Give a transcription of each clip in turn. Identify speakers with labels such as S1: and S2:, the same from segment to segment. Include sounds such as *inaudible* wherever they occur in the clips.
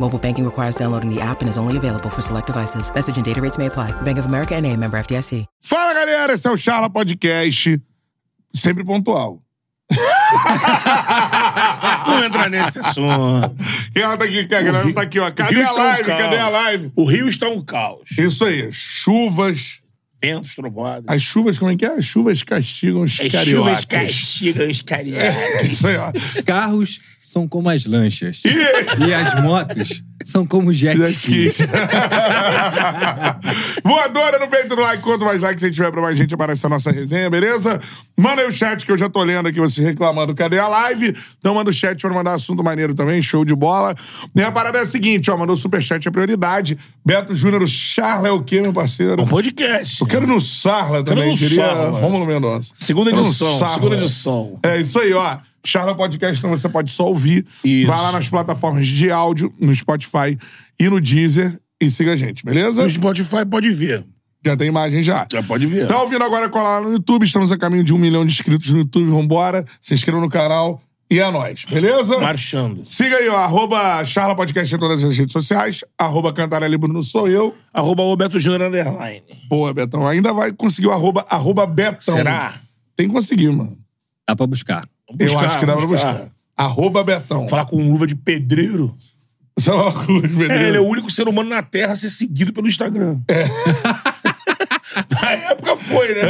S1: Mobile banking requires downloading the app and is only available for select devices. Message and data rates may apply. Bank of America and a member FDIC.
S2: Fala, galera! Esse é o Charla Podcast. Sempre pontual.
S3: Não entra nesse assunto.
S2: Quem ela tá aqui, que a galera não tá aqui, ó. Cadê
S3: Rio
S2: a
S3: está um
S2: live?
S3: caos.
S2: Cadê a live?
S3: O Rio está um caos.
S2: Isso aí, chuvas.
S3: Ventos, trovoadas.
S2: As chuvas, como é que é? As chuvas castigam os
S3: As
S2: cariocas.
S3: chuvas castigam os cariocas.
S2: Isso aí, ó.
S4: Carros são como as lanchas. e as motos são como jet
S2: Jet
S4: skis.
S2: ski. *laughs* Voadora no peito do like. Quanto mais like você tiver pra mais gente, aparece a nossa resenha, beleza? Manda aí o chat que eu já tô lendo aqui, vocês reclamando. Cadê a live? Então manda o chat pra mandar assunto maneiro também, show de bola. E a parada é a seguinte, ó, mandou superchat a prioridade. Beto Júnior, o Charla é o quê, meu parceiro?
S3: Um podcast.
S2: Eu quero no Sarla também,
S3: no
S2: diria
S3: Sarla.
S2: Rômulo Mendonça.
S3: Segunda
S2: Quero no
S3: edição,
S2: Sarla.
S3: segunda edição.
S2: um É isso aí, ó. Charla Podcast, então você pode só ouvir.
S3: Isso.
S2: Vai lá nas plataformas de áudio, no Spotify e no Deezer e siga a gente, beleza?
S3: No Spotify pode ver.
S2: Já tem imagem já.
S3: Já pode ver.
S2: Tá ouvindo agora colar lá no YouTube, estamos a caminho de um milhão de inscritos no YouTube, vambora. Se inscreva no canal e é nóis, beleza?
S3: Marchando.
S2: Siga aí, ó, arroba Charla Podcast em todas as redes sociais, arroba Cantarelli Bruno sou eu.
S3: Arroba o Beto Júnior Underline.
S2: Boa, Betão. Ainda vai conseguir o arroba, arroba Betão.
S3: Será?
S2: Tem que conseguir, mano.
S4: Dá pra buscar.
S2: Eu acho que dá pra buscar. Arroba Betão.
S3: Falar com luva de pedreiro.
S2: Só uma coisa, Pedro.
S3: É, ele é o único ser humano na Terra a ser seguido pelo Instagram. É. Na época
S2: *laughs*
S3: foi, né?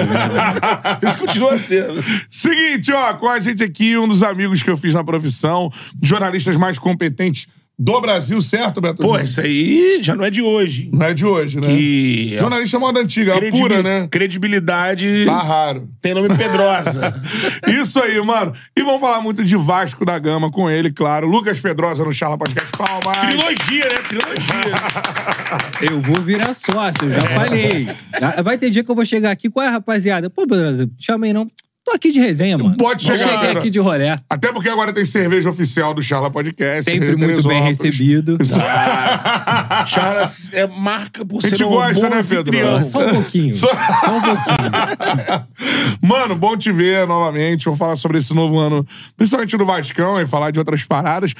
S3: Isso continua sendo.
S2: Seguinte, ó, com a gente aqui, um dos amigos que eu fiz na profissão, jornalistas mais competentes do Brasil, certo, Beto?
S3: Pô, isso aí já não é de hoje. hein?
S2: Não é de hoje, né?
S3: Que
S2: Jornalista moda antiga,
S3: Credibi-
S2: pura, né?
S3: Credibilidade
S2: Tá raro.
S3: tem nome Pedrosa.
S2: *laughs* Isso aí, mano. E vamos falar muito de Vasco da Gama com ele, claro. Lucas Pedrosa no Charla Podcast Palmas.
S3: Trilogia, né? Trilogia.
S4: Eu vou virar sócio, eu
S3: É.
S4: já falei. Já- Vai ter dia que eu vou chegar aqui. Qual é, rapaziada? Pô, beleza, chamei não. Tô aqui de resenha, mano.
S2: Pode chegar,
S4: Cheguei
S2: cara.
S4: aqui de rolé.
S2: Até porque agora tem cerveja oficial do Charla Podcast.
S4: Sempre muito bem
S2: Teresópolis.
S4: recebido.
S3: Charles é marca por
S2: A gente
S3: ser um
S2: gosta,
S3: bom
S2: né,
S3: anfitrião.
S2: Pedro?
S4: Só um pouquinho.
S2: Só-
S4: Só, um pouquinho.
S2: *laughs* Mano, bom te ver novamente. Vou falar sobre esse novo ano, principalmente do Vascão, e falar de outras paradas.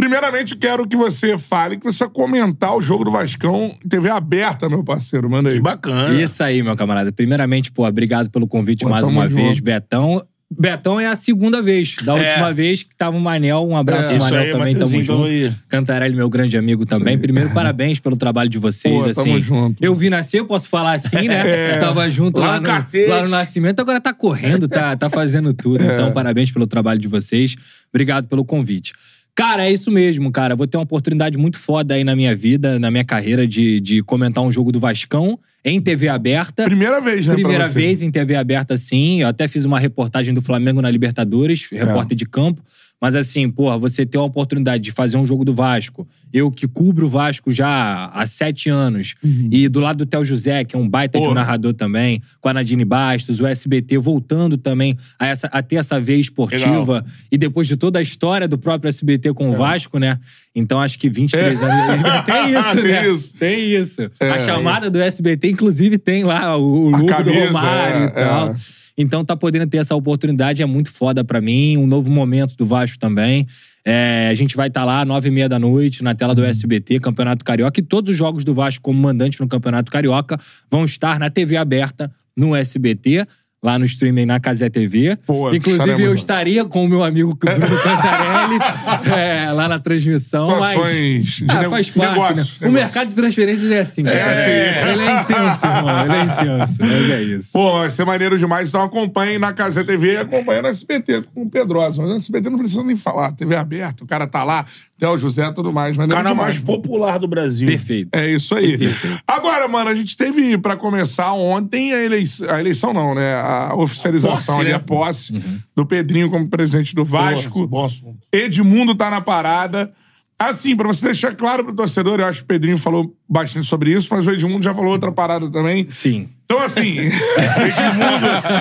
S2: Primeiramente, quero que você fale, que você comentar o jogo do Vascão em TV aberta, meu parceiro. Manda aí.
S3: Que bacana.
S4: Isso aí, meu camarada. Primeiramente, pô, obrigado pelo convite
S2: Pô,
S4: mais
S2: tamo
S4: uma
S2: junto.
S4: vez, Betão. Betão é a segunda vez. Da
S3: É.
S4: última vez que tava o Manel. Um abraço
S3: É,
S4: pro
S3: isso
S4: Manel
S3: aí,
S4: também, tamo
S3: Mateuzinho,
S4: junto.
S3: tamo aí.
S4: Cantarelli, meu grande amigo também. Primeiro, parabéns pelo trabalho de vocês.
S2: Pô,
S4: assim,
S2: tamo junto.
S4: Eu vi nascer, eu posso falar assim,
S2: *laughs* É.
S4: né? Tava junto
S3: Lá
S4: lá
S3: no
S4: no,
S3: catete.
S4: lá no nascimento, agora tá correndo, tá, tá fazendo tudo.
S2: É.
S4: Então, parabéns pelo trabalho de vocês. Obrigado pelo convite. Cara, é isso mesmo, cara. Vou ter uma oportunidade muito foda aí na minha vida, na minha carreira, de, de comentar um jogo do Vascão em TV aberta.
S2: Primeira vez, né? pra
S4: Primeira
S2: você.
S4: vez em TV aberta, sim. Eu até fiz uma reportagem do Flamengo na Libertadores,
S2: É.
S4: repórter de campo. Mas assim, porra, você ter a oportunidade de fazer um jogo do Vasco. Eu que cubro o Vasco já há sete anos. E do lado do Theo José, que é um baita de um
S2: Porra.
S4: narrador também, com a Nadine Bastos, o SBT voltando também a, essa, a ter essa veia esportiva. E depois de toda a história do próprio SBT
S2: É.
S4: com o Vasco, né? Então acho que 23 anos. Tem
S2: *laughs*
S4: isso,
S2: Tem
S4: né?
S2: isso.
S4: Tem isso. a chamada do SBT, inclusive, tem lá o, o
S2: É, A
S4: logo
S2: camisa,
S4: do Romário
S2: é,
S4: e tal.
S2: é.
S4: Então tá podendo ter essa oportunidade, é muito foda pra mim. Um novo momento do Vasco também. É, a gente vai estar lá, nove e meia da noite, na
S2: Uhum.
S4: tela do SBT, Campeonato Carioca. E todos os jogos do Vasco como mandante no Campeonato Carioca vão estar na TV aberta, no SBT. lá no streaming na Casé TV.
S2: Pô,
S4: Inclusive,
S2: estaremos
S4: eu
S2: lá.
S4: estaria com o meu amigo Bruno Cantarelli *laughs* é, lá na transmissão,
S2: Situações
S4: mas.
S2: de
S4: Ah,
S2: nego-
S4: faz parte,
S2: negócio,
S4: né?
S2: negócio.
S4: O mercado de transferências é assim, cara.
S2: assim.
S4: Ele é intenso, irmão. Ele é intenso. Mas é isso.
S2: Pô, vai ser maneiro demais. Então acompanhem na Casa TV e acompanhem na SBT com o Pedrosa. Mas na SBT não precisa nem falar. TV aberta, o cara tá lá, até o José e tudo mais. Mas
S3: canal mais popular do Brasil.
S4: Perfeito.
S2: É isso aí. *laughs* Agora, mano, a gente teve pra começar ontem a eleição, a eleição não, né? A oficialização
S3: Posse,
S2: ali,
S3: né?
S2: a posse do Pedrinho como presidente do Vasco.
S3: Bom assunto.
S2: Edmundo tá na parada. Assim, pra você deixar claro pro torcedor, eu acho que o Pedrinho falou bastante sobre isso, mas o Edmundo já falou outra parada também.
S4: Sim.
S3: *laughs*
S2: Então, assim,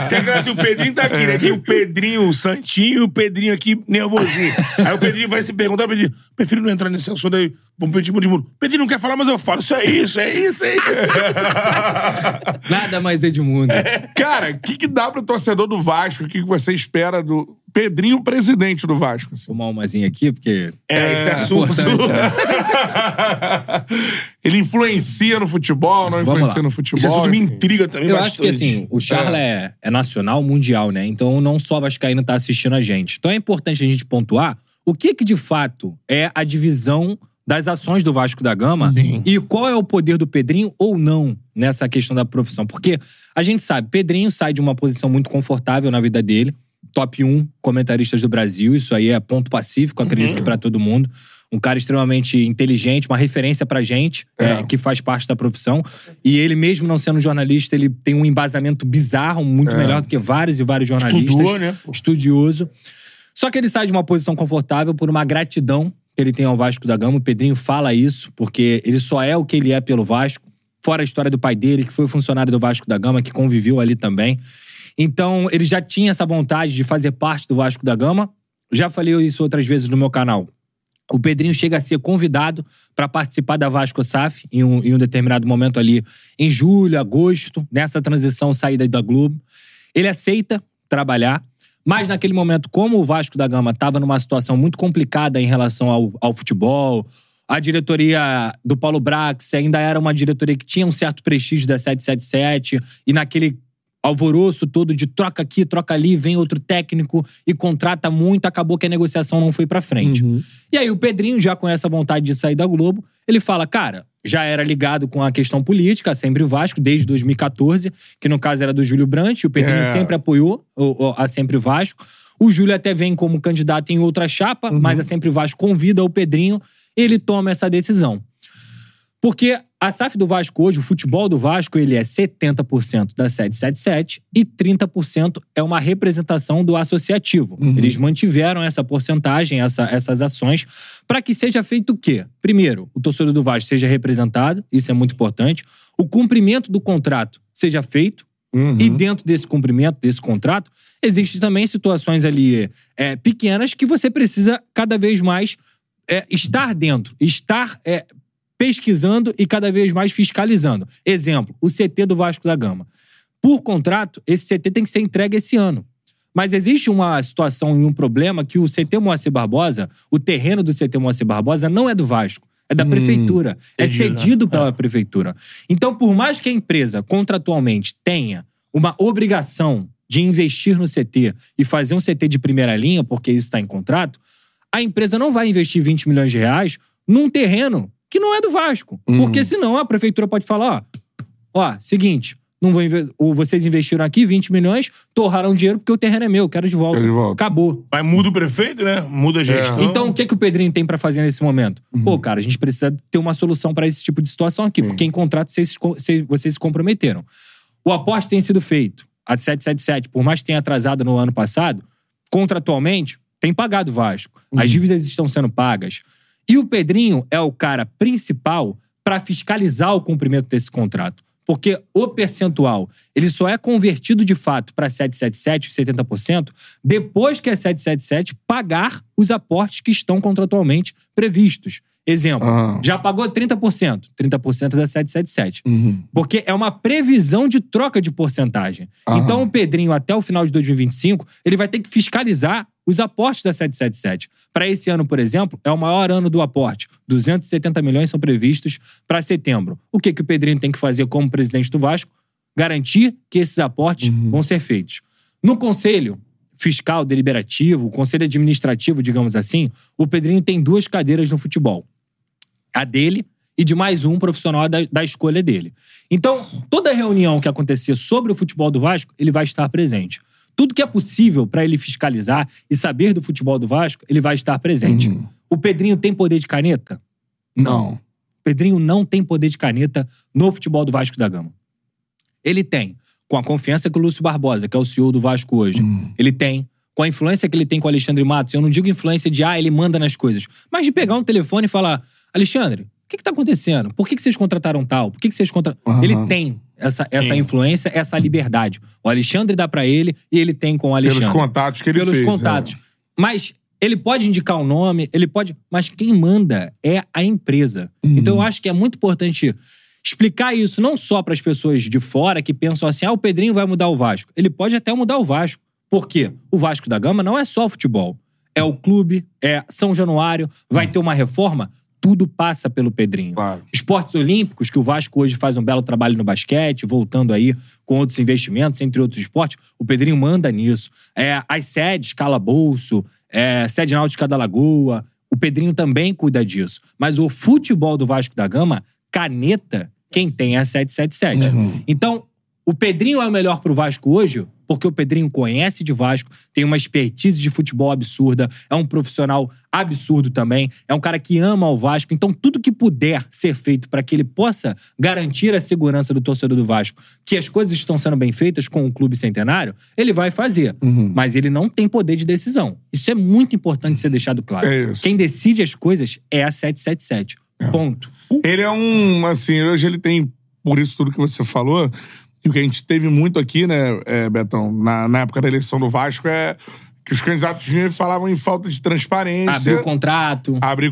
S3: Tem que assim, o Pedrinho tá aqui, né? Tem o Pedrinho Santinho e o Pedrinho aqui nervosinho. Aí o Pedrinho vai se perguntar, o Pedrinho, prefiro não entrar nesse assunto aí. Vamos pedir mundo de mundo. Pedrinho não quer falar, mas eu falo. Isso é isso, é isso, é isso.
S4: Nada mais é Edmundo.
S2: É. cara, o que, que dá pro torcedor do Vasco? O que, que você espera do Pedrinho, presidente do Vasco? assim?
S4: Tomar umazinha aqui, porque.
S3: É, esse assunto.
S2: *laughs*
S4: importante,
S2: né? Ele influencia no futebol, não
S4: Vamos
S2: influencia
S4: lá. é
S2: no futebol? assim.
S3: Esse assunto me
S2: enfim.
S3: intriga também
S4: Eu
S3: bastante.
S4: acho que, assim, o Charla é. é nacional, mundial, né? Então, não só Vascaíno tá assistindo a gente. Então, é importante a gente pontuar o que que, de fato, é a divisão das ações do Vasco da Gama e qual é o poder do Pedrinho ou não nessa questão da profissão. Porque a gente sabe, Pedrinho sai de uma posição muito confortável na vida dele, top 1 comentaristas do Brasil, isso aí é ponto pacífico, acredito que pra todo mundo. Um cara extremamente inteligente, uma referência pra gente, né, que faz parte da profissão. E ele, mesmo não sendo jornalista, ele tem um embasamento bizarro, muito melhor do que vários e vários jornalistas.
S3: Estudou, né?
S4: Estudioso. Só que ele sai de uma posição confortável por uma gratidão que ele tem ao Vasco da Gama. O Pedrinho fala isso, porque ele só é o que ele é pelo Vasco. Fora a história do pai dele, que foi funcionário do Vasco da Gama, que conviveu ali também. Então, ele já tinha essa vontade de fazer parte do Vasco da Gama. Já falei isso outras vezes no meu canal. O Pedrinho chega a ser convidado para participar da Vasco SAF em um, em um determinado momento ali, em julho, agosto, nessa transição saída da Globo. Ele aceita trabalhar, mas naquele momento, como o Vasco da Gama estava numa situação muito complicada em relação ao, ao futebol, a diretoria do Paulo Brax ainda era uma diretoria que tinha um certo prestígio da 777, e naquele alvoroço todo de troca aqui, troca ali, vem outro técnico e contrata muito, acabou que a negociação não foi pra frente. E aí o Pedrinho, já tá com essa vontade de sair da Globo, ele fala, cara, já era ligado com a questão política, sempre o Vasco, desde 2014, que no caso era do Júlio Brandt, o Pedrinho
S2: É.
S4: sempre apoiou o- o- a Sempre Vasco. O Júlio até vem como candidato em outra chapa, mas a Sempre Vasco convida o Pedrinho, ele toma essa decisão. Porque a SAF do Vasco hoje, o futebol do Vasco, ele é 70% da 777 e 30% é uma representação do associativo. Eles mantiveram essa porcentagem, essa- essas ações, para que seja feito o quê? Primeiro, o torcedor do Vasco seja representado, isso é muito importante. O cumprimento do contrato seja feito, e dentro desse cumprimento, desse contrato, existem também situações ali é, pequenas que você precisa cada vez mais é, estar dentro, estar é, pesquisando e cada vez mais fiscalizando. Exemplo, o CT do Vasco da Gama. Por contrato, esse CT tem que ser entregue esse ano. Mas existe uma situação e um problema que o CT Moacir Barbosa, o terreno do CT Moacir Barbosa, não é do Vasco. É da prefeitura. É cedido pela prefeitura. Então, por mais que a empresa contratualmente tenha uma obrigação de investir no CT e fazer um CT de primeira linha, porque isso está em contrato, a empresa não vai investir 20 milhões de reais num terreno que não é do Vasco.
S2: Uhum.
S4: Porque senão a prefeitura pode falar, ó, ó, seguinte, não vou inve- ou vocês investiram aqui 20 milhões, torraram dinheiro porque o terreno é meu, quero de volta.
S2: Quero de volta. É.
S4: Acabou.
S3: Mas muda o prefeito, né? Muda a gestão.
S4: Então, o que, que o Pedrinho tem pra fazer nesse momento?
S2: Uhum.
S4: Pô, cara, a gente precisa ter uma solução pra esse tipo de situação aqui, porque em contrato vocês, se co- vocês- vocês se comprometeram. O aporte tem sido feito. A 777, por mais que tenha atrasado no ano passado, contratualmente, tem pagado o Vasco. As dívidas estão sendo pagas. E o Pedrinho é o cara principal pra fiscalizar o cumprimento desse contrato. Porque o percentual, ele só é convertido de fato para 777, 70%, depois que é a 777 pagar os aportes que estão contratualmente previstos. Exemplo,
S2: Ah.
S4: já pagou 30%, 30% da 777. Porque é uma previsão de troca de porcentagem. Então o Pedrinho, até o final de 2025, ele vai ter que fiscalizar os aportes da 777. Para esse ano, por exemplo, é o maior ano do aporte. 270 milhões são previstos para setembro. O que, que o Pedrinho tem que fazer como presidente do Vasco? garantir que esses aportes vão ser feitos. No conselho fiscal deliberativo, o conselho administrativo, digamos assim, o Pedrinho tem duas cadeiras no futebol a dele e de mais um profissional da, da escolha dele. Então, toda reunião que acontecer sobre o futebol do Vasco, ele vai estar presente. Tudo que é possível para ele fiscalizar e saber do futebol do Vasco, ele vai estar presente. O Pedrinho tem poder de caneta?
S5: Não.
S4: O Pedrinho não tem poder de caneta no futebol do Vasco da Gama. Ele tem, com a confiança que o Lúcio Barbosa, que é o CEO do Vasco hoje,
S2: Hum.
S4: ele tem, com a influência que ele tem com o Alexandre Matos, eu não digo influência de, ah, ele manda nas coisas, mas de pegar um telefone e falar: Alexandre, o que, que tá acontecendo? Por que, que vocês contrataram tal? Por que, que vocês contrataram. Ele tem essa, essa influência, essa liberdade. O Alexandre dá pra ele e ele tem com o Alexandre.
S2: Pelos contatos que ele
S4: Pelos
S2: fez. é.
S4: contatos. Mas ele pode indicar o nome, ele pode. Mas quem manda é a empresa. Então eu acho que é muito importante explicar isso não só para as pessoas de fora que pensam assim: ah, o Pedrinho vai mudar o Vasco. Ele pode até mudar o Vasco. Por quê? O Vasco da Gama não é só futebol. É o clube, é São Januário, vai ter uma reforma. Tudo passa pelo Pedrinho.
S2: Claro.
S4: Esportes Olímpicos, que o Vasco hoje faz um belo trabalho no basquete, voltando aí com outros investimentos, entre outros esportes, o Pedrinho manda nisso. É, as sedes, Calabouço, é, sede Náutica da Lagoa, o Pedrinho também cuida disso. Mas o futebol do Vasco da Gama, caneta, quem tem é a 777. Então, o Pedrinho é o melhor pro Vasco hoje porque o Pedrinho conhece de Vasco, tem uma expertise de futebol absurda, é um profissional absurdo também, é um cara que ama o Vasco. Então, tudo que puder ser feito para que ele possa garantir a segurança do torcedor do Vasco, que as coisas estão sendo bem feitas com o clube centenário, ele vai fazer. Mas ele não tem poder de decisão. Isso é muito importante ser deixado claro.
S2: É isso.
S4: Quem decide as coisas é a 777. Ponto.
S2: Ele é um, assim, hoje ele tem, por isso tudo que você falou, e o que a gente teve muito aqui, né, é, Betão, na, na época da eleição do Vasco, é que os candidatos eles falavam em falta de transparência,
S4: Abriu o
S2: abrir,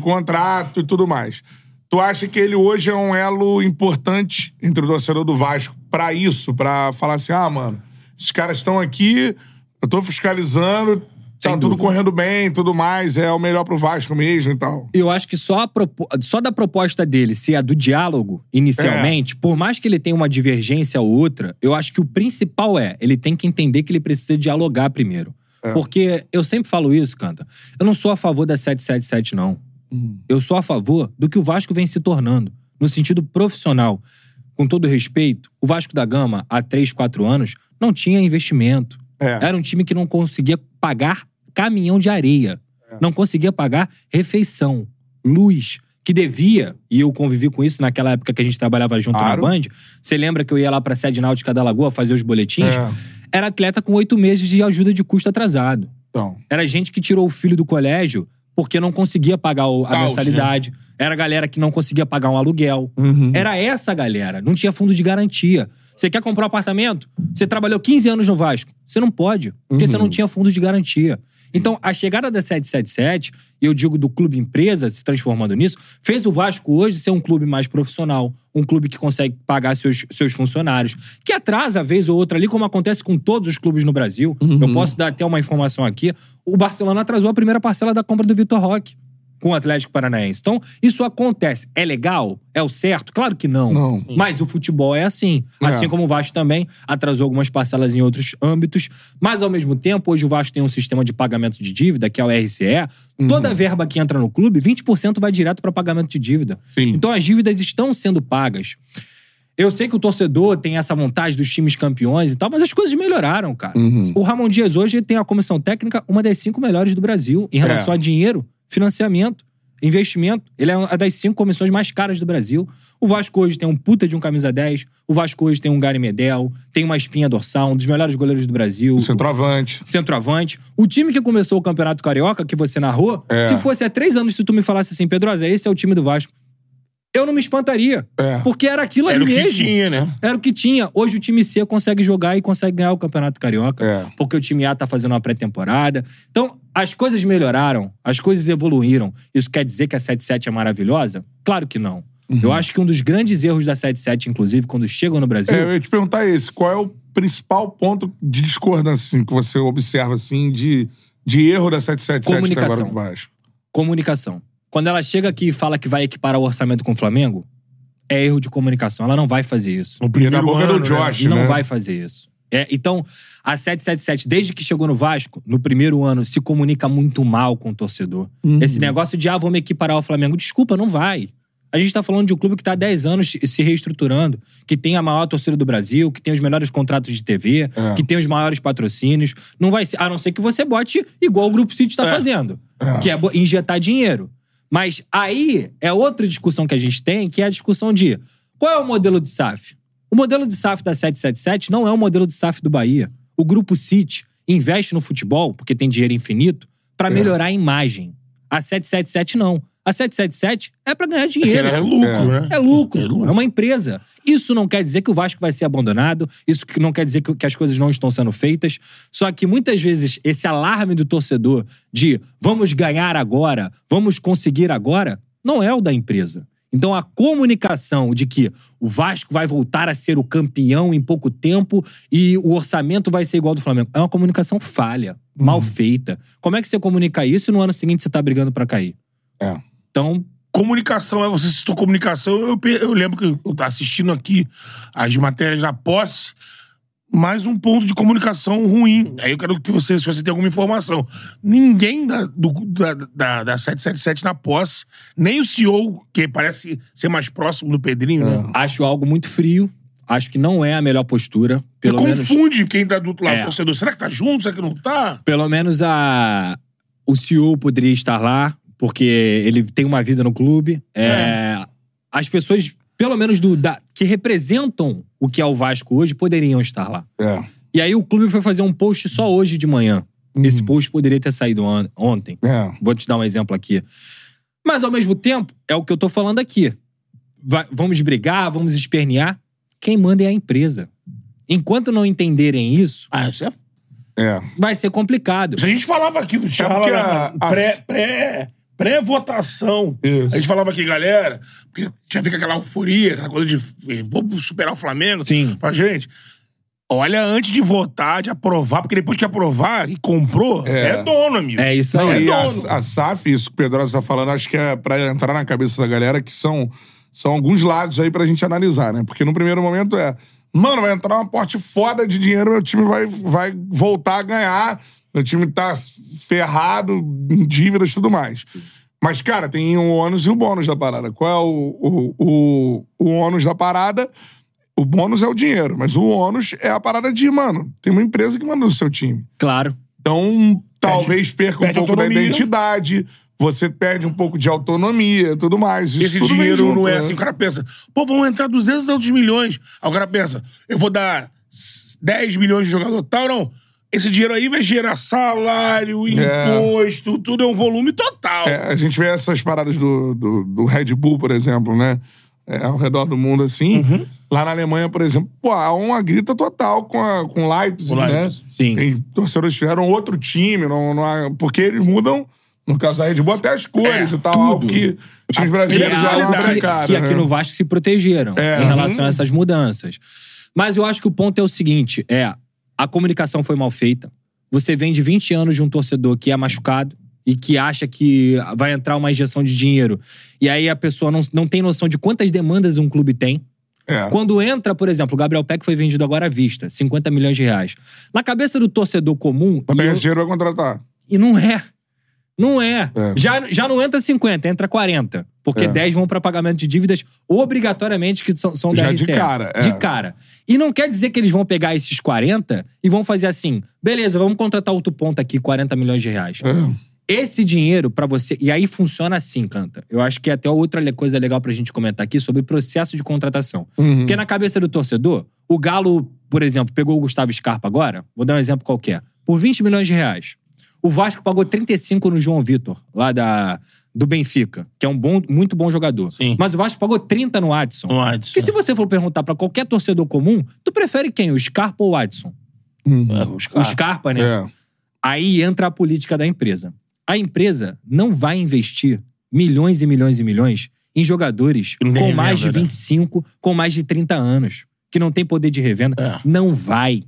S4: contrato.
S2: contrato e tudo mais. Tu acha que ele hoje é um elo importante entre o torcedor do Vasco pra isso, pra falar assim, ah, mano, esses caras estão aqui, eu tô fiscalizando, tá tudo correndo bem, tudo mais, é o melhor pro Vasco mesmo e tal.
S4: eu acho que só, a propo- só da proposta dele ser a do diálogo, inicialmente,
S2: É.
S4: por mais que ele tenha uma divergência ou outra, eu acho que o principal é, ele tem que entender que ele precisa dialogar primeiro.
S2: É.
S4: Porque eu sempre falo isso, Canta. Eu não sou a favor da 777, não. Eu sou a favor do que o Vasco vem se tornando, no sentido profissional. Com todo respeito, o Vasco da Gama, há 3, 4 anos, não tinha investimento.
S2: É.
S4: Era um time que não conseguia pagar caminhão de areia.
S2: É.
S4: Não conseguia pagar refeição, luz, que devia, e eu convivi com isso naquela época que a gente trabalhava junto
S2: Claro.
S4: na Band. Você lembra que eu ia lá pra sede náutica da Lagoa fazer os boletins?
S2: É.
S4: Era atleta com oito meses de ajuda de custo atrasado.
S2: Então,
S4: Era gente que tirou o filho do colégio porque não conseguia pagar o- a
S3: Caos,
S4: mensalidade. Era galera que não conseguia pagar um aluguel. Era essa galera. Não tinha fundo de garantia. Você quer comprar um apartamento? Você trabalhou 15 anos no Vasco. Você não pode, porque você não tinha fundo de garantia. Então, a chegada da 777, e eu digo do clube empresa se transformando nisso, fez o Vasco hoje ser um clube mais profissional, um clube que consegue pagar seus, seus funcionários, que atrasa vez ou outra ali, como acontece com todos os clubes no Brasil. Eu posso dar até uma informação aqui. O Barcelona atrasou a primeira parcela da compra do Vitor Roque com o Atlético Paranaense. Então, isso acontece. É legal? É o certo? Claro que não.
S2: Não.
S4: Mas o futebol é assim. Assim como o Vasco também atrasou algumas parcelas em outros âmbitos. Mas, ao mesmo tempo, hoje o Vasco tem um sistema de pagamento de dívida, que é o RCE. Toda verba que entra no clube, 20% vai direto para pagamento de dívida.
S2: Sim.
S4: Então, as dívidas estão sendo pagas. Eu sei que o torcedor tem essa vontade dos times campeões e tal, mas as coisas melhoraram, cara.
S2: Hum.
S4: O Ramon Dias hoje tem a comissão técnica, uma das cinco melhores do Brasil, em relação a
S2: É.
S4: dinheiro, financiamento, investimento. Ele é uma das cinco comissões mais caras do Brasil. O Vasco hoje tem um puta de um camisa 10, o Vasco hoje tem um Gary Medel, tem uma espinha dorsal, um dos melhores goleiros do Brasil.
S2: o Um centroavante.
S4: Centroavante. O time que começou o Campeonato Carioca, que você narrou,
S2: É.
S4: se fosse há três anos, se tu me falasse assim, Pedrosa, esse é o time do Vasco, eu não me espantaria.
S2: É.
S4: Porque era aquilo ali
S3: Era o
S4: mesmo.
S3: que tinha, né?
S4: Era o que tinha. Hoje o time C consegue jogar e consegue ganhar o Campeonato Carioca.
S2: É.
S4: Porque o time A tá fazendo uma pré-temporada. Então, as coisas melhoraram, as coisas evoluíram. Isso quer dizer que a 77 é maravilhosa? Claro que não.
S2: Uhum.
S4: Eu acho que um dos grandes erros da 77, inclusive, quando chegam no Brasil,
S2: É, eu ia te perguntar esse. Qual é o principal ponto de discordância assim, que você observa assim, de, de erro da 777 até agora
S4: Comunicação.
S2: do Vasco?
S4: comunicação. Quando ela chega aqui e fala que vai equiparar o orçamento com o Flamengo, é erro de comunicação. Ela não vai fazer isso.
S2: No primeiro
S3: na boca é
S2: ano,
S3: do
S2: né?
S3: Josh,
S4: E não
S2: né?
S4: vai fazer isso. É, então, a 777, desde que chegou no Vasco, no primeiro ano, se comunica muito mal com o torcedor. Esse negócio de, ah, vou me equiparar ao Flamengo. Desculpa, não vai. A gente tá falando de um clube que tá há 10 anos se reestruturando, que tem a maior torcida do Brasil, que tem os melhores contratos de TV, que tem os maiores patrocínios. Não vai ser, a não ser que você bote igual o Grupo City tá fazendo, que é bo- injetar dinheiro. Mas aí é outra discussão que a gente tem, que é a discussão de qual é o modelo de SAF? O modelo de SAF da 777 não é o modelo de SAF do Bahia. O grupo City investe no futebol, porque tem dinheiro infinito, pra melhorar a imagem. A 777 não. A 777 é pra ganhar
S3: Porque
S4: dinheiro.
S3: era lucro, né?
S4: É lucro, é uma empresa. Isso não quer dizer que o Vasco vai ser abandonado, isso que não quer dizer que, que as coisas não estão sendo feitas. Só que muitas vezes esse alarme do torcedor de vamos ganhar agora, vamos conseguir agora, não é o da empresa. Então a comunicação de que o Vasco vai voltar a ser o campeão em pouco tempo e o orçamento vai ser igual ao do Flamengo é uma comunicação falha, mal feita. Como é que você comunica isso e no ano seguinte você tá brigando pra cair?
S2: É.
S4: Então,
S3: Comunicação, aí você citou comunicação, eu, pe- eu lembro que eu tava assistindo aqui as matérias da posse, mais um ponto de comunicação ruim. Aí eu quero que você, se você tem alguma informação. Ninguém da, do, da, da, da 777 na posse, nem o CEO, que parece ser mais próximo do Pedrinho, né?
S4: É. Acho algo muito frio. Acho que não é a melhor postura.
S3: Que
S4: Pelo menos,
S3: confunde quem tá do outro lado,
S4: É.
S3: o torcedor. Será que tá junto? Será que não tá?
S4: pelo menos a o CEO poderia estar lá, porque ele tem uma vida no clube. É, As pessoas, pelo menos do da- que representam o que é o Vasco hoje, poderiam estar lá.
S2: É.
S4: E aí o clube foi fazer um post só hoje de manhã.
S3: Hum.
S4: Esse post poderia ter saído on- ontem.
S2: É.
S4: Vou te dar um exemplo aqui. Mas ao mesmo tempo, é o que eu tô falando aqui. Va- vamos brigar, vamos espernear. Quem manda é a empresa. Enquanto não entenderem isso,
S3: Ah, isso é...
S2: É.
S4: vai ser complicado.
S3: Isso a gente falava aqui no
S2: É
S3: Thiago,
S2: porque
S3: que
S2: a-
S3: a,
S2: a-
S3: pré, pré, pré-votação.
S2: Isso.
S3: A gente falava aqui, galera, porque tinha fica aquela euforia, aquela coisa de eh, vou superar o Flamengo.
S4: Sim.
S3: Pra gente. Olha, antes de votar, de aprovar, porque depois que aprovar e comprou,
S2: É.
S3: é, dono, amigo.
S4: É isso aí.
S2: E
S3: dono.
S2: a, a SAF, isso que o Pedrosa tá falando, acho que é pra entrar na cabeça da galera que são, são alguns lados aí pra gente analisar, né? Porque no primeiro momento é, mano, vai entrar um aporte foda de dinheiro, meu time vai, vai voltar a ganhar, meu time tá ferrado, em dívidas e tudo mais. Mas, cara, tem o ônus e o bônus da parada. Qual é o, o, o, o ônus da parada? O bônus é o dinheiro, mas o ônus é a parada de, mano, tem uma empresa que manda no seu time.
S4: Claro.
S2: Então, talvez perca um
S3: perde
S2: pouco da
S3: autonomia.
S2: identidade, você perde um pouco de autonomia e tudo mais. Isso
S3: Esse
S2: tudo vem
S3: dinheiro
S2: junto,
S3: não é
S2: né?
S3: assim. O cara pensa, pô, vão entrar 200 e tantos milhões. Aí o cara pensa, eu vou dar s- 10 milhões de jogador tal, não. Esse dinheiro aí vai gerar salário, imposto, tudo é um volume total.
S2: É, a gente vê essas paradas do, do, do Red Bull, por exemplo, né? É, ao redor do mundo, assim.
S3: Uhum.
S2: Lá na Alemanha, por exemplo, pô, há uma grita total com, a, com Leipzig,
S3: Com
S2: né?
S3: Leipzig,
S4: sim.
S2: Tem torcedores que tiveram outro time, não, não há- porque eles mudam, no caso da Red Bull, até as cores
S3: É,
S2: e tal, algo
S3: tudo.
S2: que os
S4: E é
S2: brasileiros
S3: Eles
S4: algo
S2: olham
S3: realidade. é
S2: pra
S4: que,
S2: cara,
S4: que aqui
S2: né?
S4: no Vasco se protegeram
S2: É.
S4: em relação a essas mudanças. Mas eu acho que o ponto é o seguinte: é a comunicação foi mal feita. Você vem de 20 anos de um torcedor que é machucado e que acha que vai entrar uma injeção de dinheiro. E aí a pessoa não, não tem noção de quantas demandas um clube tem.
S2: É.
S4: Quando entra, por exemplo, o Gabriel Peck foi vendido agora à vista, 50 milhões de reais. Na cabeça do torcedor comum,
S2: Pra
S4: e
S2: pegar
S4: eu-
S2: esse dinheiro vai contratar.
S4: e não é. Não é.
S2: É.
S4: Já, já não entra 50, entra 40. Porque
S2: É.
S4: 10 vão para pagamento de dívidas obrigatoriamente, que são, são da
S2: Já de
S4: RCE.
S2: cara, é.
S4: De cara. E não quer dizer que eles vão pegar esses 40 e vão fazer assim: beleza, vamos contratar outro ponto aqui, 40 milhões de reais.
S2: É.
S4: Esse dinheiro pra você. E aí funciona assim, Canta. Eu acho que é até outra le- coisa legal pra gente comentar aqui sobre o processo de contratação.
S2: Uhum.
S4: Porque na cabeça do torcedor, o Galo, por exemplo, pegou o Gustavo Scarpa agora, vou dar um exemplo qualquer, por 20 milhões de reais. O Vasco pagou 35 no João Vitor, lá da, do Benfica, que é um bom, muito bom jogador.
S3: Sim.
S4: Mas o Vasco pagou 30 no Watson.
S3: Não há disso.
S4: Porque se você for perguntar pra qualquer torcedor comum, tu prefere quem? O Scarpa ou o Watson?
S3: É,
S2: Uhum.
S3: os
S4: O
S3: caras.
S4: Scarpa, né?
S2: É.
S4: Aí entra a política da empresa. A empresa não vai investir milhões e milhões e milhões em jogadores
S3: Que não tem
S4: com
S3: revenda,
S4: mais de
S3: né?
S4: 25, com mais de 30 anos, que não tem poder de revenda.
S3: É.
S4: Não vai.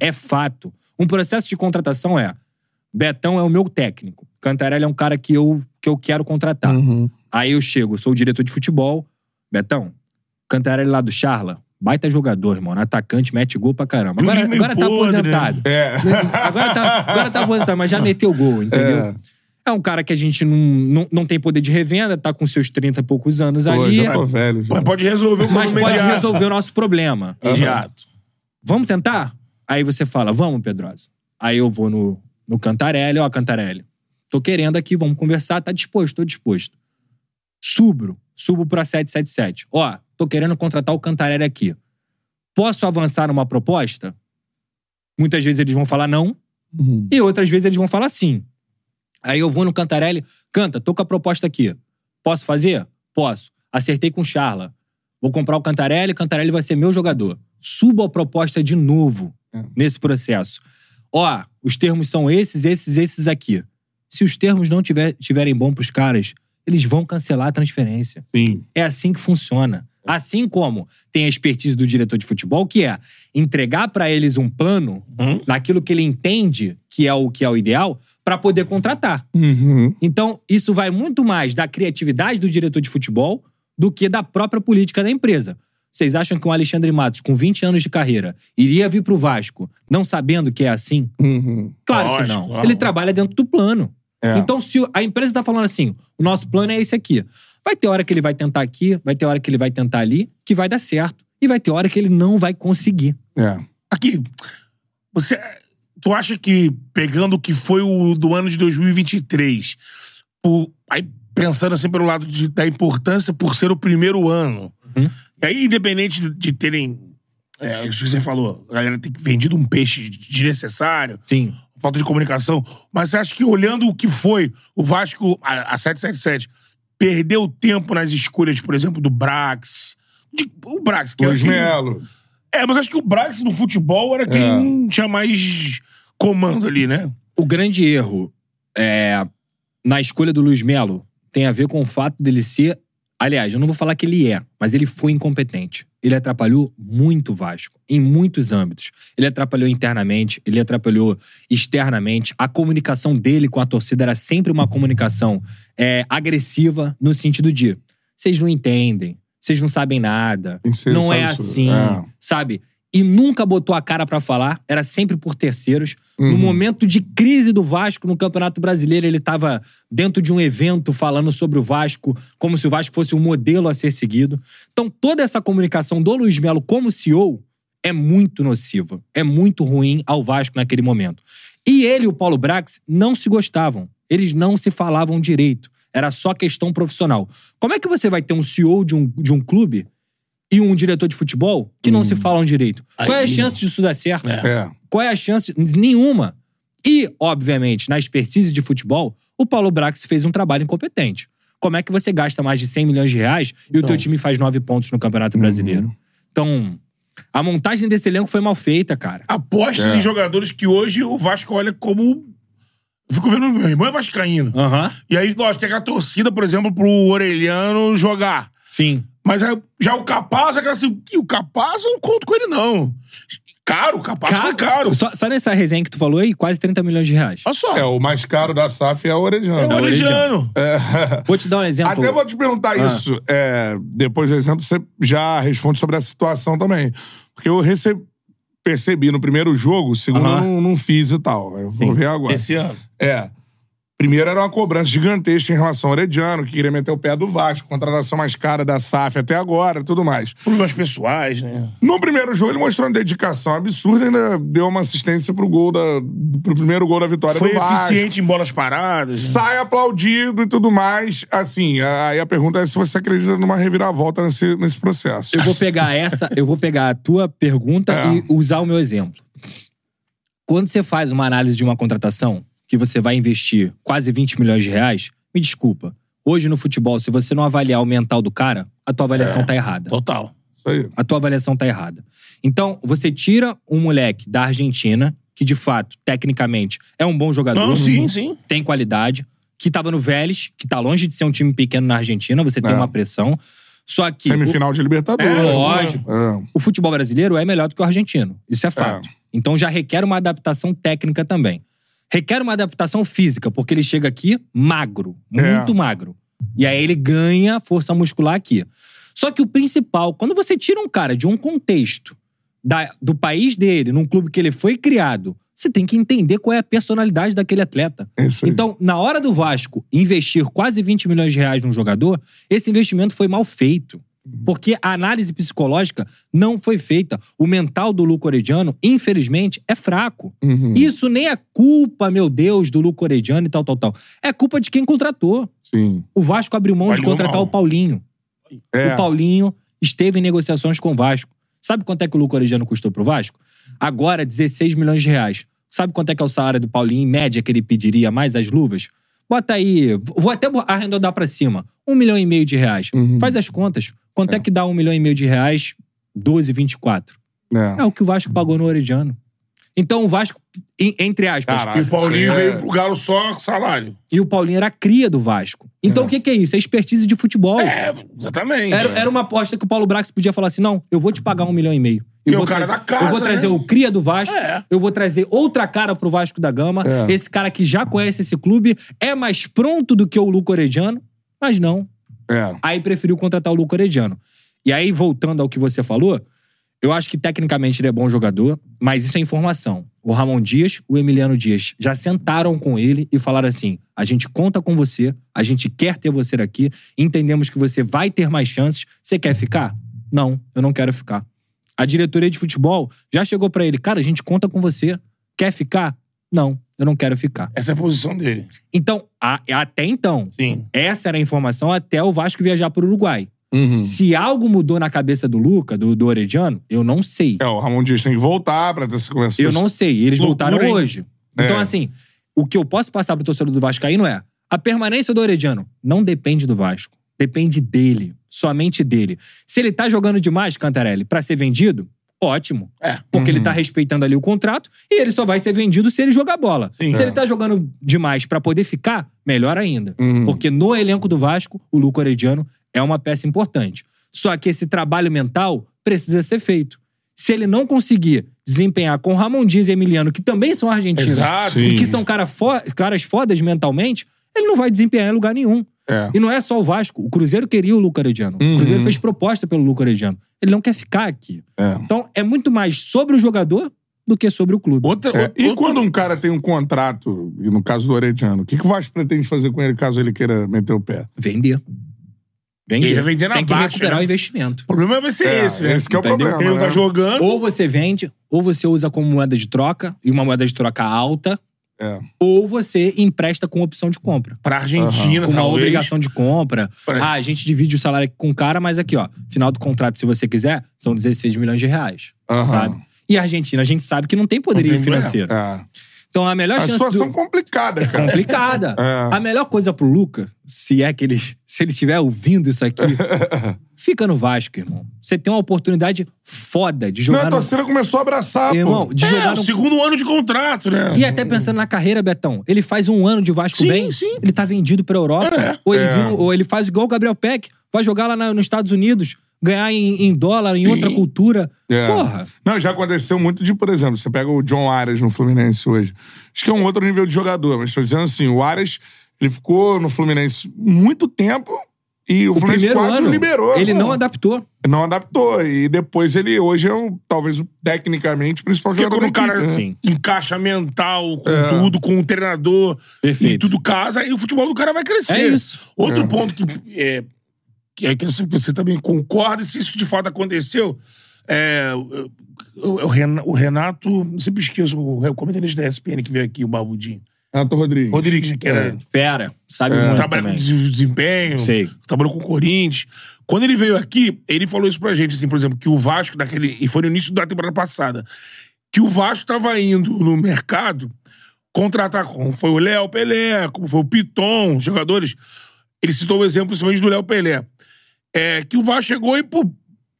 S4: É fato. Um processo de contratação é: Betão é o meu técnico. Cantarelli é um cara que eu, que eu quero contratar. Aí eu chego, sou o diretor de futebol. Betão, Cantarelli lá do Charla. Baita jogador, irmão. Atacante, mete gol pra caramba. Agora,
S3: Juninho meio
S4: agora tá
S3: podre, né?
S4: aposentado.
S2: É.
S4: *laughs*
S2: Ah.
S4: Agora tá, agora tá aposentado,
S2: *laughs*
S4: mas já meteu gol, entendeu? É. um cara que a gente não, não, não tem poder de revenda, tá com seus 30 e poucos anos
S2: Pô,
S4: ali.
S2: já tô velho. já.
S3: Mas pode resolver o
S4: Mas
S3: problema
S4: pode
S3: imediato.
S4: resolver o nosso problema.
S3: Imediato.
S4: Vamos tentar? Aí você fala, vamos, Pedrosa. Aí eu vou no, no Cantarelli, ó, Cantarelli. Tô querendo aqui, vamos conversar, tá disposto, tô disposto. Subro, subo pra 777. Ó, tô querendo contratar o Cantarelli aqui. Posso avançar numa proposta? Muitas vezes eles vão falar não, e outras vezes eles vão falar sim. Aí eu vou no Cantarelli, canta, tô com a proposta aqui. Posso fazer? Posso. Acertei com o Charla. Vou comprar o Cantarelli, Cantarelli vai ser meu jogador. Subo a proposta de novo nesse processo. Ó, os termos são esses, esses, esses aqui. Se os termos não tiver, tiverem bom pros caras, eles vão cancelar a transferência.
S2: Sim.
S4: É assim que funciona. Assim como tem a expertise do diretor de futebol, que é entregar pra eles um plano daquilo que ele entende que é o que é o ideal pra poder contratar.
S2: Uhum.
S4: Então, isso vai muito mais da criatividade do diretor de futebol do que da própria política da empresa. Vocês acham que um Alexandre Matos, com 20 anos de carreira, iria vir pro Vasco não sabendo que é assim?
S2: Uhum.
S4: Claro que
S3: Lógico,
S4: não.
S3: claro.
S4: Ele trabalha dentro do plano.
S2: É.
S4: Então, se a empresa tá falando assim, o nosso plano é esse aqui. Vai ter hora que ele vai tentar aqui, vai ter hora que ele vai tentar ali, que vai dar certo. E vai ter hora que ele não vai conseguir.
S2: É.
S3: Aqui, você. Tu acha que pegando o que foi o do ano de 2023, o, aí pensando assim pelo lado de- da importância por ser o primeiro ano,
S2: Uhum.
S3: e aí independente de, de terem. É, isso que você falou, a galera tem vendido um peixe desnecessário,
S4: Sim.
S3: falta de comunicação. Mas você acha que olhando o que foi o Vasco, a, a 777, perdeu tempo nas escolhas, por exemplo, do Brax? De- o Brax, que era
S2: Luiz
S3: quem-
S2: Melo. É.
S3: É, mas acho que o Brax no futebol era quem tinha mais comando ali, né?
S4: O grande erro é, na escolha do Luiz Melo tem a ver com o fato dele ser. Aliás, eu não vou falar que ele é, mas ele foi incompetente. Ele atrapalhou muito o Vasco, em muitos âmbitos. Ele atrapalhou internamente, ele atrapalhou externamente. A comunicação dele com a torcida era sempre uma comunicação é, agressiva, no sentido de: vocês não entendem, vocês não sabem nada,
S2: Tem que ser
S4: não é
S2: absurdo.
S4: assim,
S2: É.
S4: sabe? E nunca botou a cara pra falar, era sempre por terceiros.
S2: Uhum.
S4: No momento de crise do Vasco no Campeonato Brasileiro, ele tava dentro de um evento falando sobre o Vasco, como se o Vasco fosse um modelo a ser seguido. Então, toda essa comunicação do Luiz Melo como CEO é muito nociva, é muito ruim ao Vasco naquele momento. E ele e o Paulo Brax não se gostavam, eles não se falavam direito, era só questão profissional. Como é que você vai ter um CEO de um, de um clube e um diretor de futebol que não se falam direito? Qual é a
S3: Hum. Aí-
S4: chance disso dar certo?
S2: É.
S4: Qual é a chance? Nenhuma. E, obviamente, na expertise de futebol, o Paulo Brax fez um trabalho incompetente. Como é que você gasta mais de 100 milhões de reais e
S3: Então.
S4: o teu time faz nove pontos no Campeonato
S3: Uhum.
S4: Brasileiro? Então, a montagem desse elenco foi mal feita, cara.
S3: Apostas
S4: É.
S3: em jogadores que hoje o Vasco olha como. Eu Fico vendo, meu irmão é Vascaíno.
S4: Aham.
S3: E aí, lógico, tem aquela torcida, por exemplo, pro Orelhano jogar.
S4: Sim.
S3: Mas aí, já o Capaz, aquela assim, "Ih, o Capaz eu não conto com ele, não. Caro, o Capaz foi caro.
S4: Só, só nessa resenha que tu falou aí, quase 30 milhões de reais.
S3: Olha só.
S2: É, o mais caro da SAF é o Orejano. É.
S3: o Orelhano.
S4: Vou te dar um exemplo. Ah.
S2: Até vou te perguntar isso. É, depois do exemplo, você já responde sobre essa situação também. Porque eu rece- percebi no primeiro jogo, o segundo
S4: Aham.
S2: eu não, não fiz e tal. Eu vou
S4: Sim.
S2: ver agora.
S3: Esse ano.
S2: É. Primeiro era uma cobrança gigantesca em relação ao Orediano, que queria meter o pé do Vasco, contratação mais cara da SAF até agora e tudo mais.
S3: Problemas pessoais, né?
S2: No primeiro jogo, ele mostrou uma dedicação absurda, ainda deu uma assistência pro gol da. pro primeiro gol da vitória
S3: Foi
S2: do Vasco.
S3: eficiente em bolas paradas. né?
S2: Sai aplaudido e tudo mais. Assim, aí a pergunta é se você acredita numa reviravolta nesse, nesse processo.
S4: Eu vou pegar essa, eu vou pegar a tua pergunta
S3: Ah.
S2: É.
S4: e usar o meu exemplo. Quando você faz uma análise de uma contratação, que você vai investir quase 20 milhões de reais, me desculpa. Hoje no futebol, se você não avaliar o mental do cara, a tua avaliação tá errada.
S3: É, Total.
S2: Isso aí.
S4: A tua avaliação tá errada. Então, você tira um moleque da Argentina, que de fato, tecnicamente, é um bom jogador.
S3: Não, sim, sim.
S4: Tem qualidade. Que tava no Vélez, que tá longe de ser um time pequeno na Argentina, você tem
S2: É.
S4: uma pressão. Só que. o-
S2: Semifinal de Libertadores.
S4: É, lógico.
S2: É.
S4: o futebol brasileiro é melhor do que o argentino. Isso é fato. Então já requer uma adaptação técnica também. Requer uma adaptação física, porque ele chega aqui magro,
S2: É.
S4: muito magro. E aí ele ganha força muscular aqui. Só que o principal, quando você tira um cara de um contexto da- do país dele, num clube que ele foi criado, você tem que entender qual é a personalidade daquele atleta.
S2: É isso aí.
S4: Então, na hora do Vasco investir quase 20 milhões de reais num jogador, esse investimento foi mal feito.
S2: Uhum.
S4: Porque a análise psicológica não foi feita. O mental do Luco Orediano, infelizmente, é fraco.
S3: Uhum.
S4: Isso nem é culpa, meu Deus, do Luco Orediano e tal, tal, tal. É culpa de quem contratou.
S2: Sim.
S4: O Vasco abriu mão de
S3: Valeu
S4: contratar
S3: mal.
S4: o Paulinho.
S2: É.
S4: O Paulinho esteve em negociações com o Vasco. Sabe quanto é que o Luco Orediano custou pro Vasco? Agora, 16 milhões de reais. Sabe quanto é que é o salário do Paulinho em média que ele pediria mais as luvas? Bota aí, v- vou até bo- arredondar pra cima. Um milhão e meio de reais. Faz as contas. Quanto é. que dá um milhão e meio de reais? 12,24. É
S2: É.
S4: o que o Vasco pagou no Orediano. Então o Vasco, em- entre aspas,
S2: Caraca.
S3: E o Paulinho
S2: É.
S3: veio pro Galo só com salário.
S4: e o Paulinho era a cria do Vasco. Então o que, que é isso? É expertise de futebol.
S3: É, exatamente.
S4: Era, era uma aposta que o Paulo Brax podia falar assim: não, eu vou te pagar um milhão e meio. Eu
S3: E o
S4: vou
S3: cara
S4: trazer,
S3: da casa,
S4: Eu vou trazer
S3: né?
S4: o Cria do Vasco,
S3: É.
S4: eu vou trazer outra cara pro Vasco da Gama.
S2: É.
S4: Esse cara que já conhece esse clube é mais pronto do que o Luco Orediano, mas não.
S2: É.
S4: Aí preferiu contratar o Luco Orediano. E aí, voltando ao que você falou, eu acho que tecnicamente ele é bom jogador, mas isso é informação. O Ramon Dias, o Emiliano Dias já sentaram com ele e falaram assim: a gente conta com você, a gente quer ter você aqui, entendemos que você vai ter mais chances. Você quer ficar? Não, eu não quero ficar. A diretoria de futebol já chegou pra ele: cara, a gente conta com você, quer ficar? Não, eu não quero ficar.
S3: Essa é a posição dele.
S4: Então, a- até então,
S3: Sim.
S4: essa era a informação até o Vasco viajar pro Uruguai.
S2: Uhum.
S4: Se algo mudou na cabeça do Luca, do, do Orediano, eu não sei.
S2: É, o Ramon Dias tem que voltar pra ter essa conversa.
S4: Eu não sei. Eles
S3: Loucura,
S4: voltaram
S3: hein?
S4: hoje. Então,
S2: É.
S4: assim, o que eu posso passar pro torcedor do Vascaíno é: a permanência do Orediano não depende do Vasco. Depende dele. Somente dele. Se ele tá jogando demais, Cantarelli, pra ser vendido, ótimo.
S3: É.
S4: Porque ele tá respeitando ali o contrato e ele só vai ser vendido se ele jogar bola.
S3: Sim.
S4: Se
S3: É.
S4: ele tá jogando demais pra poder ficar, melhor ainda.
S2: Uhum.
S4: Porque no elenco do Vasco, o Luco Orediano é uma peça importante. Só que esse trabalho mental precisa ser feito. Se ele não conseguir desempenhar com Ramon Dias e Emiliano, que também são argentinos,
S3: Exato.
S4: e que
S2: Sim.
S4: são cara fo- caras fodas mentalmente, ele não vai desempenhar em lugar nenhum.
S2: É.
S4: E não é só o Vasco. O Cruzeiro queria o Luca Orediano.
S2: Uhum.
S4: O Cruzeiro fez proposta pelo Luca Orediano. Ele não quer ficar aqui.
S2: É.
S4: Então é muito mais sobre o jogador do que sobre o clube.
S3: Outra,
S2: É,
S3: outra-
S2: E quando um cara tem um contrato, e no caso do Orediano, o que, que o Vasco pretende fazer com ele caso ele queira meter o pé?
S4: Vender. Vender.
S3: Ele vai vender na
S4: Tem que
S3: baixa,
S4: recuperar
S3: né?
S4: o investimento.
S3: O problema vai ser
S2: É,
S3: esse, né?
S2: esse que é o
S3: Entendeu?
S2: problema,
S3: Ele não tá
S2: né?
S3: jogando.
S4: Ou você vende, ou você usa como moeda de troca, e uma moeda de troca alta,
S2: É.
S4: ou você empresta com opção de compra.
S3: Pra Argentina,
S4: Com uma
S3: talvez.
S4: obrigação de compra.
S3: Parece.
S4: Ah, a gente divide o salário com o cara, mas aqui, ó, final do contrato, se você quiser, são 16 milhões de reais.
S2: Aham.
S4: Sabe? E a Argentina, a gente sabe que não tem poderio
S3: Não tem
S4: financeiro.
S2: É.
S4: Então a melhor
S2: A
S4: chance.
S2: situação
S4: do...
S2: complicada, cara.
S4: Complicada.
S2: *laughs* É.
S4: A melhor coisa pro Luca, se é que ele, se ele estiver ouvindo isso
S2: *laughs*
S4: aqui, fica no Vasco, irmão. Você tem uma oportunidade foda de
S2: Não,
S4: jogar
S2: a
S4: no
S2: torcida começou a abraçar,
S4: Irmão,
S2: pô.
S4: de
S3: É,
S4: jogar
S3: o
S4: no...
S3: segundo ano de contrato, né?
S4: E até pensando na carreira, Betão, ele faz um ano de Vasco
S3: Sim,
S4: bem,
S3: sim.
S4: ele tá vendido pra Europa.
S3: É,
S4: ou, ele
S2: é.
S4: vira- um, ou ele faz igual o Gabriel Peck, vai jogar lá na- nos Estados Unidos, ganhar em, em dólar, em
S3: Sim.
S4: outra cultura.
S2: É.
S4: Porra,
S2: Não, já aconteceu muito de, por exemplo, você pega o John Arias no Fluminense hoje. Acho que é um outro nível de jogador, mas estou dizendo assim, o Arias, ele ficou no Fluminense muito tempo e o,
S4: o
S2: Fluminense
S4: primeiro
S2: quase
S4: ano,
S2: o liberou. né? É.
S4: ele não
S2: Pô.
S4: adaptou.
S2: não adaptou. E depois ele hoje é um, talvez o- tecnicamente o principal
S3: Porque
S2: jogador
S3: quando
S2: do
S3: o cara
S4: né? Sim.
S3: encaixa mental com
S2: É.
S3: tudo, com o treinador,
S4: Perfeito.
S3: e tudo casa, aí o futebol do cara vai crescer.
S4: É isso.
S3: Outro
S2: É.
S3: ponto que é, que é que eu sei que você também concorda, e se isso de fato aconteceu, é, o, o Ren- o Renato, não sempre esqueço, o comentarista da ESPN que veio aqui, o Babudinho.
S2: Renato Rodrigues. É.
S3: Rodrigues, né, que era...
S4: É, Fera, sabe muito
S3: Trabalha com
S4: também.
S3: des- desempenho,
S4: Sei.
S3: trabalhou com o Corinthians. Quando ele veio aqui, ele falou isso pra gente, assim, por exemplo, que o Vasco, naquele, e foi no início da temporada passada, que o Vasco tava indo no mercado contratar como foi o Léo Pelé, como foi o Piton, os jogadores. Ele citou o exemplo principalmente do Léo Pelé. É, que o Vasco chegou e pô,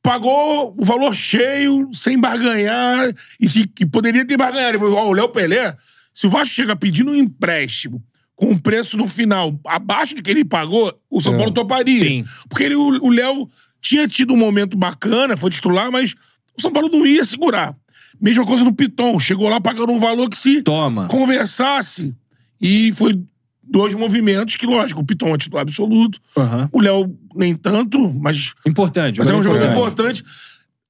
S3: pagou o valor cheio, sem barganhar, e que, que poderia ter barganhado. Ele falou, ó, o Léo Pelé, se o Vasco chega pedindo um empréstimo com o preço no final abaixo do que ele pagou, o São Paulo toparia.
S4: Sim.
S3: Porque ele- o o Léo tinha tido um momento bacana, foi titular, mas o São Paulo não ia segurar. Mesma coisa no Piton, chegou lá pagando um valor que se
S4: Toma.
S3: conversasse e foi
S2: dois movimentos que, lógico, o Piton é titular absoluto,
S4: Aham.
S2: o Léo nem tanto, mas,
S4: Importante.
S2: mas é um jogador
S4: jogo
S2: importante.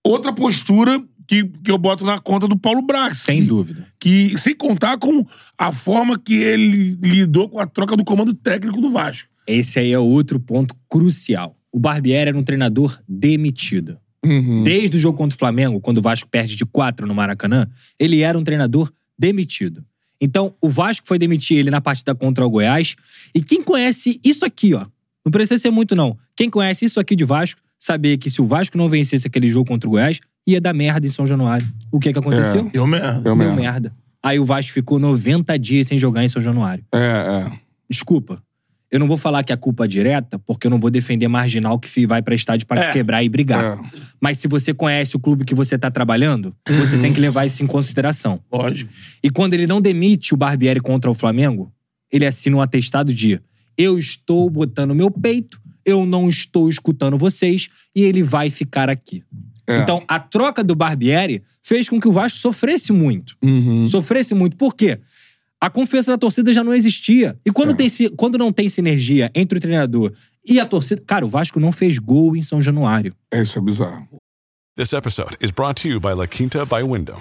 S2: Outra postura que, que eu boto na conta do Paulo Brax.
S4: Sem
S2: que-
S4: dúvida.
S2: que sem contar com a forma que ele lidou com a troca do comando técnico do Vasco.
S4: Esse aí é outro ponto crucial. O Barbieri era um treinador demitido.
S6: Hum.
S4: Desde o jogo contra o Flamengo, quando o Vasco perde de 4 no Maracanã, ele era um treinador demitido. Então, o Vasco foi demitir ele na partida contra o Goiás. E quem conhece isso aqui, ó, não precisa ser muito, não. Quem conhece isso aqui de Vasco, sabia que se o Vasco não vencesse aquele jogo contra o Goiás, ia dar merda em São Januário. O que que aconteceu?
S2: Eu mesmo.
S6: É, Deu
S4: Deu
S6: merda.
S4: merda. Aí o Vasco ficou 90 dias sem jogar em São Januário
S6: É, é.
S4: desculpa. Eu não vou falar que a culpa é direta, porque eu não vou defender marginal que fi- vai pra estádio pra
S2: É.
S4: quebrar e brigar. Mas se você conhece o clube que você tá trabalhando, você tem que levar isso em consideração.
S2: Lógico.
S4: E quando ele não demite o Barbieri contra o Flamengo, ele assina um atestado de eu estou botando meu peito, eu não estou escutando vocês e ele vai ficar aqui.
S6: É.
S4: Então, a troca do Barbieri fez com que o Vasco sofresse muito.
S6: Uhum.
S4: Sofresse muito. Por quê? A confiança da torcida já não existia. E
S6: É.
S4: quando, tem si- quando não tem sinergia entre o treinador e a torcida. Cara, o Vasco não fez gol em São Januário.
S6: É, isso é bizarro.
S3: This episode is brought to you by La Quinta by Wyndham.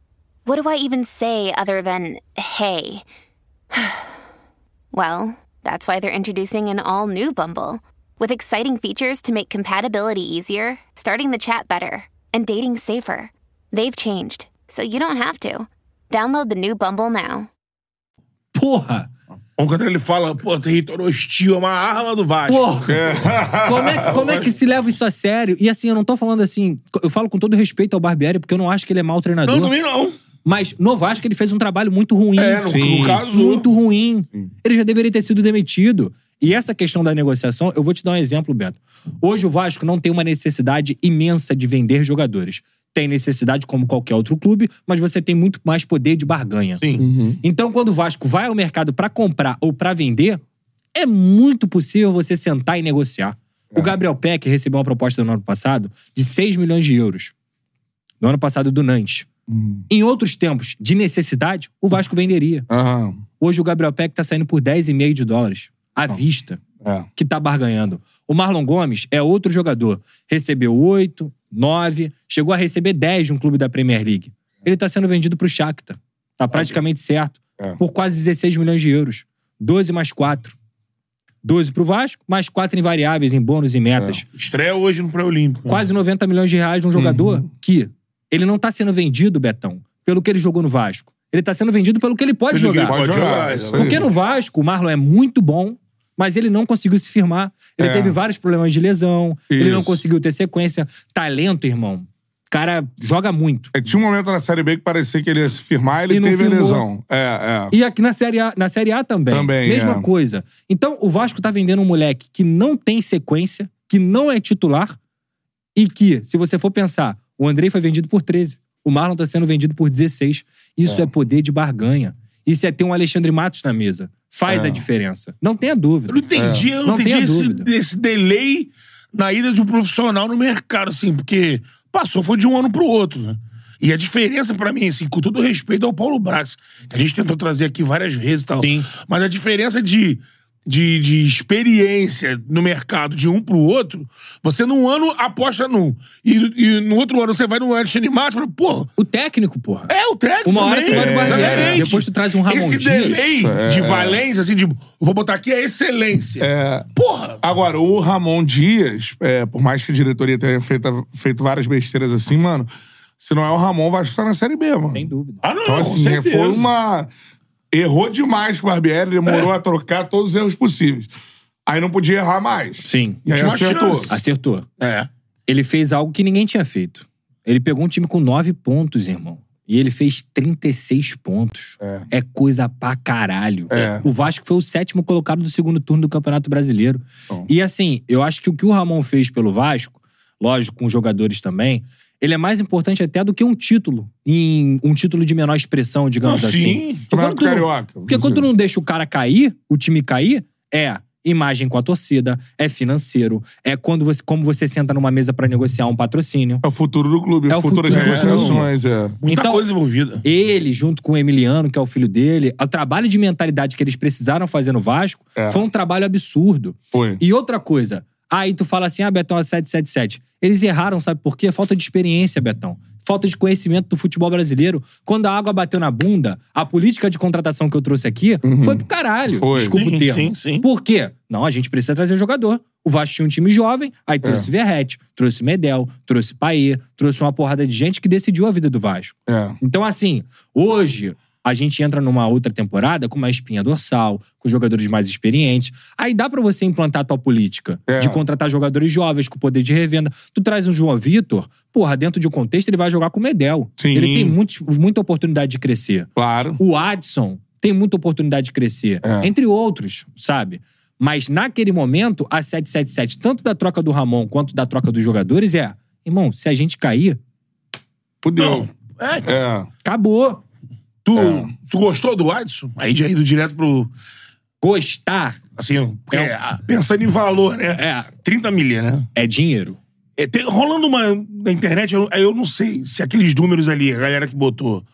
S7: what do I even say other than hey? *sighs* well, that's why they're introducing an all new Bumble with exciting features to make compatibility easier, starting the chat better, and dating safer. They've changed, so you don't have to. Download the new Bumble now.
S4: Porra!
S2: Bom, Quando ele fala, pô, território hostil é uma arma do Vasco.
S4: Porra! Como é, como é que se leva isso a sério? E assim, eu não tô falando assim. Eu falo com todo respeito ao Barbieri, porque eu não acho que ele é mau treinador.
S2: Não, também não.
S4: Mas no Vasco ele fez um trabalho muito ruim.
S2: É, no- Sim. no caso-
S4: Muito ruim. Ele já deveria ter sido demitido. E essa questão da negociação, eu vou te dar um exemplo, Beto. Hoje o Vasco não tem uma necessidade imensa de vender jogadores. Tem necessidade como qualquer outro clube, mas você tem muito mais poder de barganha.
S2: Sim.
S4: Então, quando o Vasco vai ao mercado pra comprar ou pra vender, é muito possível você sentar e negociar.
S2: É.
S4: O Gabriel Peck recebeu uma proposta no ano passado de 6 milhões de euros. No ano passado, do Nantes. Em outros tempos, de necessidade, o Vasco venderia.
S6: Aham.
S4: Hoje o Gabriel Peck tá saindo por 10,5 de dólares. À vista.
S6: É.
S4: Que tá barganhando. O Marlon Gomes é outro jogador. Recebeu 8, 9, chegou a receber 10 de um clube da Premier League. Ele tá sendo vendido pro Shakhtar. Tá praticamente certo.
S6: É.
S4: Por quase 16 milhões de euros. 12 mais 4. 12 pro Vasco, mais 4 em variáveis, em bônus e metas.
S2: É. Estreia hoje no pré-olímpico. né? Uhum.
S4: Quase 90 milhões de reais de um jogador que ele não tá sendo vendido, Betão, pelo que ele jogou no Vasco. Ele tá sendo vendido pelo que ele pode
S2: Pelo que ele
S4: jogar.
S2: pode
S6: Pode
S2: jogar,
S6: jogar. isso aí.
S4: Porque no Vasco, o Marlon é muito bom, mas ele não conseguiu se firmar. Ele
S6: É.
S4: teve vários problemas de lesão, ele não
S6: Isso.
S4: conseguiu ter sequência. Talento, irmão. O cara joga muito.
S6: É, Tinha um momento na Série B que parecia que ele ia se firmar, ele
S4: E não
S6: teve a
S4: firmou.
S6: lesão. É, é.
S4: E aqui na Série A, na série a também.
S6: Também,
S4: Mesma
S6: é.
S4: coisa. Então, o Vasco tá vendendo um moleque que não tem sequência, que não é titular e que, se você for pensar, o Andrei foi vendido por 13. O Marlon tá sendo vendido por 16. Isso é, poder de barganha. Isso é ter um Alexandre Matos na mesa.
S6: É.
S4: Faz a diferença. Não tenha dúvida.
S2: Eu não entendi, eu não,
S4: É. Não
S2: entendi
S4: tenha
S2: esse,
S4: dúvida.
S2: esse delay na ida de um profissional no mercado, assim, porque passou, foi de um ano pro outro, né? E a diferença pra mim, assim, com todo o respeito ao Paulo Brax, que a gente tentou trazer aqui várias vezes e tal.
S4: Sim.
S2: Mas a diferença de, de, de experiência no mercado de um pro outro, você num ano aposta num. E, e no outro ano você vai no Alexandre Matos e fala, pô,
S4: O técnico, porra.
S2: é, o técnico.
S4: Uma hora
S2: também.
S4: tu vai no
S2: É.
S4: Barbieri,
S2: Exatamente.
S4: depois tu traz um Ramon
S2: Esse
S4: Dias.
S2: delay de valência, assim, de vou botar aqui a excelência.
S6: É.
S2: Porra!
S6: Agora, o Ramon Dias, é, por mais que a diretoria tenha feito, feito várias besteiras assim, mano, se não é o Ramon, vai estar na Série B, mano.
S4: Sem dúvida.
S2: Ah, não,
S6: Então,
S2: com
S6: assim,
S2: certeza.
S6: foi uma. Errou demais com o Barbieri,
S2: É.
S6: demorou a trocar todos os erros possíveis. Aí não podia errar mais.
S4: Sim.
S6: E aí
S2: Tinha uma
S6: acertou.
S2: chance.
S4: Acertou.
S2: É.
S4: Ele fez algo que ninguém tinha feito. Ele pegou um time com nove pontos, irmão. E ele fez 36 pontos. É, coisa pra caralho.
S2: É.
S4: O Vasco foi o sétimo colocado do segundo turno do Campeonato Brasileiro. E assim, eu acho que o que o Ramon fez pelo Vasco, lógico, com os jogadores também, ele é mais importante até do que um título. Em um título de menor expressão, digamos
S3: Não,
S4: assim.
S3: sim.
S4: Porque
S2: Campeonato
S4: quando tu não-
S2: Carioca.
S4: porque quando tu não deixa o cara cair, o time cair, é imagem com a torcida, é financeiro, é quando você, como você senta numa mesa pra negociar um patrocínio.
S2: É o futuro do clube,
S4: É
S2: o
S4: o
S2: futuro das
S4: futuro do clube.
S2: negociações, é.
S3: Muita
S4: Então-
S3: coisa envolvida.
S4: Ele, junto com o Emiliano, que é o filho dele, o trabalho de mentalidade que eles precisaram fazer no Vasco
S2: É.
S4: foi um trabalho absurdo.
S2: Foi.
S4: E outra coisa, aí tu fala assim, ah, Betão é 777. Eles erraram, sabe por quê? Falta de experiência, Betão. Falta de conhecimento do futebol brasileiro. Quando a água bateu na bunda, a política de contratação que eu trouxe aqui foi pro caralho.
S2: Uhum. Foi.
S4: Desculpa
S3: Sim,
S4: o termo.
S3: sim, sim.
S4: Por quê? Não, a gente precisa trazer jogador. O Vasco tinha um time jovem, aí trouxe Verrete, trouxe Medel, trouxe Paê, trouxe uma porrada de gente que decidiu a vida do Vasco.
S2: É.
S4: Então, assim, hoje a gente entra numa outra temporada com uma espinha dorsal, com jogadores mais experientes. Aí dá pra você implantar a tua política
S2: É.
S4: de contratar jogadores jovens com poder de revenda. Tu traz um João Vitor, porra, dentro de um contexto ele vai jogar com o Medel.
S2: Sim.
S4: Ele tem muitos- muita oportunidade de crescer.
S2: Claro.
S4: O Adson tem muita oportunidade de crescer,
S2: É.
S4: entre outros, sabe? Mas naquele momento, a 777, tanto da troca do Ramon quanto da troca dos jogadores, é: irmão, se a gente cair,
S2: Fudeu.
S3: É,
S2: É.
S4: então, acabou. É.
S3: tu, tu gostou do Adson? Aí já indo direto pro.
S4: Gostar
S3: Assim, porque, ah, pensando em valor, né?
S4: É.
S3: 30 milha, né?
S4: é dinheiro.
S3: É, tem- rolando uma na internet, eu, eu não sei se aqueles números ali, a galera que botou,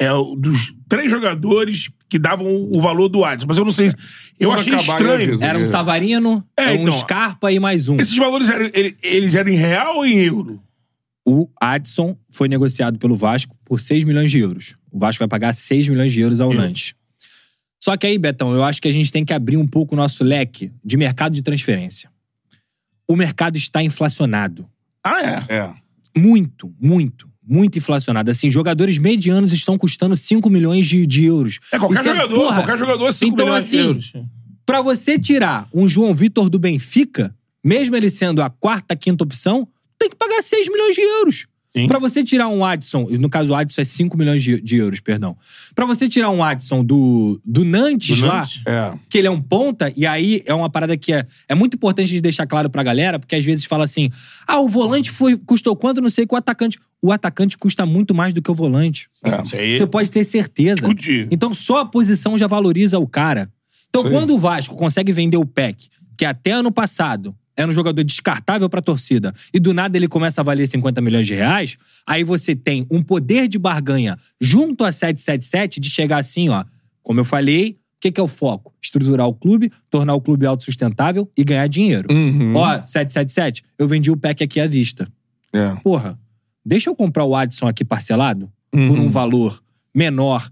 S3: é o dos três jogadores que davam o valor do Adson, mas eu não sei. Eu
S2: Quando
S3: achei
S2: acabar, eu
S3: estranho.
S2: aviso.
S4: Era um
S2: É.
S4: Savarino,
S3: É,
S4: um
S3: então.
S4: Scarpa e mais um.
S3: Esses valores eram, ele- eles eram em real ou em euro?
S4: O Adson foi negociado pelo Vasco por 6 milhões de euros. O Vasco vai pagar 6 milhões de euros ao Nantes. Só que aí, Betão, eu acho que a gente tem que abrir um pouco o nosso leque de mercado de transferência. O mercado está inflacionado.
S3: Ah, é.
S2: É.
S4: Muito, muito, muito inflacionado. Assim, jogadores medianos estão custando 5 milhões de, de euros.
S3: É qualquer
S4: Isso
S3: jogador,
S4: porra,
S3: qualquer jogador, 5
S4: Então,
S3: milhões de
S4: assim,
S3: euros.
S4: Pra você tirar um João Vitor do Benfica, mesmo ele sendo a quarta, quinta opção, tem que pagar 6 milhões de euros.
S3: Sim.
S4: Pra você tirar um Adson, e no caso o Adson é 5 milhões de, de euros, perdão. Pra você tirar um Adson do, do Nantes
S3: Do
S4: lá,
S3: Nantes?
S2: É.
S4: que ele é um ponta, e aí é uma parada que é, é muito importante a gente deixar claro pra galera, porque às vezes fala assim: ah, o volante foi, custou quanto? Não sei com o atacante. O atacante custa muito mais do que o volante.
S2: É.
S3: Isso aí.
S4: Você pode ter certeza.
S3: Discutir.
S4: Então só a posição já valoriza o cara. Então
S2: Isso aí.
S4: quando o Vasco consegue vender o PEC, que até ano passado era um jogador descartável pra torcida, e do nada ele começa a valer 50 milhões de reais, aí você tem um poder de barganha junto a 777 de chegar assim, ó. Como eu falei, o que, que é o foco? Estruturar o clube, tornar o clube autossustentável e ganhar dinheiro.
S2: Uhum.
S4: Ó, 777, eu vendi o PEC aqui à vista tá
S2: É.
S4: porra, deixa eu comprar o Adson aqui parcelado por
S2: Uhum.
S4: um valor menor,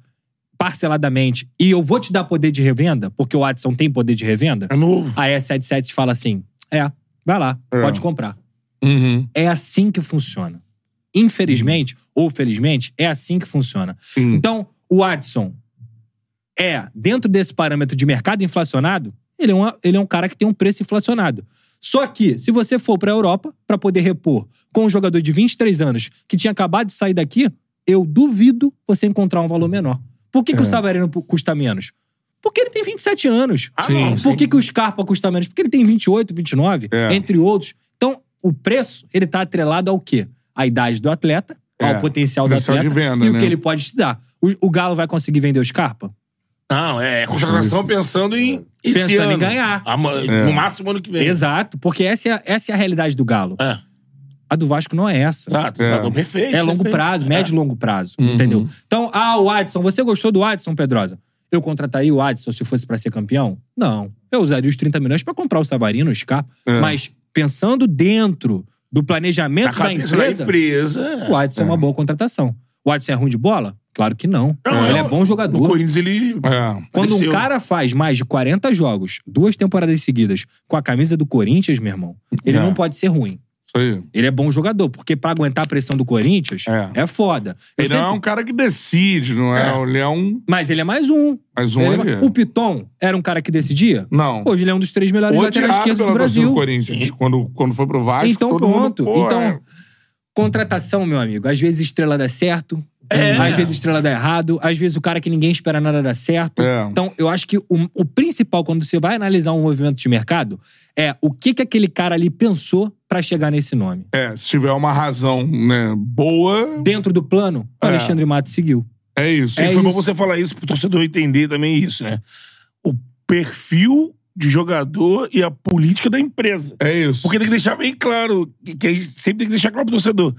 S4: parceladamente, e eu vou te dar poder de revenda, porque o Adson tem poder de revenda.
S3: É novo.
S4: Aí a 77 fala assim: é, vai lá,
S2: É.
S4: pode comprar.
S2: Uhum.
S4: É assim que funciona. Infelizmente, ou felizmente, é assim que funciona.
S2: Sim.
S4: Então, o Adson é, dentro desse parâmetro de mercado inflacionado, ele é, uma- ele é um cara que tem um preço inflacionado. Só que, se você for pra Europa, pra poder repor com um jogador de 23 anos que tinha acabado de sair daqui, eu duvido você encontrar um valor menor. Por que, que o
S2: É.
S4: Savarino pu- custa menos? Porque ele tem 27 anos.
S3: Ah, não,
S4: Por
S3: sim.
S4: que, que o Scarpa custa menos? Porque ele tem 28, 29,
S2: É.
S4: entre outros. Então, o preço, ele tá atrelado ao quê? À idade do atleta, ao
S2: É.
S4: potencial do
S2: Potencial
S4: atleta
S2: de venda,
S4: e o
S2: né?
S4: que ele pode te dar. O, o Galo vai conseguir vender o Scarpa?
S3: Não, é, é contratação pensando em. esse
S4: Pensando em
S3: ano.
S4: ganhar.
S3: Ama-
S2: É.
S3: No máximo ano que vem.
S4: Exato, porque essa é, a- essa é a realidade do Galo.
S3: É.
S4: A do Vasco não é essa.
S3: Exato,
S2: É.
S3: exato. Perfeito.
S4: É longo
S3: perfeito.
S4: prazo, médio e longo prazo,
S2: Uhum.
S4: entendeu? Então, ah, o Adson, você gostou do Adson, Pedrosa? Eu contrataria o Adson se fosse pra ser campeão? Não. Eu usaria os 30 milhões pra comprar o Savarino, o Scarpa.
S2: É.
S4: Mas pensando dentro do
S3: Na
S4: planejamento da
S3: cabeça da
S4: empresa,
S3: empresa.
S4: o Adson é. uma boa contratação. O Adson é ruim de bola? Claro que não.
S3: Não,
S4: Ele
S3: eu-
S4: é bom
S3: No
S4: jogador.
S3: Corinthians ele.
S2: É.
S4: Quando um
S3: Cresceu.
S4: cara faz mais de 40 jogos, duas temporadas seguidas, com a camisa do Corinthians, meu irmão, ele
S2: É.
S4: não pode ser ruim.
S2: Isso aí.
S4: Ele é bom jogador, porque pra aguentar a pressão do Corinthians
S2: É.
S4: é, foda. Eu
S2: Ele não é
S4: sempre-
S2: um cara que decide, não é? Ele é um.
S4: Mas ele é mais um.
S2: Mais um
S4: Ele é
S2: ali.
S4: ma- O Piton era um cara que decidia?
S2: Não.
S4: Hoje ele é um dos três melhores laterais
S2: Odiado
S4: esquerdos do
S2: pela torcida do
S4: Brasil.
S2: Corinthians. Quando, quando foi pro Vasco,
S4: Então
S2: todo
S4: pronto.
S2: mundo... Pô,
S4: então,
S2: é.
S4: Contratação, meu amigo. Às vezes estrela dá certo, às vezes estrela dá errado, às vezes o cara que ninguém espera nada dá certo.
S2: É.
S4: Então, eu acho que o, o principal quando você vai analisar um movimento de mercado é o que, que aquele cara ali pensou pra chegar nesse nome.
S2: É, se tiver uma razão né, boa,
S4: Dentro do plano, o
S2: É.
S4: Alexandre Matos seguiu.
S2: é isso.
S4: É
S2: E
S3: Foi bom
S4: isso.
S3: você falar isso pro torcedor entender também isso, né? O perfil de jogador e a política da empresa.
S2: É isso.
S3: Porque tem que deixar bem claro, que, que a gente sempre tem que deixar claro pro torcedor.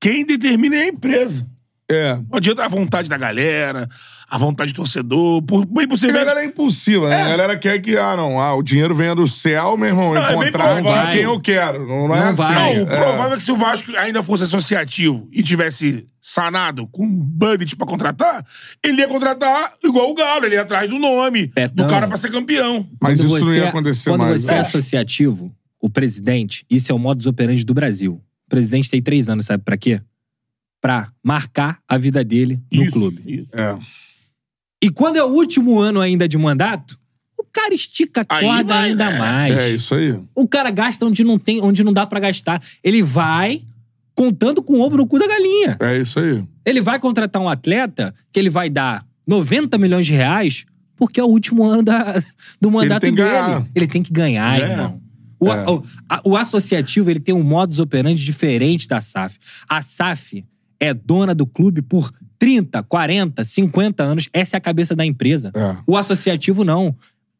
S3: Quem determina é a empresa.
S2: É.
S3: Não adianta a vontade da galera, a vontade do torcedor, por, bem por
S2: A
S3: ser
S2: galera é impulsiva, né? A galera quer que, ah, não, ah, o dinheiro venha do céu, meu irmão. Eu
S3: Não, é bem
S2: contrato
S4: provável.
S2: quem eu quero. Não, não é
S4: Não
S2: assim.
S4: vai.
S3: Não, o
S2: É.
S3: provável é que se o Vasco ainda fosse associativo e tivesse sanado com um budget pra contratar, ele ia contratar igual o Galo, ele ia atrás do nome,
S4: Betão.
S3: do cara pra ser campeão.
S2: Mas
S4: É Quando
S2: isso não
S4: você-
S2: ia acontecer
S4: quando
S2: mais. né?
S4: você é associativo, o presidente, isso é o modus operandi do Brasil. O presidente tem três anos, sabe pra quê? Pra marcar a vida dele no
S3: Isso,
S4: clube.
S3: isso.
S2: É.
S4: E quando é o último ano ainda de mandato, o cara estica a
S3: Aí
S4: corda
S3: vai,
S4: ainda
S3: né?
S4: mais.
S2: É isso aí.
S4: O cara gasta onde não tem, onde não dá pra gastar. Ele vai contando com o ovo no cu da galinha.
S2: É isso aí.
S4: Ele vai contratar um atleta que ele vai dar 90 milhões de reais porque é o último ano da- do mandato
S2: tem que
S4: dele.
S2: ganhar.
S4: Ele tem que ganhar,
S3: É.
S4: irmão. O,
S2: É.
S4: o- a- o associativo ele tem um modus operandi diferente da SAF. A SAF é dona do clube por 30, 40, 50 anos. Essa é a cabeça da empresa.
S2: É.
S4: O associativo não.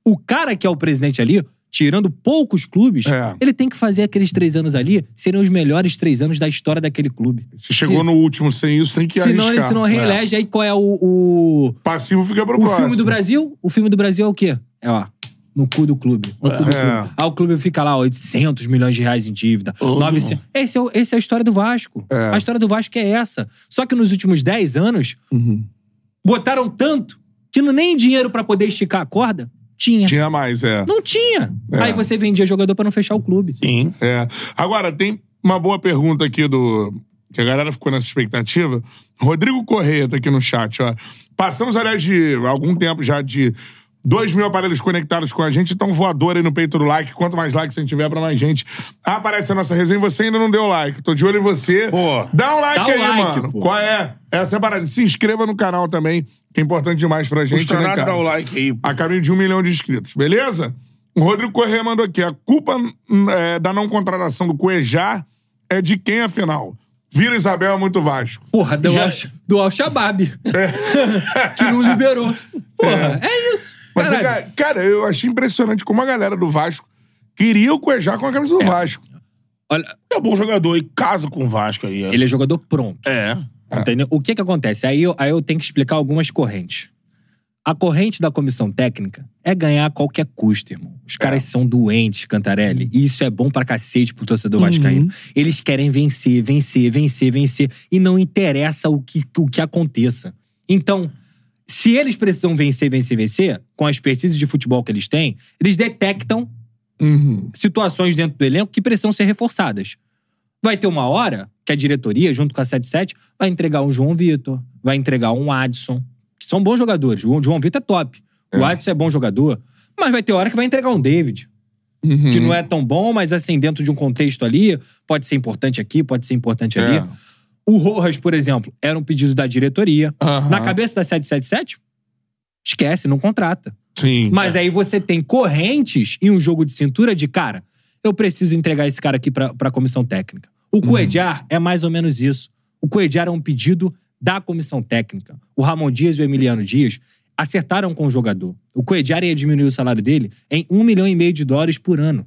S4: O cara que é o presidente ali, tirando poucos clubes,
S2: É.
S4: ele tem que fazer aqueles três anos ali serem os melhores três anos da história daquele clube.
S2: Se chegou no último sem isso, tem que
S4: Senão
S2: arriscar.
S4: ele se não
S2: É.
S4: reelege, aí qual é o, o,
S2: Passivo fica pro
S4: o
S2: próximo.
S4: filme do Brasil? O filme do Brasil é o quê? É, ó, no cu do clube. No cu do
S2: É.
S4: clube. Aí o clube fica lá, ó, 800 milhões de reais em dívida. 900. Esse é, o- essa é a história do Vasco.
S2: É.
S4: A história do Vasco é essa. Só que nos últimos 10 anos,
S2: Uhum.
S4: botaram tanto que não, nem dinheiro pra poder esticar a corda tinha.
S2: Tinha mais, é.
S4: Não tinha.
S2: É.
S4: Aí você vendia jogador pra não fechar o clube.
S3: Sim.
S2: É. Agora, tem uma boa pergunta aqui do. Que a galera ficou nessa expectativa. Rodrigo Correia tá aqui no chat, ó. Passamos, aliás, de algum tempo já de 2 mil aparelhos conectados com a gente, então voador aí no peito do like. Quanto mais likes a gente tiver, pra mais gente. Aparece a nossa resenha. Você ainda não deu like. Tô de olho em você.
S3: Pô.
S2: Dá um like
S4: Dá um
S2: aí,
S4: like,
S2: mano.
S4: pô.
S2: Qual é? Essa é a parada. Se inscreva no canal também, que é importante demais pra gente.
S3: Custa
S2: né,
S3: nada
S2: cara?
S3: dar o like aí.
S2: a caminho de um milhão de inscritos, beleza? O Rodrigo Corrêa mandou aqui. A culpa hum, é, da não contratação do Cuejá é de quem, afinal? Vila Isabel é muito Vasco.
S4: Porra, do,
S3: Já-
S4: Al, do Al-Shabaab. *laughs* que não liberou. Porra, é, isso.
S2: É. Mas,
S4: Caralho.
S2: cara, cara, eu achei impressionante como a galera do Vasco queria o Cuejá com a camisa do Vasco.
S4: É. Olha,
S3: É um bom jogador e casa com o Vasco aí. ó.
S4: ele é jogador pronto, Ah.
S3: É.
S4: entendeu? O que que acontece? Aí eu, aí eu tenho que explicar algumas correntes. A corrente da comissão técnica é ganhar a qualquer custo, irmão.
S3: É.
S4: Os caras são doentes, Cantarelli.
S3: Uhum.
S4: E isso é bom pra cacete pro torcedor vascaíno. Eles querem vencer, vencer, vencer, vencer. E não interessa o que, o que aconteça. Então, se eles precisam vencer, vencer, vencer, com a expertise de futebol que eles têm, eles detectam
S3: Uhum.
S4: situações dentro do elenco que precisam ser reforçadas. Vai ter uma hora que a diretoria, junto com a 77, vai entregar um João Vitor, vai entregar um Adson, que são bons jogadores. O João Vitor é top. O Adson é bom jogador. Mas vai ter hora que vai entregar um David, que
S2: Uhum.
S4: não é tão bom, mas assim, dentro de um contexto ali, pode ser importante aqui, pode ser importante ali.
S2: É.
S4: O Rojas, por exemplo, era um pedido da diretoria.
S2: Aham.
S4: Na cabeça da 777, esquece, não contrata.
S2: Sim.
S4: Mas aí você tem correntes e um jogo de cintura de cara. Eu preciso entregar esse cara aqui pra, pra comissão técnica. O Coediar é mais ou menos isso. O Coediar é um pedido da comissão técnica. O Ramon Dias e o Emiliano Dias acertaram com o jogador. O Coediar ia diminuir o salário dele em um milhão e meio de dólares por ano.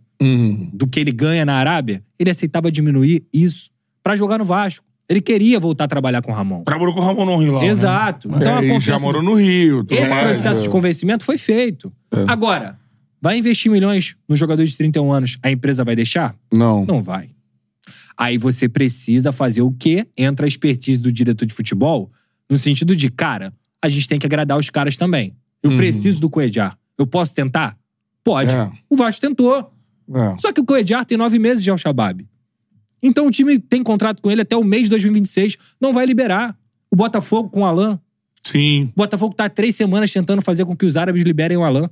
S4: Do que ele ganha na Arábia, ele aceitava diminuir isso pra jogar no Vasco. Ele queria voltar a trabalhar com o Ramon.
S3: Trabalhou com o Ramon Rio lá. né?
S4: Exato.
S2: É,
S4: Então a
S2: e já
S4: confiança
S2: morou no Rio. tudo
S4: esse
S2: mais,
S4: processo
S2: é.
S4: de convencimento foi feito. Agora, vai investir milhões no jogador de 31 anos, a empresa vai deixar?
S2: Não.
S4: Não vai. Aí você precisa fazer o quê? Entra a expertise do diretor de futebol, no sentido de, cara, a gente tem que agradar os caras também. Eu preciso do Coediar. Eu posso tentar? Pode.
S2: Uhum. É.
S4: O Vasco tentou.
S2: É.
S4: Só que o Coediar tem nove meses de Al-Shabaab. Então o time tem contrato com ele até o mês de 2026. Não vai liberar. O Botafogo com o Alain
S2: Sim.
S4: o Botafogo tá há três semanas tentando fazer com que os árabes liberem o Alain.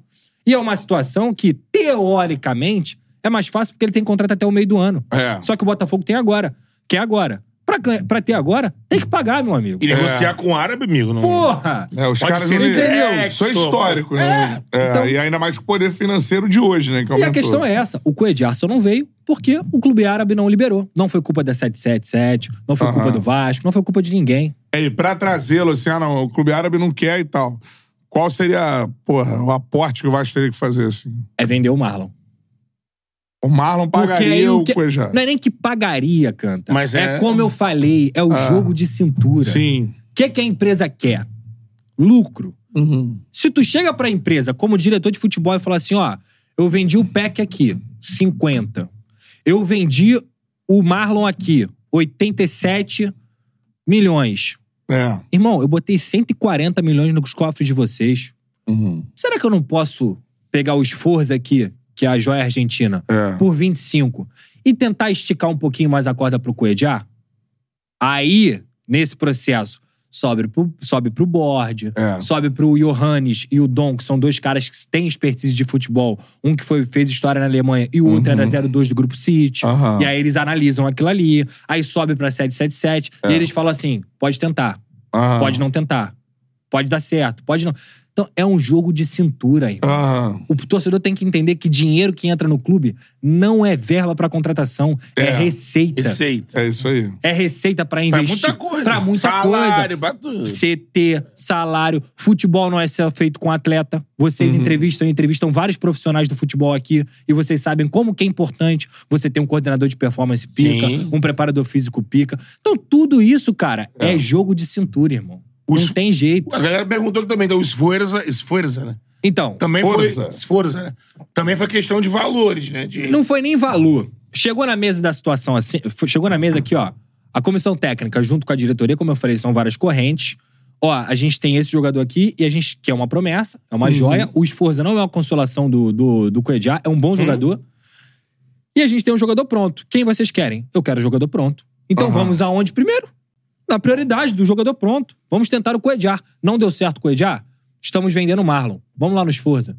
S4: E é uma situação que, teoricamente, é mais fácil porque ele tem contrato até o meio do ano.
S2: É.
S4: Só que o Botafogo tem agora. Que é agora. Pra, ganha- pra ter agora, tem que pagar, meu amigo.
S3: E negociar com o árabe, amigo. Não...
S4: É. Porra!
S2: É, os
S3: Pode
S2: caras
S3: ser
S2: não
S3: entendeu?
S2: Isso é histórico, né? É,
S4: então-
S2: E ainda mais com o poder financeiro de hoje, né? que
S4: E
S2: aumentou.
S4: a questão é essa: o Coediar só não veio porque o clube árabe não liberou. Não foi culpa da 777, não foi culpa do Vasco, não foi culpa de ninguém.
S2: É, e pra trazê-lo, assim, ah, não, o clube árabe não quer e tal. Qual seria, porra, o aporte que o Vasco teria que fazer, assim?
S4: É vender o Marlon.
S2: O Marlon pagaria
S4: aí
S2: o
S4: que-
S2: Cuejá.
S4: Não é nem que pagaria, canta.
S3: Mas é-
S4: como eu falei, é o jogo de cintura.
S2: Ah. Sim.
S4: O que, que a empresa quer? Lucro.
S2: Uhum.
S4: Se tu chega pra empresa como diretor de futebol e fala assim, ó, eu vendi o PEC aqui, 50. Eu vendi o Marlon aqui, 87 milhões.
S2: É.
S4: Irmão, eu botei 140 milhões nos cofres de vocês.
S2: Uhum.
S4: Será que eu não posso pegar o esforço aqui, que é a joia argentina,
S2: É.
S4: por 25 e tentar esticar um pouquinho mais a corda pro Coediar? Aí, nesse processo, sobe pro, sobe pro board,
S2: É.
S4: sobe pro Johannes e o Dom, que são dois caras que têm expertise de futebol. Um que foi, fez história na Alemanha e o outro era 02 do Grupo City.
S2: Uhum.
S3: Ah.
S2: Aham.
S4: E aí eles analisam aquilo ali. Aí sobe pra 777 e eles falam assim: pode tentar.
S2: É. Aham.
S4: Pode não tentar. Pode dar certo, pode não. Então, é um jogo de cintura aí.
S2: Aham.
S4: O torcedor tem que entender que dinheiro que entra no clube não é verba pra contratação, é,
S2: É.
S4: receita.
S3: Receita.
S2: É isso aí.
S4: É receita pra
S3: Pra
S4: investir.
S3: muita coisa.
S4: Pra muita
S3: Salário,
S4: coisa.
S3: pra tudo.
S4: CT, salário. Futebol não é só feito com atleta. Vocês
S3: Uhum.
S4: entrevistam e entrevistam vários profissionais do futebol aqui e vocês sabem como que é importante você ter um coordenador de performance pica,
S3: Sim.
S4: um preparador físico pica. Então, tudo isso, cara, é, jogo de cintura, irmão.
S3: Os-
S4: Não tem jeito.
S3: A galera perguntou que também deu esforça, esforça, né?
S4: Então,
S3: Também
S2: Forza.
S3: foi esforça, né? Também foi questão de valores, né? De...
S4: não foi nem valor. Chegou na mesa da situação assim, f- chegou na mesa aqui, ó. A comissão técnica, junto com a diretoria, como eu falei, são várias correntes. Ó, a gente tem esse jogador aqui e a gente que é uma promessa, é uma joia. O Esforza não é uma consolação do, do, do Cuejá, é um bom jogador. E a gente tem um jogador pronto. Quem vocês querem? Eu quero jogador pronto. Então vamos aonde primeiro? Na prioridade do jogador pronto. Vamos tentar o Coediar. Não deu certo o Coediar? Estamos vendendo o Marlon. Vamos lá no Esforza.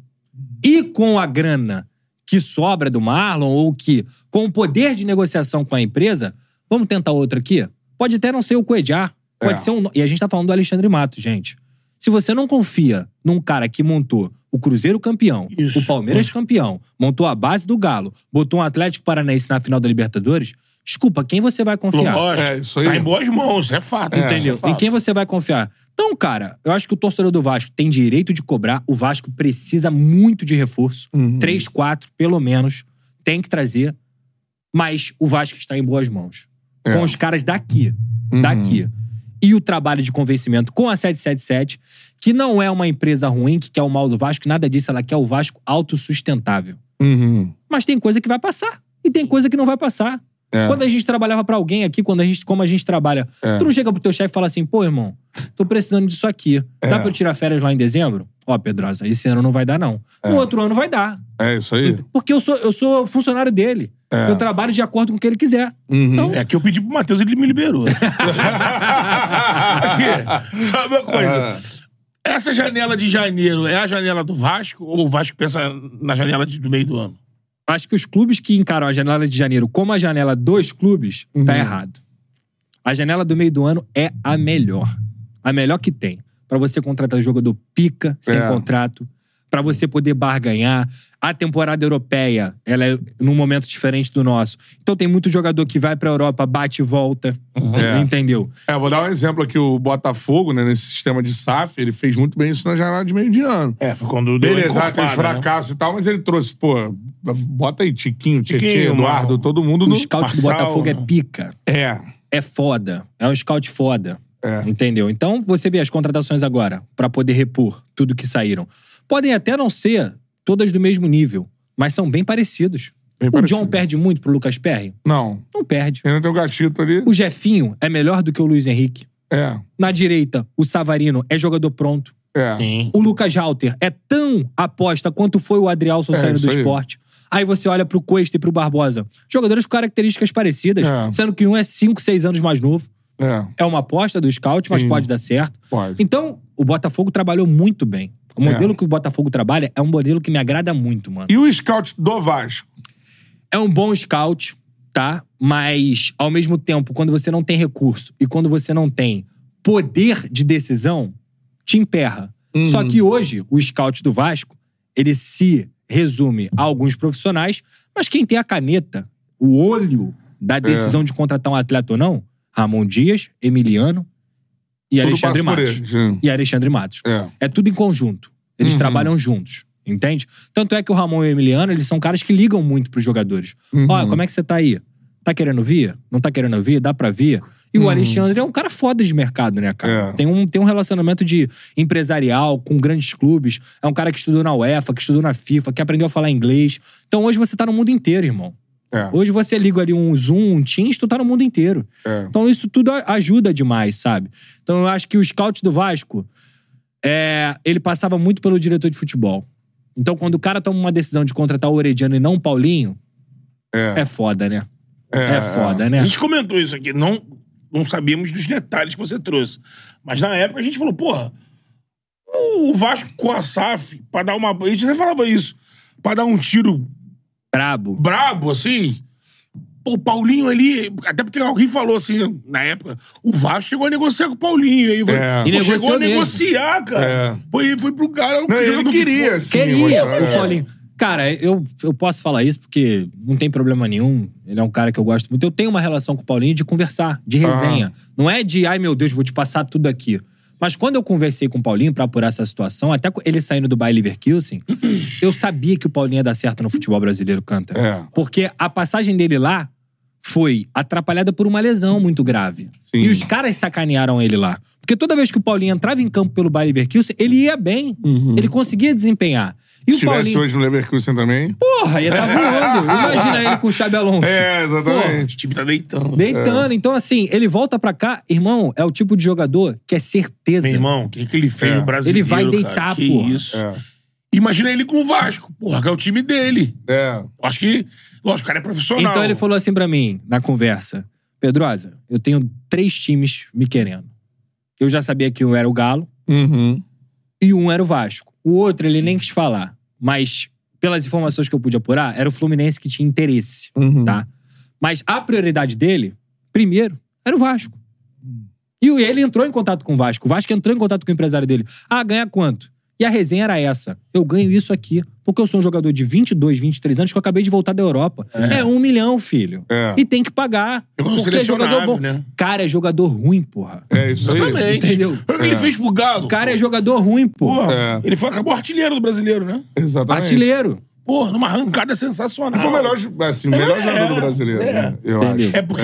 S4: E com a grana que sobra do Marlon ou que com o poder de negociação com a empresa, vamos tentar outra aqui? Pode até não ser o Coediar. Pode
S2: É.
S4: ser um... no- E a gente tá falando do Alexandre Matos, gente. Se você não confia num cara que montou o Cruzeiro campeão,
S3: Isso.
S4: o Palmeiras campeão, montou a base do Galo, botou um Atlético Paranaense na final da Libertadores, desculpa, quem você vai confiar?
S3: Lógico.
S2: É, isso aí.
S3: Tá em boas mãos, é fato.
S4: Entendeu?
S3: Isso é
S4: em
S3: fato.
S4: quem você vai confiar? Então, cara, eu acho que o torcedor do Vasco tem direito de cobrar. O Vasco precisa muito de reforço. Três, quatro, pelo menos. Tem que trazer. Mas o Vasco está em boas mãos. Com os caras daqui. Daqui. E o trabalho de convencimento com a 777, que não é uma empresa ruim, que quer o mal do Vasco, nada disso. Ela quer o Vasco autossustentável
S2: Uhum.
S4: mas tem coisa que vai passar e tem coisa que não vai passar.
S2: É.
S4: Quando a gente trabalhava pra alguém aqui, quando a gente, como a gente trabalha,
S3: É.
S4: tu não chega pro teu chefe e fala assim: "Pô, irmão, tô precisando disso aqui.
S3: É.
S4: Dá pra eu tirar férias lá em dezembro?" Ó, Pedrosa, esse ano não vai dar não. No outro ano vai dar.
S2: É
S3: *laughs*
S2: isso aí.
S4: Porque eu sou eu sou funcionário dele. Eu trabalho de acordo com o que ele quiser. Então,
S3: É que eu pedi pro Matheus ele me
S4: *laughs*
S3: liberou. Aqui, É, sabe uma
S2: Ah.
S3: coisa? Essa janela de janeiro é a janela do Vasco ou o Vasco pensa na janela de- do meio do ano?
S4: acho que os clubes que encaram a janela de janeiro como a janela dos clubes, tá errado. A janela do meio do ano é a melhor. A melhor que tem. Pra você contratar jogador pica, sem
S2: É.
S4: contrato. pra você poder barganhar. A temporada europeia, ela é num momento diferente do nosso. Então tem muito jogador que vai pra Europa, bate e volta.
S2: É.
S4: Entendeu?
S2: É, vou dar um exemplo aqui. O Botafogo, né, nesse sistema de SAF, ele fez muito bem isso na janela de meio de ano.
S3: É, foi quando deu
S2: Beleza,
S3: uma
S2: ah, tem os
S3: encorpada, né?
S2: fracassos e tal, mas ele trouxe, pô, bota aí Tiquinho, Tietchan,
S3: Tiquinho,
S2: Eduardo,
S3: Marlon.
S2: todo mundo
S4: O
S2: no
S4: scout do
S2: Marçal,
S4: Botafogo é pica.
S2: É.
S4: é foda. É um scout foda.
S2: É.
S4: Entendeu? Então, você vê as contratações agora, pra poder repor tudo que saíram. Podem até não ser todas do mesmo nível, mas são bem parecidos.
S2: Bem
S4: o
S2: parecido.
S4: John perde muito pro Lucas Perry?
S2: Não.
S4: Não perde.
S2: Ainda tem o gatito ali.
S4: O Jefinho é melhor do que o Luiz Henrique.
S2: É.
S4: Na direita, o Savarino é jogador pronto.
S2: É.
S3: Sim.
S4: O Lucas Halter é tão aposta quanto foi o Adrielson
S2: É,
S4: saindo
S2: isso
S4: do
S2: aí.
S4: esporte. Aí você olha pro Cuesta e pro Barbosa. Jogadores com características parecidas,
S2: É.
S4: sendo que um é 5, 6 anos mais novo.
S2: É.
S4: É uma aposta do scout, mas
S2: Sim.
S4: pode dar certo.
S2: Pode.
S4: Então, o Botafogo trabalhou muito bem. O modelo que o Botafogo trabalha é um modelo que me agrada muito, mano.
S2: E o scout do Vasco?
S4: É um bom scout, tá? Mas, ao mesmo tempo, quando você não tem recurso e quando você não tem poder de decisão, te emperra.
S2: Uhum.
S4: Só que hoje, o scout do Vasco, ele se resume a alguns profissionais, mas quem tem a caneta, o olho
S2: É.
S4: da decisão de contratar um atleta ou não, Ramon Dias, Emiliano e
S2: Tudo
S4: Alexandre
S2: passa por
S4: Matos.
S2: eles, sim.
S4: E Alexandre Matos.
S2: É. Uhum.
S4: É tudo em conjunto. Eles trabalham juntos. Entende? Tanto é que o Ramon e o Emiliano, eles são caras que ligam muito pros jogadores.
S2: Uhum.
S4: Olha, como é que você tá aí? Tá querendo vir? Não tá querendo vir? Dá pra vir? E o Alexandre é um cara foda de mercado, né, cara?
S2: Uhum. É.
S4: Tem, um, tem um relacionamento de empresarial com grandes clubes. É um cara que estudou na UEFA, que estudou na FIFA, que aprendeu a falar inglês. Então hoje você tá no mundo inteiro, irmão.
S2: É.
S4: Hoje você liga ali um Zoom, um Teams, tu tá no mundo inteiro.
S2: É.
S4: Então isso tudo a- ajuda demais, sabe? Então eu acho que o scout do Vasco, é, ele passava muito pelo diretor de futebol. Então quando o cara toma uma decisão de contratar o Orediano e não o Paulinho, é, foda, né? É, foda, né?
S3: A gente comentou isso aqui. Não, não sabíamos dos detalhes que você trouxe. Mas na época a gente falou, porra, o Vasco com a SAF, pra dar uma. A gente até falava isso. Pra dar um tiro
S4: Brabo.
S3: brabo, assim. Pô, o Paulinho ali. Até porque alguém falou assim, na época, o Vasco chegou a negociar com o Paulinho. Aí,
S2: É.
S3: Pô,
S4: E negociou
S3: chegou a
S4: mesmo.
S3: negociar, cara.
S2: É.
S3: Foi, foi pro cara. o
S2: Não, ele
S3: jogador que
S2: queria,
S3: foi.
S2: assim.
S4: Queria
S2: mostrar,
S4: o
S2: é.
S4: Paulinho. Cara, eu, eu posso falar isso porque não tem problema nenhum. Ele é um cara que eu gosto muito. Eu tenho uma relação com o Paulinho de conversar, de resenha. Não é de, ai meu Deus, vou te passar tudo aqui. Mas quando eu conversei com o Paulinho pra apurar essa situação, até co- ele saindo do Bayer Leverkusen, *clears throat* eu sabia que o Paulinho ia dar certo no futebol brasileiro, canta.
S2: É.
S4: Porque a passagem dele lá foi atrapalhada por uma lesão muito grave.
S2: Sim.
S4: E os caras sacanearam ele lá. Porque toda vez que o Paulinho entrava em campo pelo Bayer Leverkusen, ele ia bem. Ele conseguia desempenhar. E
S2: Uhum. Se
S4: o
S2: tivesse
S4: Paulinho,
S2: hoje É. no Leverkusen também.
S4: porra, ia
S2: *laughs*
S4: estar voando. Imagina ele com o Xabi Alonso.
S2: É,
S3: O
S2: exatamente. É.
S3: time tá deitando.
S4: Deitando. Então, assim, ele volta pra cá, irmão, é o tipo de jogador que é certeza.
S3: Meu irmão, o que, que ele fez
S2: É.
S3: no brasileiro?
S4: Ele vai
S3: cara?
S4: deitar,
S3: que
S4: porra.
S3: Isso. Imagina ele com o Vasco. Porra, que é o time dele.
S2: É. é.
S3: Acho que. Lógico, o cara é profissional.
S4: Então ele falou assim pra mim, na conversa: Pedrosa, eu tenho três times me querendo. Eu já sabia que um era o Galo
S2: Uhum.
S4: e um era o Vasco. O outro ele nem quis falar, mas pelas informações que eu pude apurar, era o Fluminense que tinha interesse,
S2: Uhum.
S4: tá? Mas a prioridade dele, primeiro, era o Vasco. E o- ele entrou em contato com o Vasco. O Vasco entrou em contato com o empresário dele. Ah, ganha quanto? E a resenha era essa. Eu ganho isso aqui, porque eu sou um jogador de 22, 23 anos que eu acabei de voltar da Europa. É, um milhão, filho.
S2: É.
S4: E tem que pagar.
S3: Eu não
S4: Porque é jogador bom.
S3: selecionável, né?
S4: Cara, é jogador ruim, porra.
S2: É isso aí.
S3: Exatamente.
S4: Entendeu?
S3: Olha o que ele fez pro Galo.
S4: O cara é jogador ruim, porra.
S3: É. Porra,
S2: É.
S3: ele foi, acabou artilheiro do brasileiro, né?
S2: Exatamente.
S4: Artilheiro.
S3: Porra, numa arrancada sensacional.
S2: Foi o melhor, assim, o melhor
S3: É,
S2: jogador do brasileiro,
S3: é.
S2: né? eu
S4: Entendeu?
S2: acho.
S3: É porque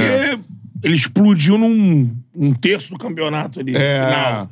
S3: ele explodiu num um terço do campeonato ali.
S2: É.
S3: Final.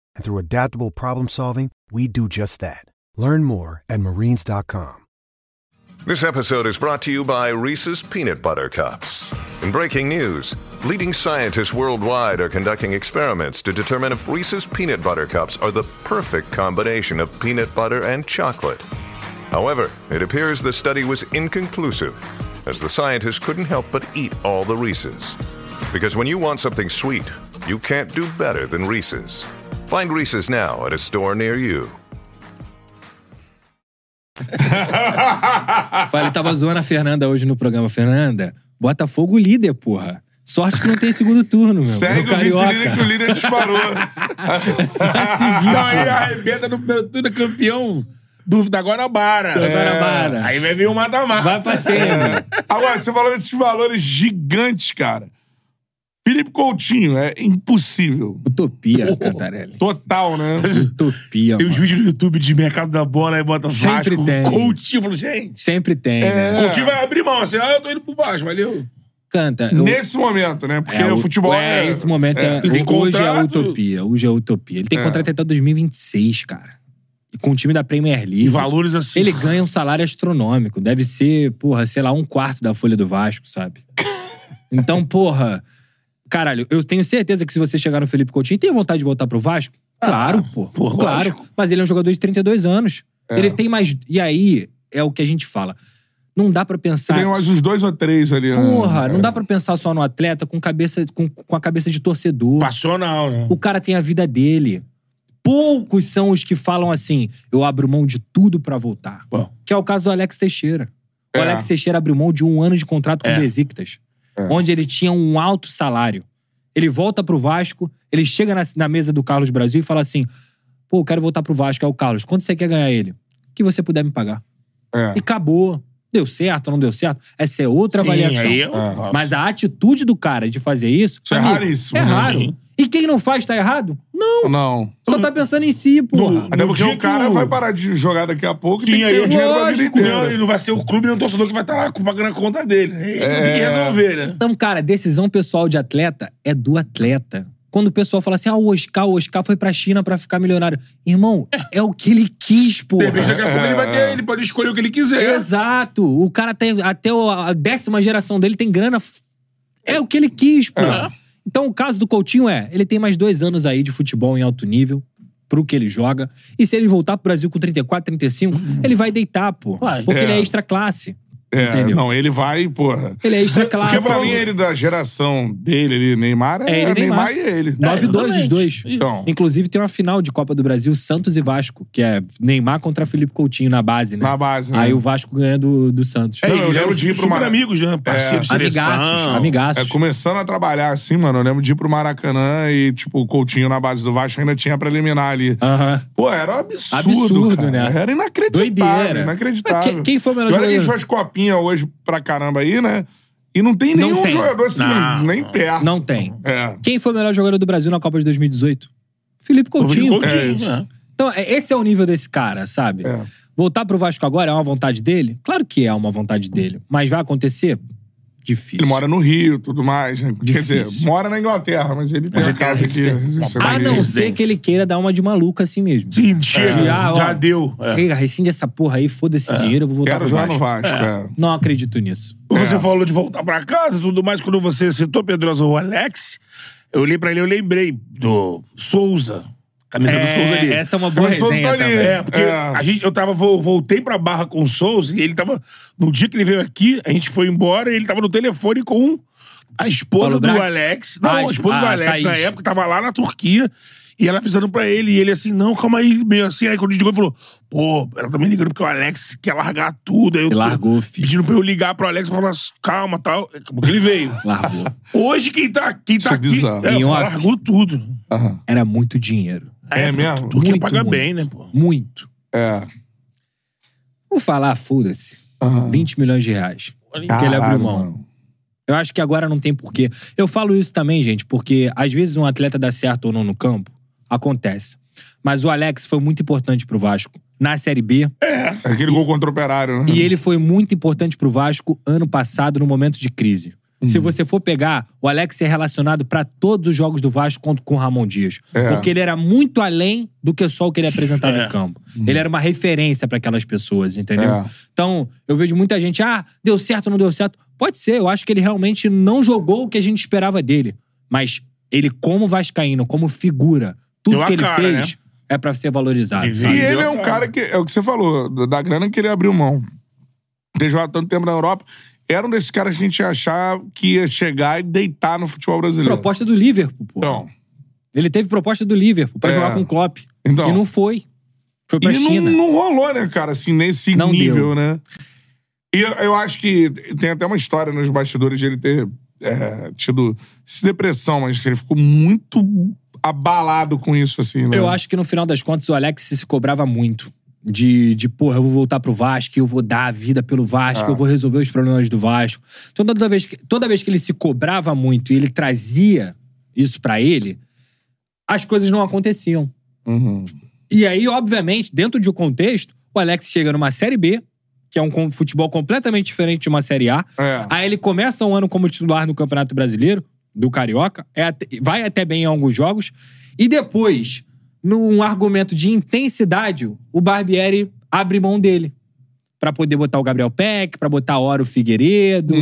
S8: and through adaptable problem solving, we do just that. Learn more at marines.com.
S9: This episode is brought to you by Reese's Peanut Butter Cups. In breaking news, leading scientists worldwide are conducting experiments to determine if Reese's Peanut Butter Cups are the perfect combination of peanut butter and chocolate. However, it appears the study was inconclusive, as the scientists couldn't help but eat all the Reese's. Because when you want something sweet, you can't do better than Reese's. Find Reese's now at a store near you.
S4: Falei, Ah, ele tava zoando a Fernanda hoje no programa. Fernanda, Botafogo líder, porra. Sorte que não tem segundo turno, meu. É No
S2: Segue o vice-líder que o líder disparou. né?
S3: *laughs*
S4: Vai seguir.
S3: Não, ele arrebenta no tudo é campeão do, da Guanabara. É.
S4: Da Guanabara.
S3: Aí vai vir o mata-mata.
S4: Vai
S3: *laughs*
S4: pra cima.
S2: Agora, você falou desses valores gigantes, cara. Felipe Coutinho, é impossível.
S4: Utopia, Cantarelli.
S2: Total, né?
S4: Utopia,
S3: Oh, Tem uns
S4: mano.
S3: vídeos no YouTube de mercado da bola, aí bota
S4: Sempre
S3: Vasco,
S4: tem.
S3: Coutinho. Eu falo, gente,
S4: *laughs*
S3: é.
S4: Sempre tem, né?
S3: Coutinho vai abrir mão assim, ah, eu tô indo pro Vasco, valeu.
S4: Canta. eu-
S2: Nesse momento, né? Porque
S4: é,
S2: o futebol
S4: é,
S2: é...
S4: esse momento é,
S3: Ele tem
S4: hoje é a
S3: contrato.
S4: utopia, hoje é a utopia. Ele tem contrato até 2026, cara. E com o time da Premier League.
S3: E valores assim.
S4: Ele ganha um salário astronômico. Deve ser, porra, sei lá, um quarto da folha do Vasco, sabe? Então, porra. Caralho, eu tenho certeza que se você chegar no Felipe Coutinho, tem vontade de voltar pro Vasco? Claro, pô.
S3: pô,
S4: claro.
S3: Ah, lógico. É.
S4: Mas ele é um jogador de 32 anos. Ele tem mais. E aí, é o que a gente fala. Não dá pra pensar.
S2: Tem mais uns dois ou três ali. né?
S4: Porra, não dá pra pensar só no atleta com, cabeça, com, com a cabeça de torcedor.
S3: Passional, né?
S4: O cara tem a vida dele. Poucos são os que falam assim: eu abro mão de tudo pra voltar.
S3: Bom.
S4: Que é o caso do Alex Teixeira. O
S2: É.
S4: Alex Teixeira abriu mão de um ano de contrato com
S3: É.
S4: o Besiktas, onde ele tinha um alto salário. Ele volta pro Vasco, ele chega na, na mesa do Carlos Brasil e fala assim: pô, eu quero voltar pro Vasco. É o Carlos, quanto você quer ganhar ele? O que você puder me pagar.
S2: É.
S4: E acabou. Deu certo, não deu certo? Essa é outra avaliação.
S3: aí eu-
S4: Mas a atitude do cara de fazer isso.
S2: Isso é raríssimo,
S4: É
S2: né?
S4: raro.
S3: Sim.
S4: E quem não faz tá errado? Não.
S2: Não.
S4: Só tá pensando em si, porra.
S2: Até
S3: No
S2: porque
S3: dia
S2: o cara
S3: que o-
S2: vai parar de jogar daqui a pouco e tem
S3: Sim,
S2: que
S3: aí
S2: ter o
S4: é
S3: eu
S2: dinheiro da vida
S3: lógico, não, e
S2: inteira.
S3: não vai ser o clube nem o torcedor que vai estar lá pagando a conta dele. Ele
S2: É.
S3: Tem que resolver, né?
S4: Então, cara, decisão pessoal de atleta é do atleta. Quando o pessoal fala assim, ah, o Oscar, o Oscar foi pra China pra ficar milionário. Irmão, é o que ele quis,
S3: De repente, daqui
S4: porra.
S3: a pouco ele vai ter, ele pode escolher o que ele quiser.
S4: Exato. O cara tem. Até o- a décima geração dele tem grana. f- É o que ele quis, porra. Então, o caso do Coutinho é: ele tem mais dois anos aí de futebol em alto nível, pro que ele joga. E se ele voltar pro Brasil com 34, 35, ele vai deitar, pô.
S3: Uhum. Vai.
S4: Porque
S2: É.
S4: ele é extra classe.
S2: É,
S4: Entendeu?
S2: não, ele vai, porra.
S4: Ele é extra
S2: Porque
S4: classe.
S2: pra mim, ele da geração dele ali, Neymar, é,
S4: É, ele e
S2: Neymar.
S4: Neymar.
S2: e ele.
S3: É,
S4: 9-2 os dois.
S2: Então.
S4: Inclusive, tem uma final de Copa do Brasil, Santos e Vasco, que é Neymar contra Felipe Coutinho na base, né?
S2: Na base, né?
S4: Aí o Vasco ganha do, do Santos.
S2: Não,
S3: É, Eles
S2: eu lembro
S3: eram
S2: de ir pro
S3: super
S2: Mara-
S3: amigos, né? Parceiros de
S4: Amigaços,
S3: seleção.
S4: amigaços.
S2: É, começando a trabalhar assim, mano, eu lembro de ir pro Maracanã e, tipo, o Coutinho na base do Vasco ainda tinha preliminar ali.
S4: Aham.
S2: Pô, era um absurdo,
S4: É. Absurdo,
S2: cara.
S4: né?
S2: Era inacreditável,
S4: Doideira.
S2: inacreditável.
S4: Mas que- quem foi o melhor
S2: E olha que a gente
S4: jogador?
S2: faz copinha hoje pra caramba aí, né? E não tem
S4: Não
S2: nenhum
S4: tem.
S2: jogador assim,
S3: Não.
S2: nem perto.
S4: Não tem.
S2: É.
S4: Quem foi o melhor jogador do Brasil na Copa de 2018? Felipe Coutinho.
S3: Coutinho,
S4: cara.
S3: é isso.
S4: Então, é- esse é o nível desse cara, sabe?
S2: É.
S4: Voltar pro Vasco agora é uma vontade dele? Claro que é uma vontade dele. Mas vai acontecer? Difícil.
S2: Ele mora no Rio e tudo mais, né? Quer dizer,
S4: Difícil. então,
S2: mora na Inglaterra, mas ele tem
S3: Mas
S2: a
S3: ele tem
S2: casa
S3: a
S2: aqui.
S3: residência.
S2: Isso
S4: A
S2: aí.
S4: não ser
S3: Residência.
S4: que ele queira dar uma de maluco assim mesmo.
S3: Sim, chega.
S4: Ah, ó,
S3: Já deu. É.
S4: Chega, rescinde essa porra aí, foda esse dinheiro, eu vou voltar
S2: Quero
S4: pro
S2: jogar
S4: Vasco.
S2: no Vasco, é.
S4: Não acredito nisso.
S3: Você falou de voltar pra casa e tudo mais. Quando você citou Pedrosa o Alex, eu olhei pra ele e eu lembrei do Souza. Camisa do Souza ali.
S4: Essa é uma boa
S2: Mas Souza
S4: resenha
S2: tá ali.
S4: também.
S3: É, porque
S2: É.
S3: a gente, eu tava, vo- voltei pra Barra com o Souza e ele tava. No dia que ele veio aqui, a gente foi embora e ele tava no telefone com a esposa
S4: Paulo
S3: do
S4: Brax?
S3: Alex. Não,
S4: Ah,
S3: a esposa do
S4: ah,
S3: Alex na
S4: Thaís.
S3: época tava lá na Turquia. E ela avisando pra ele, e ele assim, não, calma aí, meio assim. Aí quando a gente ligou, ele falou, pô, ela tá me ligando porque o Alex quer largar tudo. Aí eu
S4: Ele
S3: tô
S4: largou, filho.
S3: Pedindo pra eu ligar pro Alex pra falar, calma tal. Porque ele veio.
S4: *laughs* Largou.
S3: Hoje quem tá, quem
S2: é
S3: tá aqui,
S2: bizarro.
S4: Em
S3: é,
S4: off.
S3: largou tudo.
S2: Aham.
S4: Era muito dinheiro.
S2: É, mesmo?
S3: Turquia
S4: Muito,
S3: paga
S4: muito.
S3: bem, né, pô?
S4: Muito.
S2: É.
S4: Vou falar, foda-se.
S2: Aham.
S4: 20 milhões de reais. que ele
S2: Caralho,
S4: abriu mão.
S2: mano.
S4: Eu acho que agora não tem porquê. Eu falo isso também, gente, porque às vezes um atleta dá certo ou não no campo. Acontece. Mas o Alex foi muito importante pro Vasco na Série B.
S2: É, Aquele gol contra o Operário, né?
S4: E ele foi muito importante pro Vasco ano passado, no momento de crise. Se você for pegar, o Alex é relacionado pra todos os jogos do Vasco com- com o Ramon Dias.
S2: É.
S4: Porque ele era muito além do que só o que ele apresentava
S3: É.
S4: em campo. Uhum. Ele era uma referência pra aquelas pessoas, entendeu?
S2: É.
S4: Então, eu vejo muita gente, ah, deu certo, não deu certo. Pode ser, eu acho que ele realmente não jogou o que a gente esperava dele. Mas ele, como vascaíno, como figura, tudo
S3: Deu a
S4: que ele
S3: cara,
S4: fez
S3: né?
S4: é pra ser valorizado.
S3: E
S4: sabe?
S2: E ele
S3: Deu
S2: é um
S3: pra-
S2: cara que, é o que você falou, da da grana que ele abriu mão. Ter jogado tanto tempo na Europa, era um desses caras que a gente achava que ia chegar e deitar no futebol brasileiro.
S4: Proposta do Liverpool, pô.
S2: Então,
S4: Ele teve proposta do Liverpool pra
S2: É.
S4: jogar com o Klopp.
S2: Então.
S4: E não foi. Foi pra
S2: e não,
S4: China.
S2: não rolou, né, cara, assim, nesse
S4: Não
S2: nível,
S4: deu.
S2: né? E eu, eu acho que tem até uma história nos bastidores de ele ter é, tido se depressão, mas que ele ficou muito abalado com isso, assim, né?
S4: Eu acho que no final das contas o Alex se cobrava muito. De, de, porra, eu vou voltar pro Vasco, eu vou dar a vida pelo Vasco,
S2: Ah.
S4: eu vou resolver os problemas do Vasco. Então, toda vez, que, toda vez que ele se cobrava muito e ele trazia isso pra ele, as coisas não aconteciam.
S2: Uhum.
S4: E aí, obviamente, dentro de um contexto, o Alex chega numa Série B, que é um com- futebol completamente diferente de uma Série A.
S2: É.
S4: Aí ele começa um ano como titular no Campeonato Brasileiro, do Carioca, é até- vai até bem em alguns jogos. E depois, num argumento de intensidade, o Barbieri abre mão dele. pra poder botar o Gabriel Peck, pra botar Oro Figueiredo.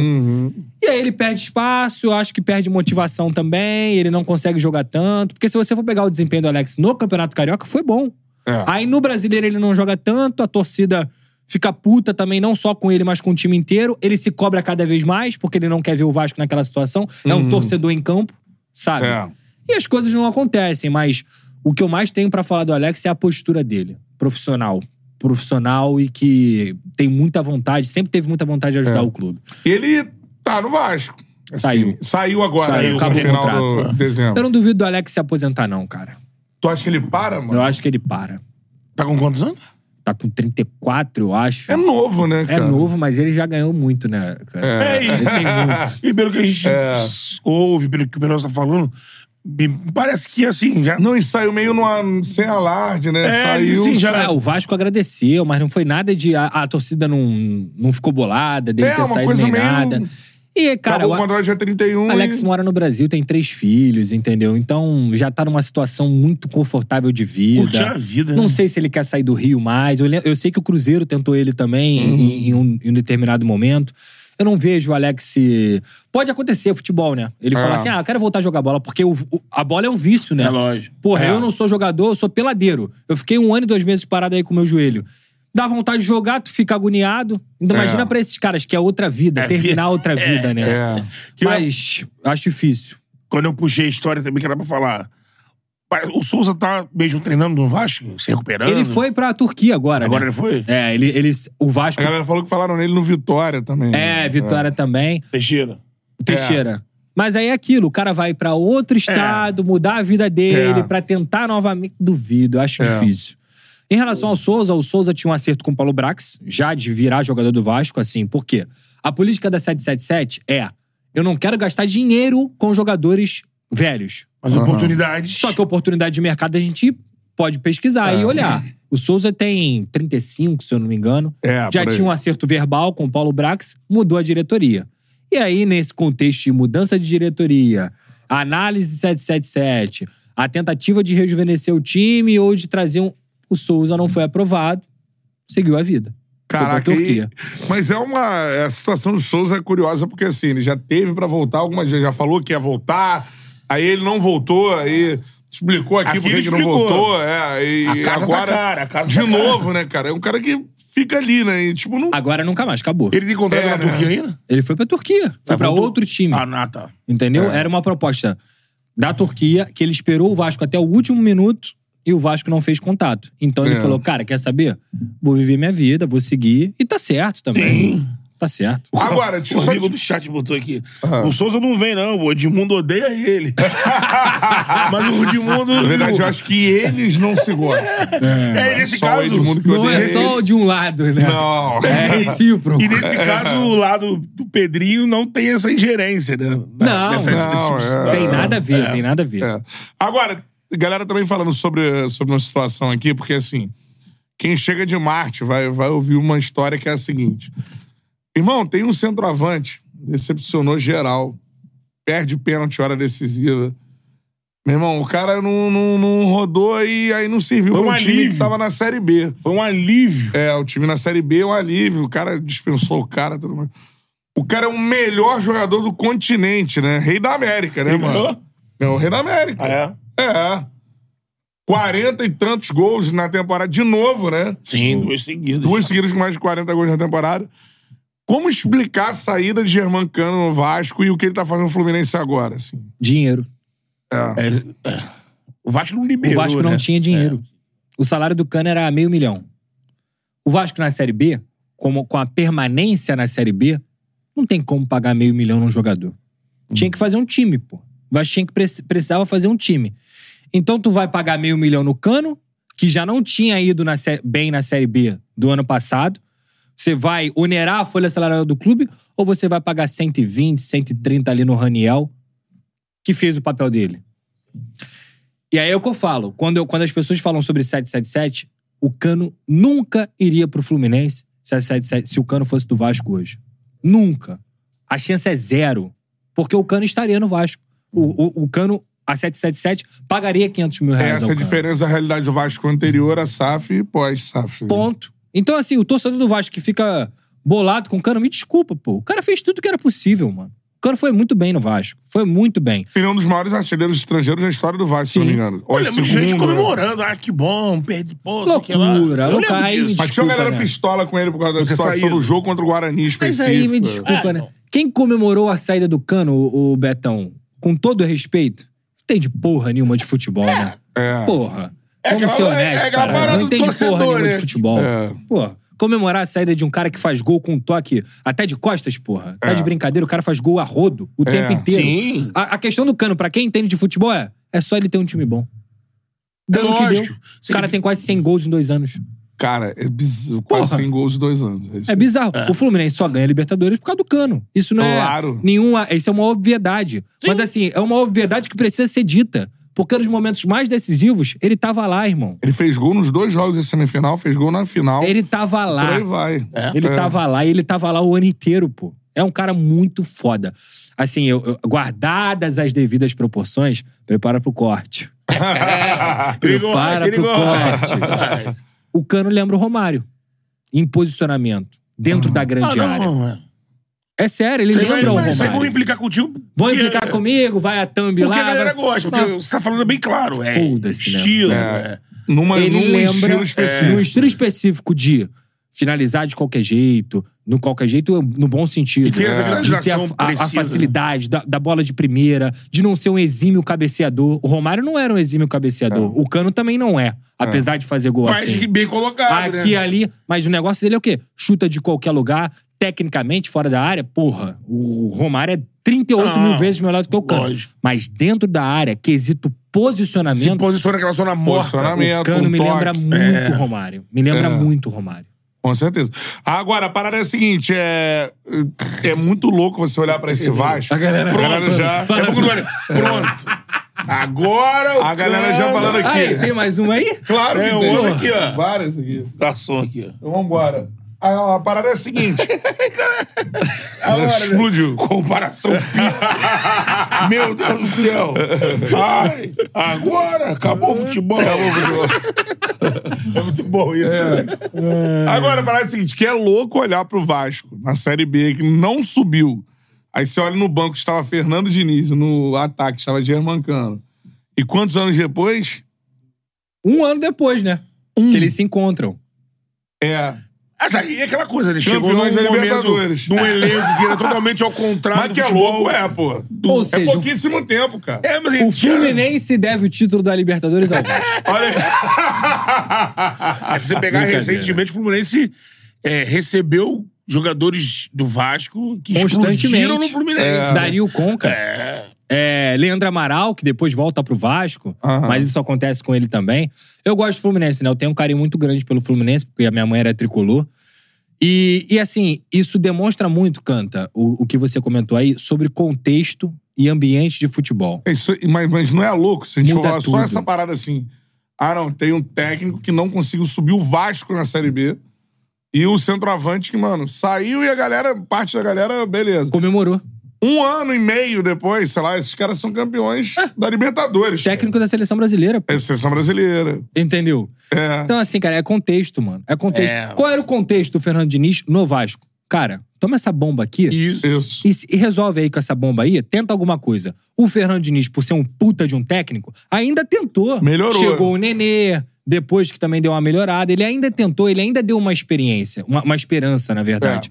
S4: E aí ele perde espaço, acho que perde motivação também, ele não consegue jogar tanto. Porque se você for pegar o desempenho do Alex no Campeonato Carioca, foi bom.
S2: É.
S4: Aí no Brasileiro ele não joga tanto, a torcida fica puta também, não só com ele, mas com o time inteiro. Ele se cobra cada vez mais, porque ele não quer ver o Vasco naquela situação. É um torcedor em campo, sabe?
S2: É.
S4: E as coisas não acontecem, mas o que eu mais tenho pra falar do Alex é a postura dele, profissional. Profissional e que tem muita vontade, sempre teve muita vontade
S2: É.
S4: de ajudar o clube.
S2: Ele tá no Vasco. Assim,
S4: Saiu.
S2: Saiu agora,
S4: Saiu,
S2: né, no
S4: acabou o
S2: final
S4: contrato,
S2: do
S4: é.
S2: dezembro.
S4: Eu não duvido do Alex se aposentar, não, cara.
S2: Tu acha que ele para, mano?
S4: Eu acho que ele para.
S3: Tá com quantos anos?
S4: Tá com 34, eu acho.
S2: É novo, né,
S4: É
S2: cara?
S4: novo, mas ele já ganhou muito, né? Cara?
S3: É,
S4: Ele tem muito.
S3: e, e pelo que a gente
S2: É.
S3: ouve, pelo que o Perosa tá falando, me parece que assim, já.
S2: Não, e saiu meio numa, sem alarde, né?
S3: É,
S2: saiu.
S3: sim, já-
S4: Ah, o Vasco agradeceu, mas não foi nada de. A, a torcida não, não ficou bolada, dele
S2: É,
S4: ter
S2: uma
S4: saído
S2: coisa
S4: nem
S2: meio-
S4: nada. E, cara,
S2: Acabou
S4: o,
S2: o contrato já 31.
S4: Alex
S2: e...
S4: mora no Brasil, tem três filhos, entendeu? Então já tá numa situação muito confortável de
S3: Curte
S4: vida.
S3: a vida, né?
S4: Não sei se ele quer sair do Rio mais. Eu, le- eu sei que o Cruzeiro tentou ele também
S2: Uhum.
S4: em, em um, em um determinado momento. Eu não vejo o Alex. Pode acontecer futebol, né? Ele
S2: É.
S4: fala assim: ah, eu quero voltar a jogar bola, porque o- o- a bola é um vício, né?
S3: É lógico.
S4: Porra,
S3: É.
S4: eu não sou jogador, eu sou peladeiro. Eu fiquei um ano e dois meses parado aí com o meu joelho. Dá vontade de jogar, tu fica agoniado. Então,
S2: É.
S4: Imagina pra esses caras que é outra vida,
S3: *laughs* É,
S4: terminar
S3: vi-
S4: outra vida, né?
S2: É.
S3: Que eu-
S4: Mas acho difícil.
S3: Quando eu puxei a história também, que era pra falar. pa- O Souza tá mesmo treinando no Vasco, se recuperando.
S4: Ele foi pra Turquia agora,
S3: Agora
S4: né?
S3: ele foi?
S4: É, ele, ele, o Vasco.
S2: A galera falou que falaram nele no Vitória também.
S4: É, Vitória também.
S3: Teixeira.
S4: Teixeira. Mas aí é aquilo, o cara vai pra outro
S3: É.
S4: estado, mudar a vida dele,
S2: É.
S4: pra tentar novamente. Duvido, eu acho
S2: É.
S4: difícil. Em relação ao Souza, o Souza tinha um acerto com o Paulo Brax, já de virar jogador do Vasco, assim, por quê? A política da 777 é: eu não quero gastar dinheiro com jogadores velhos.
S3: Mas oportunidades.
S4: Só que a oportunidade de mercado a gente pode pesquisar
S3: Ah.
S6: É.
S4: e Tá olhar. O Souza tem 35, se eu não me engano.
S2: É,
S4: Já
S2: por aí.
S4: tinha um acerto verbal com o Paulo Brax, mudou a diretoria. E aí, nesse contexto de mudança de diretoria, a análise 777, a tentativa de rejuvenescer o time ou de trazer um. O Souza não foi aprovado, seguiu a vida. Foi pra
S2: Caraca, e...
S4: Turquia.
S2: mas é uma. A situação do Souza é curiosa, porque assim, ele já teve pra voltar algumas vezes, já falou que ia voltar, aí ele não voltou, aí explicou aqui,
S3: Aqui
S2: por que
S3: ele
S2: que não
S3: explicou.
S2: voltou. É, e
S3: A casa tá
S2: agora.
S3: cara, a casa
S2: de
S3: tá cara.
S2: novo, né, cara? É um cara que fica ali, né? E tipo, não.
S4: Agora nunca mais, acabou.
S3: Ele tem contrato
S2: É,
S3: na
S2: né?
S3: Turquia ainda? Ah,
S4: Ele foi pra Turquia, foi pra
S3: voltou?
S4: outro time.
S3: Ah, não, tá.
S4: Entendeu? Era uma proposta da Turquia que ele esperou o Vasco até o último minuto e o Vasco não fez contato. Então ele
S2: É.
S4: falou: cara, quer saber? Vou viver minha vida, vou seguir. E tá certo também. Tá certo.
S2: Agora, deixa
S3: O
S2: eu só.
S3: amigo do chat botou aqui. O Souza não vem, não. O Edmundo odeia
S2: *laughs*
S3: ele. Mas o Edmundo.
S2: Na verdade, eu acho que eles não se gostam.
S3: É, e nesse
S2: só
S3: caso.
S2: o Edmundo que
S4: Não
S2: odeia
S4: é
S2: ele.
S4: só de um lado, né?
S2: Não.
S4: É recíproco.
S3: E nesse caso,
S4: *laughs*
S3: o lado do Pedrinho não tem essa ingerência, né?
S4: Não,
S2: não,
S3: desse-
S2: é.
S4: Tem nada a ver, tem nada a ver.
S2: É. Agora, galera também falando sobre, sobre uma situação aqui, porque assim, quem chega de Marte vai, vai ouvir uma história que é a seguinte. Irmão, tem um centroavante, decepcionou geral, perde pênalti, hora decisiva. Meu irmão, o cara não, não, não rodou e aí não serviu
S3: Foi
S2: pra
S3: um
S2: um time que
S3: alívio.
S2: tava na Série B.
S3: Foi um alívio.
S2: É, o time na Série B é um alívio. O cara dispensou o cara, tudo mais. O cara é o melhor jogador do continente, né? Rei da América, né, mano? É o rei da América.
S3: Ah, é?
S2: É. 40 e tantos gols na temporada, de novo, né?
S3: Sim, duas seguidas.
S2: Duas seguidas com mais de 40 gols na temporada. Como explicar a saída de Germán Cano no Vasco e o que ele tá fazendo no Fluminense agora, assim?
S4: Dinheiro.
S3: É, é. O Vasco não
S4: O
S3: liberou.
S4: Vasco não
S3: né? É.
S4: tinha dinheiro. O salário do Cano era meio milhão. O Vasco na Série B, como, com a permanência na Série B, não tem como pagar meio milhão num jogador.
S3: Uhum.
S4: Tinha que fazer um time, pô. O Vasco tinha que preci- precisava fazer um time. Então tu vai pagar meio milhão no Cano, que já não tinha ido na sé- bem na Série B do ano passado. Você vai onerar a folha salarial do clube ou você vai pagar 120, 130 ali no Raniel, que fez o papel dele? E aí é o que eu falo. Quando, eu- quando as pessoas falam sobre 777, o Cano nunca iria pro Fluminense se, a 77 se o Cano fosse do Vasco hoje. Nunca. A chance é zero. Porque o Cano estaria no Vasco. O, o, o Cano, a 777, pagaria 500 mil reais
S2: Essa é
S4: ao
S2: a
S4: Cano.
S2: diferença da realidade do Vasco anterior a SAF e pós-SAF.
S4: Ponto. Então, assim, o torcedor do Vasco que fica bolado com o Cano, me desculpa, pô. O cara fez tudo que era possível, mano. O Cano foi muito bem no Vasco. Foi muito bem.
S2: Ele é um dos maiores artilheiros estrangeiros da história do Vasco, se não me engano. Ou é
S3: Olha, muita gente
S2: segundo, né?
S3: comemorando. Ah, que bom, perdi, pô, sei o que lá.
S4: Loucura,
S3: Eu lembro
S4: loucura. Aí,
S3: disso.
S2: Mas tinha uma
S4: Desculpa,
S2: galera
S4: né?
S2: pistola com ele por causa da situação
S3: saído.
S2: do jogo contra o Guarani
S4: Mas
S2: específico.
S4: aí, me desculpa,
S3: É,
S4: né?
S3: então.
S4: Quem comemorou a saída do Cano, o, o Betão, com todo respeito, não tem de porra nenhuma de futebol, né?
S2: É.
S4: Porra.
S3: É
S4: Vamos
S3: aquela-
S4: ser
S3: é- é
S4: honestos,
S3: aquela
S4: cara.
S3: parada
S4: Não
S3: do
S4: entende porra
S3: torcedor,
S4: nenhuma
S3: né?
S4: de futebol.
S2: É.
S4: Porra, comemorar a saída de um cara que faz gol com um toque até de costas, porra.
S2: É.
S4: Tá de brincadeira, o cara faz gol a rodo o tempo inteiro.
S3: Sim.
S4: A, a questão do Cano, pra quem entende de futebol, é, é só ele ter um time bom.
S3: É
S4: Deu no que deu.
S3: lógico.
S4: O cara tem quase 100 gols em dois anos.
S2: Cara, é bizarro. Quase
S4: Porra.
S2: 100 gols em dois anos. isso.
S4: É bizarro. O Fluminense só ganha Libertadores por causa do Cano. Isso não
S2: Claro.
S4: é nenhuma. Isso é uma obviedade. Mas assim, é uma obviedade que precisa ser dita. Porque nos momentos mais decisivos, ele tava lá, irmão.
S2: Ele fez gol nos dois jogos da semifinal, fez gol na final.
S4: Ele tava
S2: Por
S4: lá.
S2: aí vai.
S4: Ele
S2: É.
S4: tava lá e ele tava lá o ano inteiro, pô. É um cara muito foda. Assim, eu- eu- guardadas as devidas proporções, prepara pro corte.
S3: *laughs* Perigoso, né?
S4: Prepara pro
S3: *laughs* perigoso.
S4: corte. O Cano lembra o Romário. Em posicionamento. Dentro da
S3: Ah,
S4: grande área.
S3: não, é.
S4: É sério, ele
S3: Vocês
S4: lembra o
S3: vão- Vocês vão
S4: Romário.
S3: implicar contigo.
S4: Vão
S3: porque-
S4: implicar comigo, vai a thumb
S3: Porque
S4: lá.
S3: a galera
S4: vai-
S3: gosta. Porque você tá falando bem claro. É
S4: Foda-se, né?
S3: estilo.
S2: É.
S3: É.
S2: Numa,
S4: ele
S2: num
S4: lembra É.
S2: estilo específico.
S4: num estilo específico de finalizar de qualquer jeito, no qualquer jeito no bom sentido.
S3: De ter essa finalização
S4: De ter a, a- a
S2: né?
S3: precisa,
S4: facilidade da, da bola de primeira, de não ser um exímio cabeceador. O Romário não era um exímio cabeceador. O Cano também não é, apesar de fazer gol
S3: Ah. Faz
S4: assim.
S3: que bem colocado,
S4: Aqui,
S3: né?
S4: ali, mas o negócio dele é o quê? Chuta de qualquer lugar, tecnicamente, fora da área, porra, o Romário é 38 mil
S3: Não,
S4: vezes melhor do que o Cano.
S3: lógico.
S4: Mas dentro da área, quesito
S3: Se
S4: posicionamento,
S3: posiciona naquela zona morta.
S2: Posicionamento,
S4: o Cano
S2: um
S4: me
S2: toque.
S4: lembra muito
S3: É.
S4: Romário. Me lembra muito Romário.
S2: Com certeza. Agora, a parada é a seguinte: é, é muito louco você olhar pra esse Vasco. A galera, já.
S3: Daqui a pouco não olha. Pronto. Agora o
S2: A galera já
S3: Cano-
S2: falando aqui.
S4: Aí, tem mais um aí?
S2: Claro,
S3: É,
S2: que
S3: o
S2: tem.
S3: homem aqui, ó.
S2: Várias aqui.
S3: Garçom aqui, ó.
S2: Então vambora. Ah, a parada é a seguinte. né? Ela explodiu.
S3: Comparação pífia. Meu Deus do céu.
S4: *laughs*
S3: Ai, agora acabou o futebol. Acabou o futebol.
S2: É muito bom isso. né? Agora, a parada é a seguinte: que é louco olhar pro Vasco na Série B, que não subiu. Aí você olha no banco, estava Fernando Diniz, no ataque, estava Germancano. E quantos anos depois?
S4: Um ano depois, né?
S2: Um.
S4: Que eles se encontram.
S2: É.
S3: Mas aí é aquela coisa, né? Chegou num
S2: Campeões da
S3: momento,
S2: Libertadores.
S3: num elenco que era totalmente ao contrário
S2: Mas
S3: do
S2: que é
S3: futebol.
S2: louco, é, pô.
S4: Ou
S2: é
S4: seja,
S2: pouquíssimo tempo, cara.
S3: É, mas
S4: O
S3: ele tinha-
S4: Fluminense deve o título da Libertadores ao Vasco.
S2: Olha
S3: Ah, *laughs*
S2: aí.
S3: se você pegar
S4: Brincadeira.
S3: recentemente, o Fluminense é, recebeu jogadores do Vasco que explodiram no
S4: Constantemente.
S3: Fluminense.
S4: Dario Conca. É, Leandro Amaral, que depois volta pro Vasco,
S2: Aham.
S4: mas isso acontece com ele também. Eu gosto do Fluminense, né? Eu tenho um carinho muito grande pelo Fluminense, porque a minha mãe era tricolor. E, e assim, isso demonstra muito, Canta, o, o que você comentou aí, sobre contexto e ambiente de futebol.
S2: É isso aí, mas, mas não é louco se a gente for
S4: Muda
S2: falar só
S4: tudo.
S2: essa parada assim. Ah, não, tem um técnico que não conseguiu subir o Vasco na Série B. E o centroavante que, mano, saiu e a galera, parte da galera, beleza.
S4: Comemorou.
S2: Um ano e meio depois, sei lá, esses caras são campeões da Libertadores.
S4: É. Técnico da seleção brasileira, pô.
S2: É seleção brasileira.
S4: entendeu?
S2: É.
S4: Então, assim, cara, é contexto, mano. É contexto.
S3: É.
S4: Qual era o contexto do Fernando Diniz no Vasco? Cara, toma essa bomba aqui.
S3: Isso.
S2: Isso.
S4: E, se- e resolve aí com essa bomba aí, tenta alguma coisa. O Fernando Diniz, por ser um puta de um técnico, ainda tentou.
S2: Melhorou.
S4: Chegou o Nenê, depois que também deu uma melhorada. Ele ainda tentou, ele ainda deu uma experiência, uma, uma esperança, na verdade.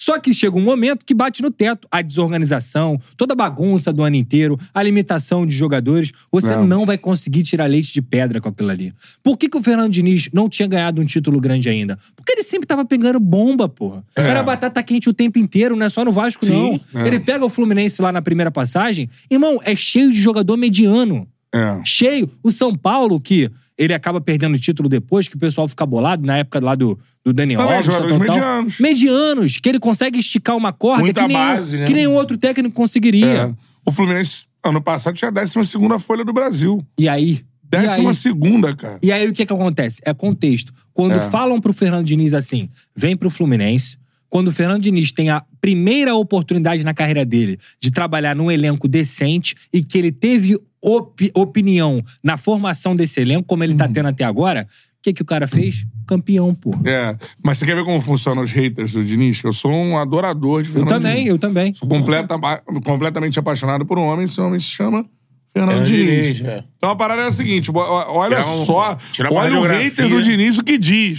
S4: Só que chega um momento que bate no teto. A desorganização, toda a bagunça do ano inteiro, a limitação de jogadores. Você
S2: Não.
S4: não, vai conseguir tirar leite de pedra com aquilo ali. Por que, que o Fernando Diniz não tinha ganhado um título grande ainda? Porque ele sempre tava pegando bomba, porra. Era batata quente o tempo inteiro, não é só no Vasco,
S3: Sim.
S4: não. Ele pega o Fluminense lá na primeira passagem. Irmão, é cheio de jogador mediano
S2: É.
S4: cheio. O São Paulo, que ele acaba perdendo o título depois, que o pessoal fica bolado na época lá do, do Daniel
S2: Também
S4: Alves.
S2: jogadores
S4: tal, tal, tal.
S2: medianos.
S4: Medianos, que ele consegue esticar uma corda
S3: Muita
S4: que, nenhum,
S3: base, né?
S4: que nenhum outro técnico conseguiria.
S2: É. O Fluminense, ano passado, tinha a 12 folha do Brasil.
S4: E aí? E aí?
S2: 12 segunda, cara. É.
S4: E aí o que que acontece? É contexto. Quando falam pro Fernando Diniz assim, vem pro Fluminense. Quando o Fernando Diniz tem a primeira oportunidade na carreira dele de trabalhar num elenco decente e
S2: Uhum.
S4: que ele teve opi- opinião na formação desse elenco, como ele tá tendo até agora, que, que o cara fez? Campeão, pô.
S2: É. Mas você quer ver como funcionam os haters do Diniz? Que eu sou um adorador de
S4: Eu
S2: Fernando
S4: também,
S2: Diniz.
S4: eu também.
S2: Sou completa- completamente apaixonado por um homem. Esse homem se chama
S3: Fernando
S2: Fernando Diniz.
S3: Diniz, é.
S2: Então a parada é a seguinte: bo- ó, olha
S3: Tirar um-
S2: só.
S3: tirar uma
S2: Olha o hater
S3: radiografia.
S2: do Diniz o que diz.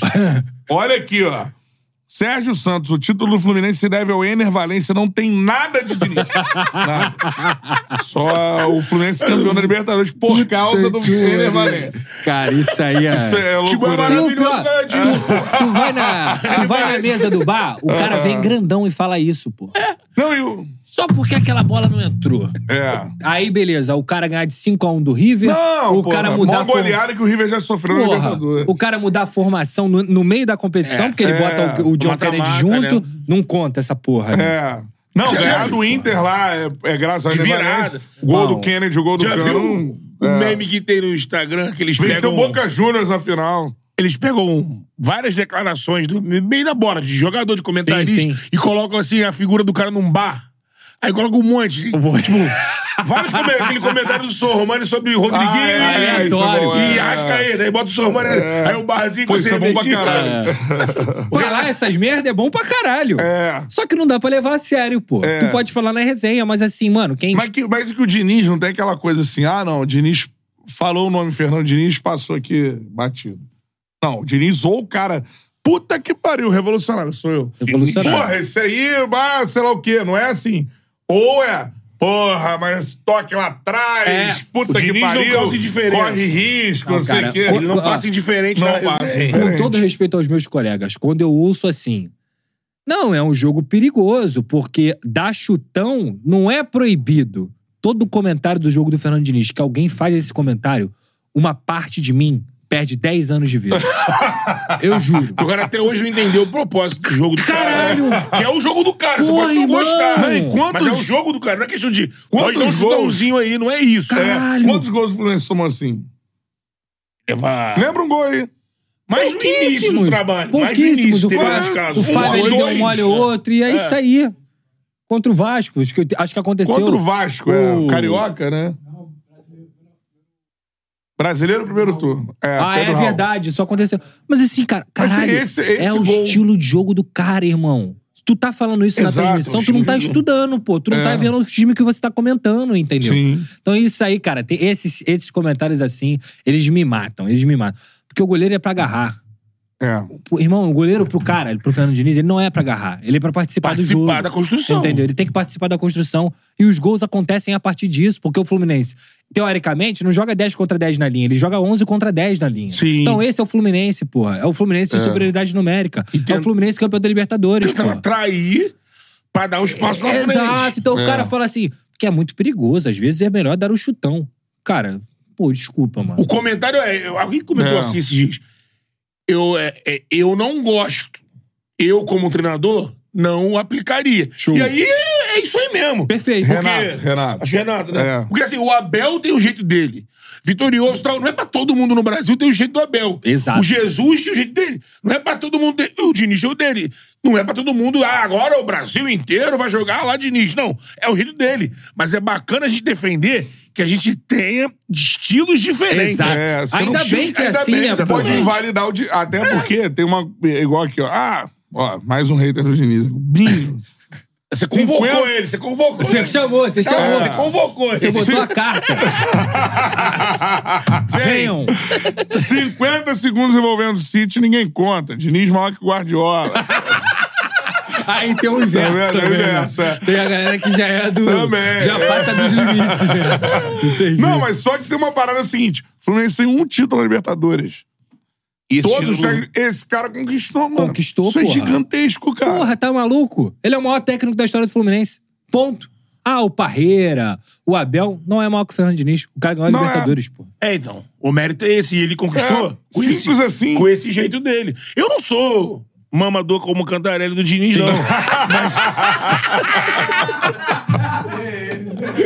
S2: olha aqui, ó. *laughs* Sérgio Santos, o título do Fluminense se deve ao Ener Valência, não tem nada
S4: *laughs*
S2: de Diniz. Nada. Só o Fluminense campeão da Libertadores por causa é do Ener Valência.
S4: Cara, isso aí é.
S2: Isso é
S3: Tipo, é
S4: E o
S2: loucura. né?
S3: maravilhoso,
S4: pior,
S3: né,
S4: tu, tu vai na,
S2: *laughs*
S4: tu vai na mesa do bar, o cara vem grandão e fala isso, pô.
S2: Não, e o...
S4: Só porque aquela bola não entrou.
S2: É.
S4: Aí, beleza, o cara ganhar de 5x1 do River,
S2: Não,
S4: o cara
S2: porra,
S4: mudar
S2: mó
S4: a forma-
S2: goleada que o River já sofreu no
S4: Porra,
S2: Libertadores.
S4: o cara mudar a formação no, no meio da competição, porque ele
S2: é,
S4: bota o, o
S2: o
S4: John
S3: mata-mata,
S4: Kennedy junto,
S3: né?
S4: não conta essa porra. né?
S2: É. Não, ganhar do Inter lá é, é graças a
S3: De
S2: Deus.
S3: virada.
S2: Valência.
S4: Bom,
S2: Gol do Kennedy, o gol do
S3: Já
S2: Cano.
S3: viu o
S2: É.
S3: meme que tem no Instagram que eles
S2: Venceu
S3: pegam...
S2: Boca Juniors na final.
S3: eles pegam um, várias declarações do meio da bola, de jogador, de comentarista,
S4: Sim, sim.
S3: e colocam assim a figura do cara num bar. Aí colocam um monte. Tipo, vários come- aquele comentário do Sor Romani sobre o Rodriguinho
S2: Ah, é,
S4: é, isso é bom,
S3: e,
S2: é.
S3: e Arrascaeta. Aí bota o Sor Romani, aí o barzinho com
S2: Pô, isso é bom pra
S3: cervejinha.
S2: caralho.
S4: Falar essas merda é bom pra caralho.
S2: É.
S4: Só que não dá pra levar a sério, pô.
S2: É.
S4: Tu pode falar na resenha, mas assim, mano, quem.
S2: Mas, que, mas que o Diniz não tem aquela coisa assim, ah, não, o Diniz falou o nome Fernando Diniz, passou aqui batido. Não, o Diniz ou o cara. Puta que pariu, revolucionário, sou eu.
S4: Revolucionário.
S2: Porra, esse aí, ah, sei lá o quê, não é assim. Ou é, porra, mas toque lá atrás,
S4: É,
S2: puta
S3: o
S2: que
S3: Diniz não
S2: pariu,
S3: causa indiferença.
S2: corre risco, não, sei
S4: cara,
S2: o quê.
S4: co-
S3: Ele não
S4: Ah.
S3: passa indiferente, né?
S2: Não
S3: não
S2: passa.
S3: passa.
S4: é, Com
S2: diferente.
S4: todo respeito aos meus colegas, quando eu ouço assim. Não, é um jogo perigoso, porque dar chutão não é proibido. Todo comentário do jogo do Fernando Diniz, que alguém faz esse comentário, uma parte de mim perde 10 anos
S3: *laughs*
S4: de vida. eu juro.
S3: O cara até hoje não entendeu o propósito do jogo do
S4: Caralho!
S3: cara. Que é o jogo do cara, você
S4: Porra,
S3: pode não
S4: irmão!
S3: gostar.
S4: Não, e
S2: quantos-
S3: Mas é o jogo do cara, não é questão de.
S2: Quantos
S3: Pode dar um
S2: gols?
S3: chutãozinho aí, não é isso.
S2: É,
S3: É.
S4: Caralho.
S2: Quantos gols o Fluminense tomou assim?
S3: Levar-
S2: Lembra um gol aí.
S3: Mas no início do
S4: Pouquíssimos.
S3: trabalho. Mas no
S4: Pouquíssimos.
S3: início
S4: O
S3: teve
S2: vários
S4: Fábio,
S3: casos.
S4: o Fábio
S2: Um,
S4: ali deu
S2: dois,
S4: um
S3: né?
S4: olho ou outro, e é, isso aí. Contra o Vasco, acho que, acho que aconteceu.
S2: Contra o Vasco, é.
S4: O-
S2: Carioca, né? Brasileiro primeiro turno. É,
S4: Ah, é
S2: Pedro Raul.
S4: verdade, isso aconteceu. Mas assim, cara,
S2: Mas
S4: caralho,
S2: esse- esse
S4: é o
S2: gol-
S4: estilo de jogo do cara, irmão. Se tu tá falando isso
S2: Exato,
S4: na
S2: o
S4: transmissão, tu
S2: estilo
S4: não tá
S2: de jogo.
S4: estudando, pô. Tu não
S2: É.
S4: tá vendo o time que você tá comentando, entendeu?
S2: Sim.
S4: Então isso aí, cara, tem esses, esses comentários assim, eles me matam, eles me matam. Porque o goleiro é pra agarrar.
S2: É.
S4: Pô, Irmão, o goleiro pro cara, pro Fernando Diniz, ele não é pra agarrar. Ele é pra participar, do
S3: Participar
S4: jogo.
S3: da construção.
S4: Entendeu? Ele tem que participar da construção. E os gols acontecem a partir disso, porque o Fluminense, teoricamente, não joga 10 contra 10 na linha. Ele joga 11 contra 10 na linha.
S3: Sim.
S4: Então esse é o Fluminense, porra. É o Fluminense de superioridade numérica.
S3: tem-
S4: É o Fluminense campeão da Libertadores,
S3: Tentando
S4: porra.
S3: atrair pra dar um espaço na frente.
S4: Exato. Então o cara fala assim, que é muito perigoso. Às vezes é melhor dar o chutão. Cara, pô, desculpa, mano.
S3: O comentário é. eu- Alguém comentou
S2: É.
S3: assim esses dias. Eu, é, é, eu não gosto. Eu, como treinador, não aplicaria.
S4: Show.
S3: E aí é, é isso aí mesmo.
S4: Perfeito.
S3: Porque-
S2: Renato, Renato.
S3: Acho Renato, né?
S2: É.
S3: Porque assim, o Abel tem o jeito dele. Vitorioso e tal. Não é pra todo mundo no Brasil ter o jeito do Abel.
S4: Exato.
S3: O Jesus tem o jeito dele. Não é pra todo mundo ter. O Diniz é o dele. Não é pra todo mundo. Ah, agora o Brasil inteiro vai jogar lá Diniz. Não. É o jeito dele. Mas é bacana a gente defender que a gente tenha estilos diferentes.
S4: Exato.
S2: É, você
S4: ainda
S2: não
S4: bem que é
S3: ainda
S4: assim,
S3: bem
S4: né,
S3: que você
S4: pô,
S2: Pode
S4: gente?
S2: invalidar o. Di- Até porque tem uma. é Igual aqui, ó. Ah, ó, mais um hater do Diniz. Binho.
S3: Você convocou
S2: 50.
S3: ele. Você convocou
S4: Você
S3: ele.
S4: chamou, você
S2: Tá
S4: chamou.
S3: Você convocou ele.
S4: Você botou a
S2: *laughs*
S4: carta. Venham.
S2: 50 segundos envolvendo o City, ninguém conta. Diniz maior que Guardiola.
S4: Aí tem o inverso
S2: Tá vendo? É o
S4: também. né?
S2: inverso, é.
S4: Tem a galera que já é do.
S2: Também,
S4: Já
S2: é.
S4: passa dos limites, né? Entendi.
S2: Não, mas só que tem uma parada é o seguinte: o Fluminense tem um título na Libertadores. Todos os técnicos- Esse cara conquistou, mano.
S4: Conquistou,
S2: Isso é
S4: porra.
S2: gigantesco, cara.
S4: Porra, tá maluco? Ele é o maior técnico da história do Fluminense. Ponto. Ah, o Parreira, o Abel, não é maior que o Fernando Diniz. O cara ganhou a
S2: Não é.
S4: Libertadores, pô.
S3: É, então. O mérito é esse. E ele conquistou.
S2: É,
S3: com
S2: simples
S3: esse,
S2: assim.
S3: Com esse jeito dele. Eu não sou mamador como o Cantarelli do Diniz, não. Mas...
S4: *laughs*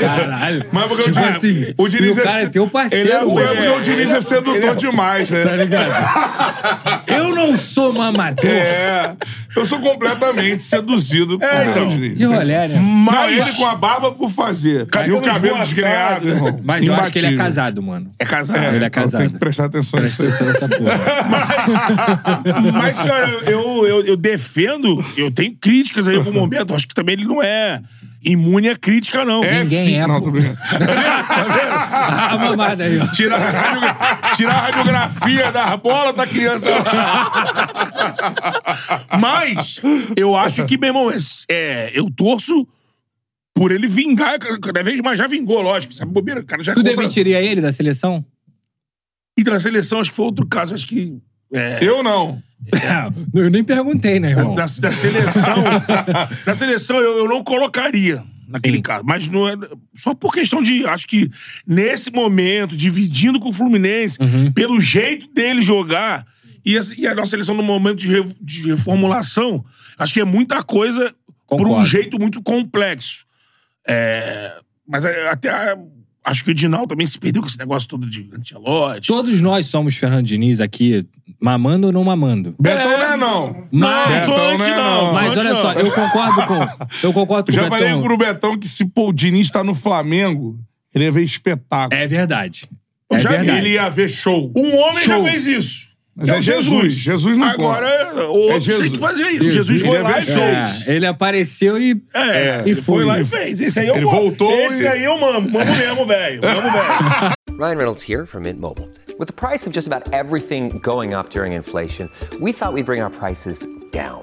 S4: Caralho.
S10: Mas porque
S4: Tipo
S10: o Diniz,
S4: assim,
S10: o Diniz
S4: e o cara é teu parceiro,
S10: Ele é,
S4: mano.
S10: é porque o Diniz é sedutor demais, né?
S4: Tá ligado? Eu não sou mamador.
S10: É. Eu sou completamente seduzido por
S3: É,
S2: então.
S10: o Diniz.
S4: De rolé, né?
S10: Não,
S2: Mas
S10: ele com a barba por fazer. e o
S2: Cabelo
S10: cabelo
S2: esvoaçado,
S10: desgrenhado.
S2: irmão.
S4: Mas eu acho que ele é
S10: imbatível.
S4: casado, mano.
S2: É casado.
S4: Ele é
S10: Então, Tem que
S4: casado.
S10: prestar atenção nisso aí.
S4: Essa- essa porra.
S2: *laughs* Mas, cara, eu, eu, eu defendo, eu tenho críticas aí em algum momento. Acho que também ele não é imune a crítica, não.
S4: Ninguém
S10: sim.
S4: é,
S10: Não,
S4: pô.
S10: tô brincando.
S4: Ah, a mamada aí, ó.
S2: Tirar a, radio- tirar a radiografia da bola da criança. Mas eu acho que, meu irmão, é, é, eu torço por ele vingar cada vez mais. Já vingou, lógico. Sabe, bobeira, o cara já
S4: Tu
S2: consa-
S4: demitiria ele da seleção?
S2: E na seleção, acho que foi outro caso. Acho que... é,
S10: Eu não.
S4: É, Eu nem perguntei, né, irmão?
S2: da,
S4: *laughs*
S2: da seleção. da seleção eu, eu não colocaria naquele caso. Mas não é, só por questão de. Acho que nesse momento, dividindo com o Fluminense,
S4: Uhum.
S2: pelo jeito dele jogar, e, esse- e a nossa seleção no momento de, re- de reformulação, acho que é muita coisa por um
S4: Concordo.
S2: jeito muito complexo. É, mas é, até. a- Acho que o Edinal também se perdeu com esse negócio todo de Antelote.
S4: Todos nós somos Fernando Diniz aqui, mamando ou não mamando.
S10: Betão não é não.
S4: Mas-
S2: não, sou
S10: Betão,
S2: anti,
S10: né,
S2: não. sou
S10: não.
S4: Mas
S2: anti,
S4: olha
S2: não.
S4: só, eu concordo com. Eu
S2: *laughs*
S4: concordo com
S10: Já
S4: o
S10: falei
S4: Betão.
S10: pro Betão que se pô, o Diniz tá no Flamengo, ele ia ver espetáculo.
S4: É verdade.
S2: Eu
S4: É
S2: já vi
S4: verdade.
S10: Ele ia ver show.
S2: Um homem
S10: Show.
S2: já fez isso.
S10: Mas é
S2: o
S10: Jesus. Jesus não
S2: Agora, o
S10: É
S2: outro
S10: Jesus.
S2: tem que fazer isso. Jesus, foi
S10: Ele
S2: lá
S10: é
S2: e fez.
S4: É, ele apareceu e. *laughs*
S2: É,
S4: E
S2: ele foi,
S4: foi.
S2: lá e fez. Esse aí eu
S10: Ele
S2: mamo.
S10: voltou
S2: Esse
S10: e-
S2: aí eu mamo. Mamo mesmo, velho. Mamo velho.
S6: Ryan Reynolds here from Mint Mobile. With the price of just about everything going up during inflation, we thought we'd bring our prices down.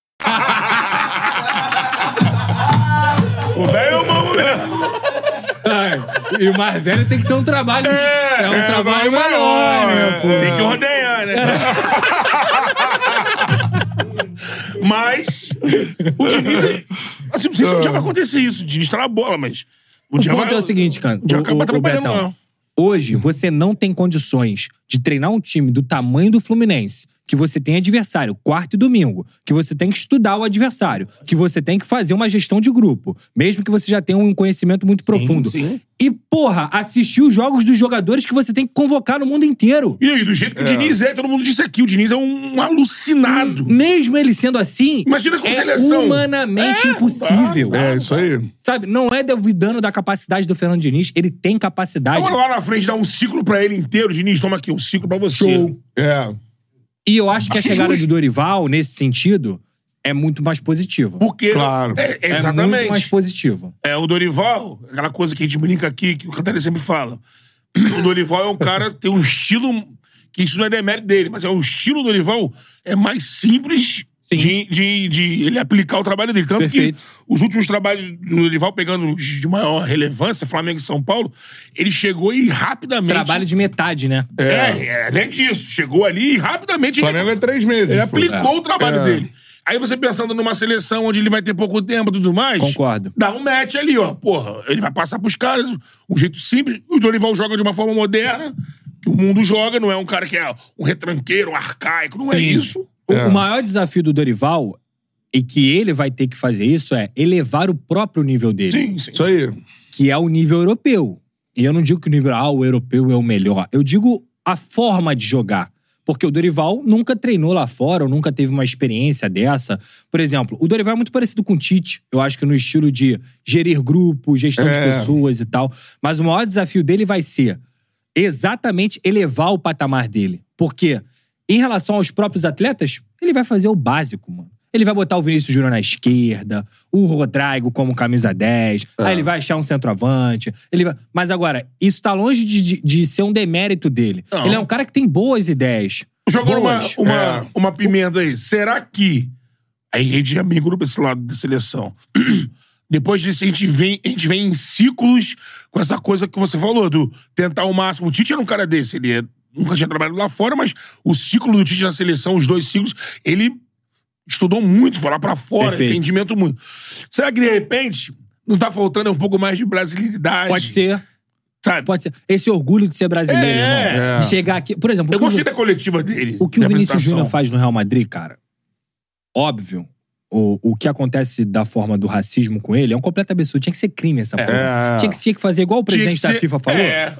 S2: O velho eu mamo mesmo.
S4: Ah, E o mais velho tem que ter um trabalho. É, um trabalho
S10: vai
S4: maior, né, pô?
S2: é.
S4: É.
S2: Tem que ordenhar, né? mas o Diniz... Assim, não sei se um dia vai acontecer isso. O Diniz tá na bola, mas... um O,
S4: O ponto é o seguinte, cara.
S2: O um dia
S4: o-
S2: acaba né?
S4: o- o
S2: trabalhando,
S4: Betão,
S2: não.
S4: Hoje, você não tem condições de treinar um time do tamanho do Fluminense, que você tem adversário quarto e domingo, que você tem que estudar o adversário, que você tem que fazer uma gestão de grupo, mesmo que você já tenha um conhecimento muito profundo.
S2: sim.
S4: E, porra, assistir os jogos dos jogadores que você tem que convocar no mundo inteiro.
S2: E aí, do jeito que o Diniz é, todo mundo disse aqui, o Diniz é um alucinado.
S4: Mesmo ele sendo assim,
S2: Imagina com
S4: é
S2: seleção.
S4: humanamente
S2: É,
S4: impossível.
S10: É, isso aí.
S4: Sabe, não é duvidando da capacidade do Fernando Diniz, ele tem capacidade.
S2: Agora lá na frente dá um ciclo pra ele inteiro, Diniz, toma aqui um ciclo pra você.
S10: É.
S4: E eu acho que
S2: Acho
S4: a chegada
S2: justo.
S4: do Dorival, nesse sentido, é muito mais positiva.
S2: Porque
S10: Claro.
S2: é, é
S4: É muito mais
S2: exatamente.
S4: positiva.
S2: É, o Dorival, aquela coisa que a gente brinca aqui, que o Cantarelli sempre fala. O Dorival é um cara, tem um estilo, que isso não é demérito dele, mas é o estilo do Dorival é mais simples
S4: Sim.
S2: de, de, de ele aplicar o trabalho dele. Tanto
S4: Perfeito.
S2: que os últimos trabalhos do Dorival, pegando os de maior relevância, Flamengo e São Paulo, ele chegou e rapidamente...
S4: Trabalho de metade, né?
S2: É, é, além disso, chegou ali e rapidamente
S10: O
S2: ele
S10: Flamengo é três meses.
S2: Ele
S10: pô.
S2: aplicou o trabalho
S10: É.
S2: dele. Aí você pensando numa seleção onde ele vai ter pouco tempo e tudo mais.
S4: Concordo.
S2: Dá um match ali, ó. Porra, ele vai passar pros caras, um jeito simples. O Dorival joga de uma forma moderna, que o mundo joga, não é um cara que é um retranqueiro, um arcaico, não é isso.
S4: O, o maior desafio do Dorival, e que ele vai ter que fazer isso, é elevar o próprio nível dele,
S2: Sim, sim.
S10: Isso aí.
S4: que é o nível europeu. E eu não digo que o nível ah, o europeu é o melhor. Eu digo a forma de jogar. Porque o Dorival nunca treinou lá fora, ou nunca teve uma experiência dessa. Por exemplo, o Dorival é muito parecido com o Tite, eu acho que no estilo de gerir grupo, gestão de
S10: É.
S4: pessoas e tal. Mas o maior desafio dele vai ser exatamente elevar o patamar dele. Porque Em relação aos próprios atletas, ele vai fazer o básico, mano. Ele vai botar o Vinícius Júnior na esquerda, o Rodrigo como camisa 10,
S3: É.
S4: aí ele vai achar um centroavante. Ele vai... Mas agora, isso tá longe de, de- de ser um demérito dele.
S3: Não.
S4: Ele é um cara que tem boas ideias.
S3: Jogou uma,
S4: Boas.
S3: uma,
S2: É.
S3: uma pimenta aí. Será que. Aí a é gente já migrou pra esse lado da seleção. *clears throat* Depois disso, a gente, vem, a gente vem em ciclos com essa coisa que você falou, do tentar o máximo. O Tite era um cara desse, ele é- nunca tinha trabalhado lá fora, mas o ciclo do Tite na seleção, os dois ciclos, ele estudou muito, foi lá pra fora,
S4: Perfeito.
S3: entendimento muito. Será que, de repente, não tá faltando um pouco mais de brasilidade?
S4: Pode ser.
S3: Sabe?
S4: Pode ser. Esse orgulho de ser brasileiro,
S3: É.
S4: irmão.
S2: É.
S4: De chegar aqui. Por exemplo, o
S3: Eu
S4: que o-
S3: gostei da coletiva dele.
S4: O que o
S3: da
S4: Vinícius
S3: apresentação.
S4: Júnior faz no Real Madrid, cara, óbvio, o, o que acontece da forma do racismo com ele é um completo absurdo. Tinha que ser crime essa porra.
S2: É.
S4: Tá Tinha, que, tinha que fazer igual o
S3: Tinha que
S4: presidente da
S3: ser-
S4: FIFA falou.
S3: É.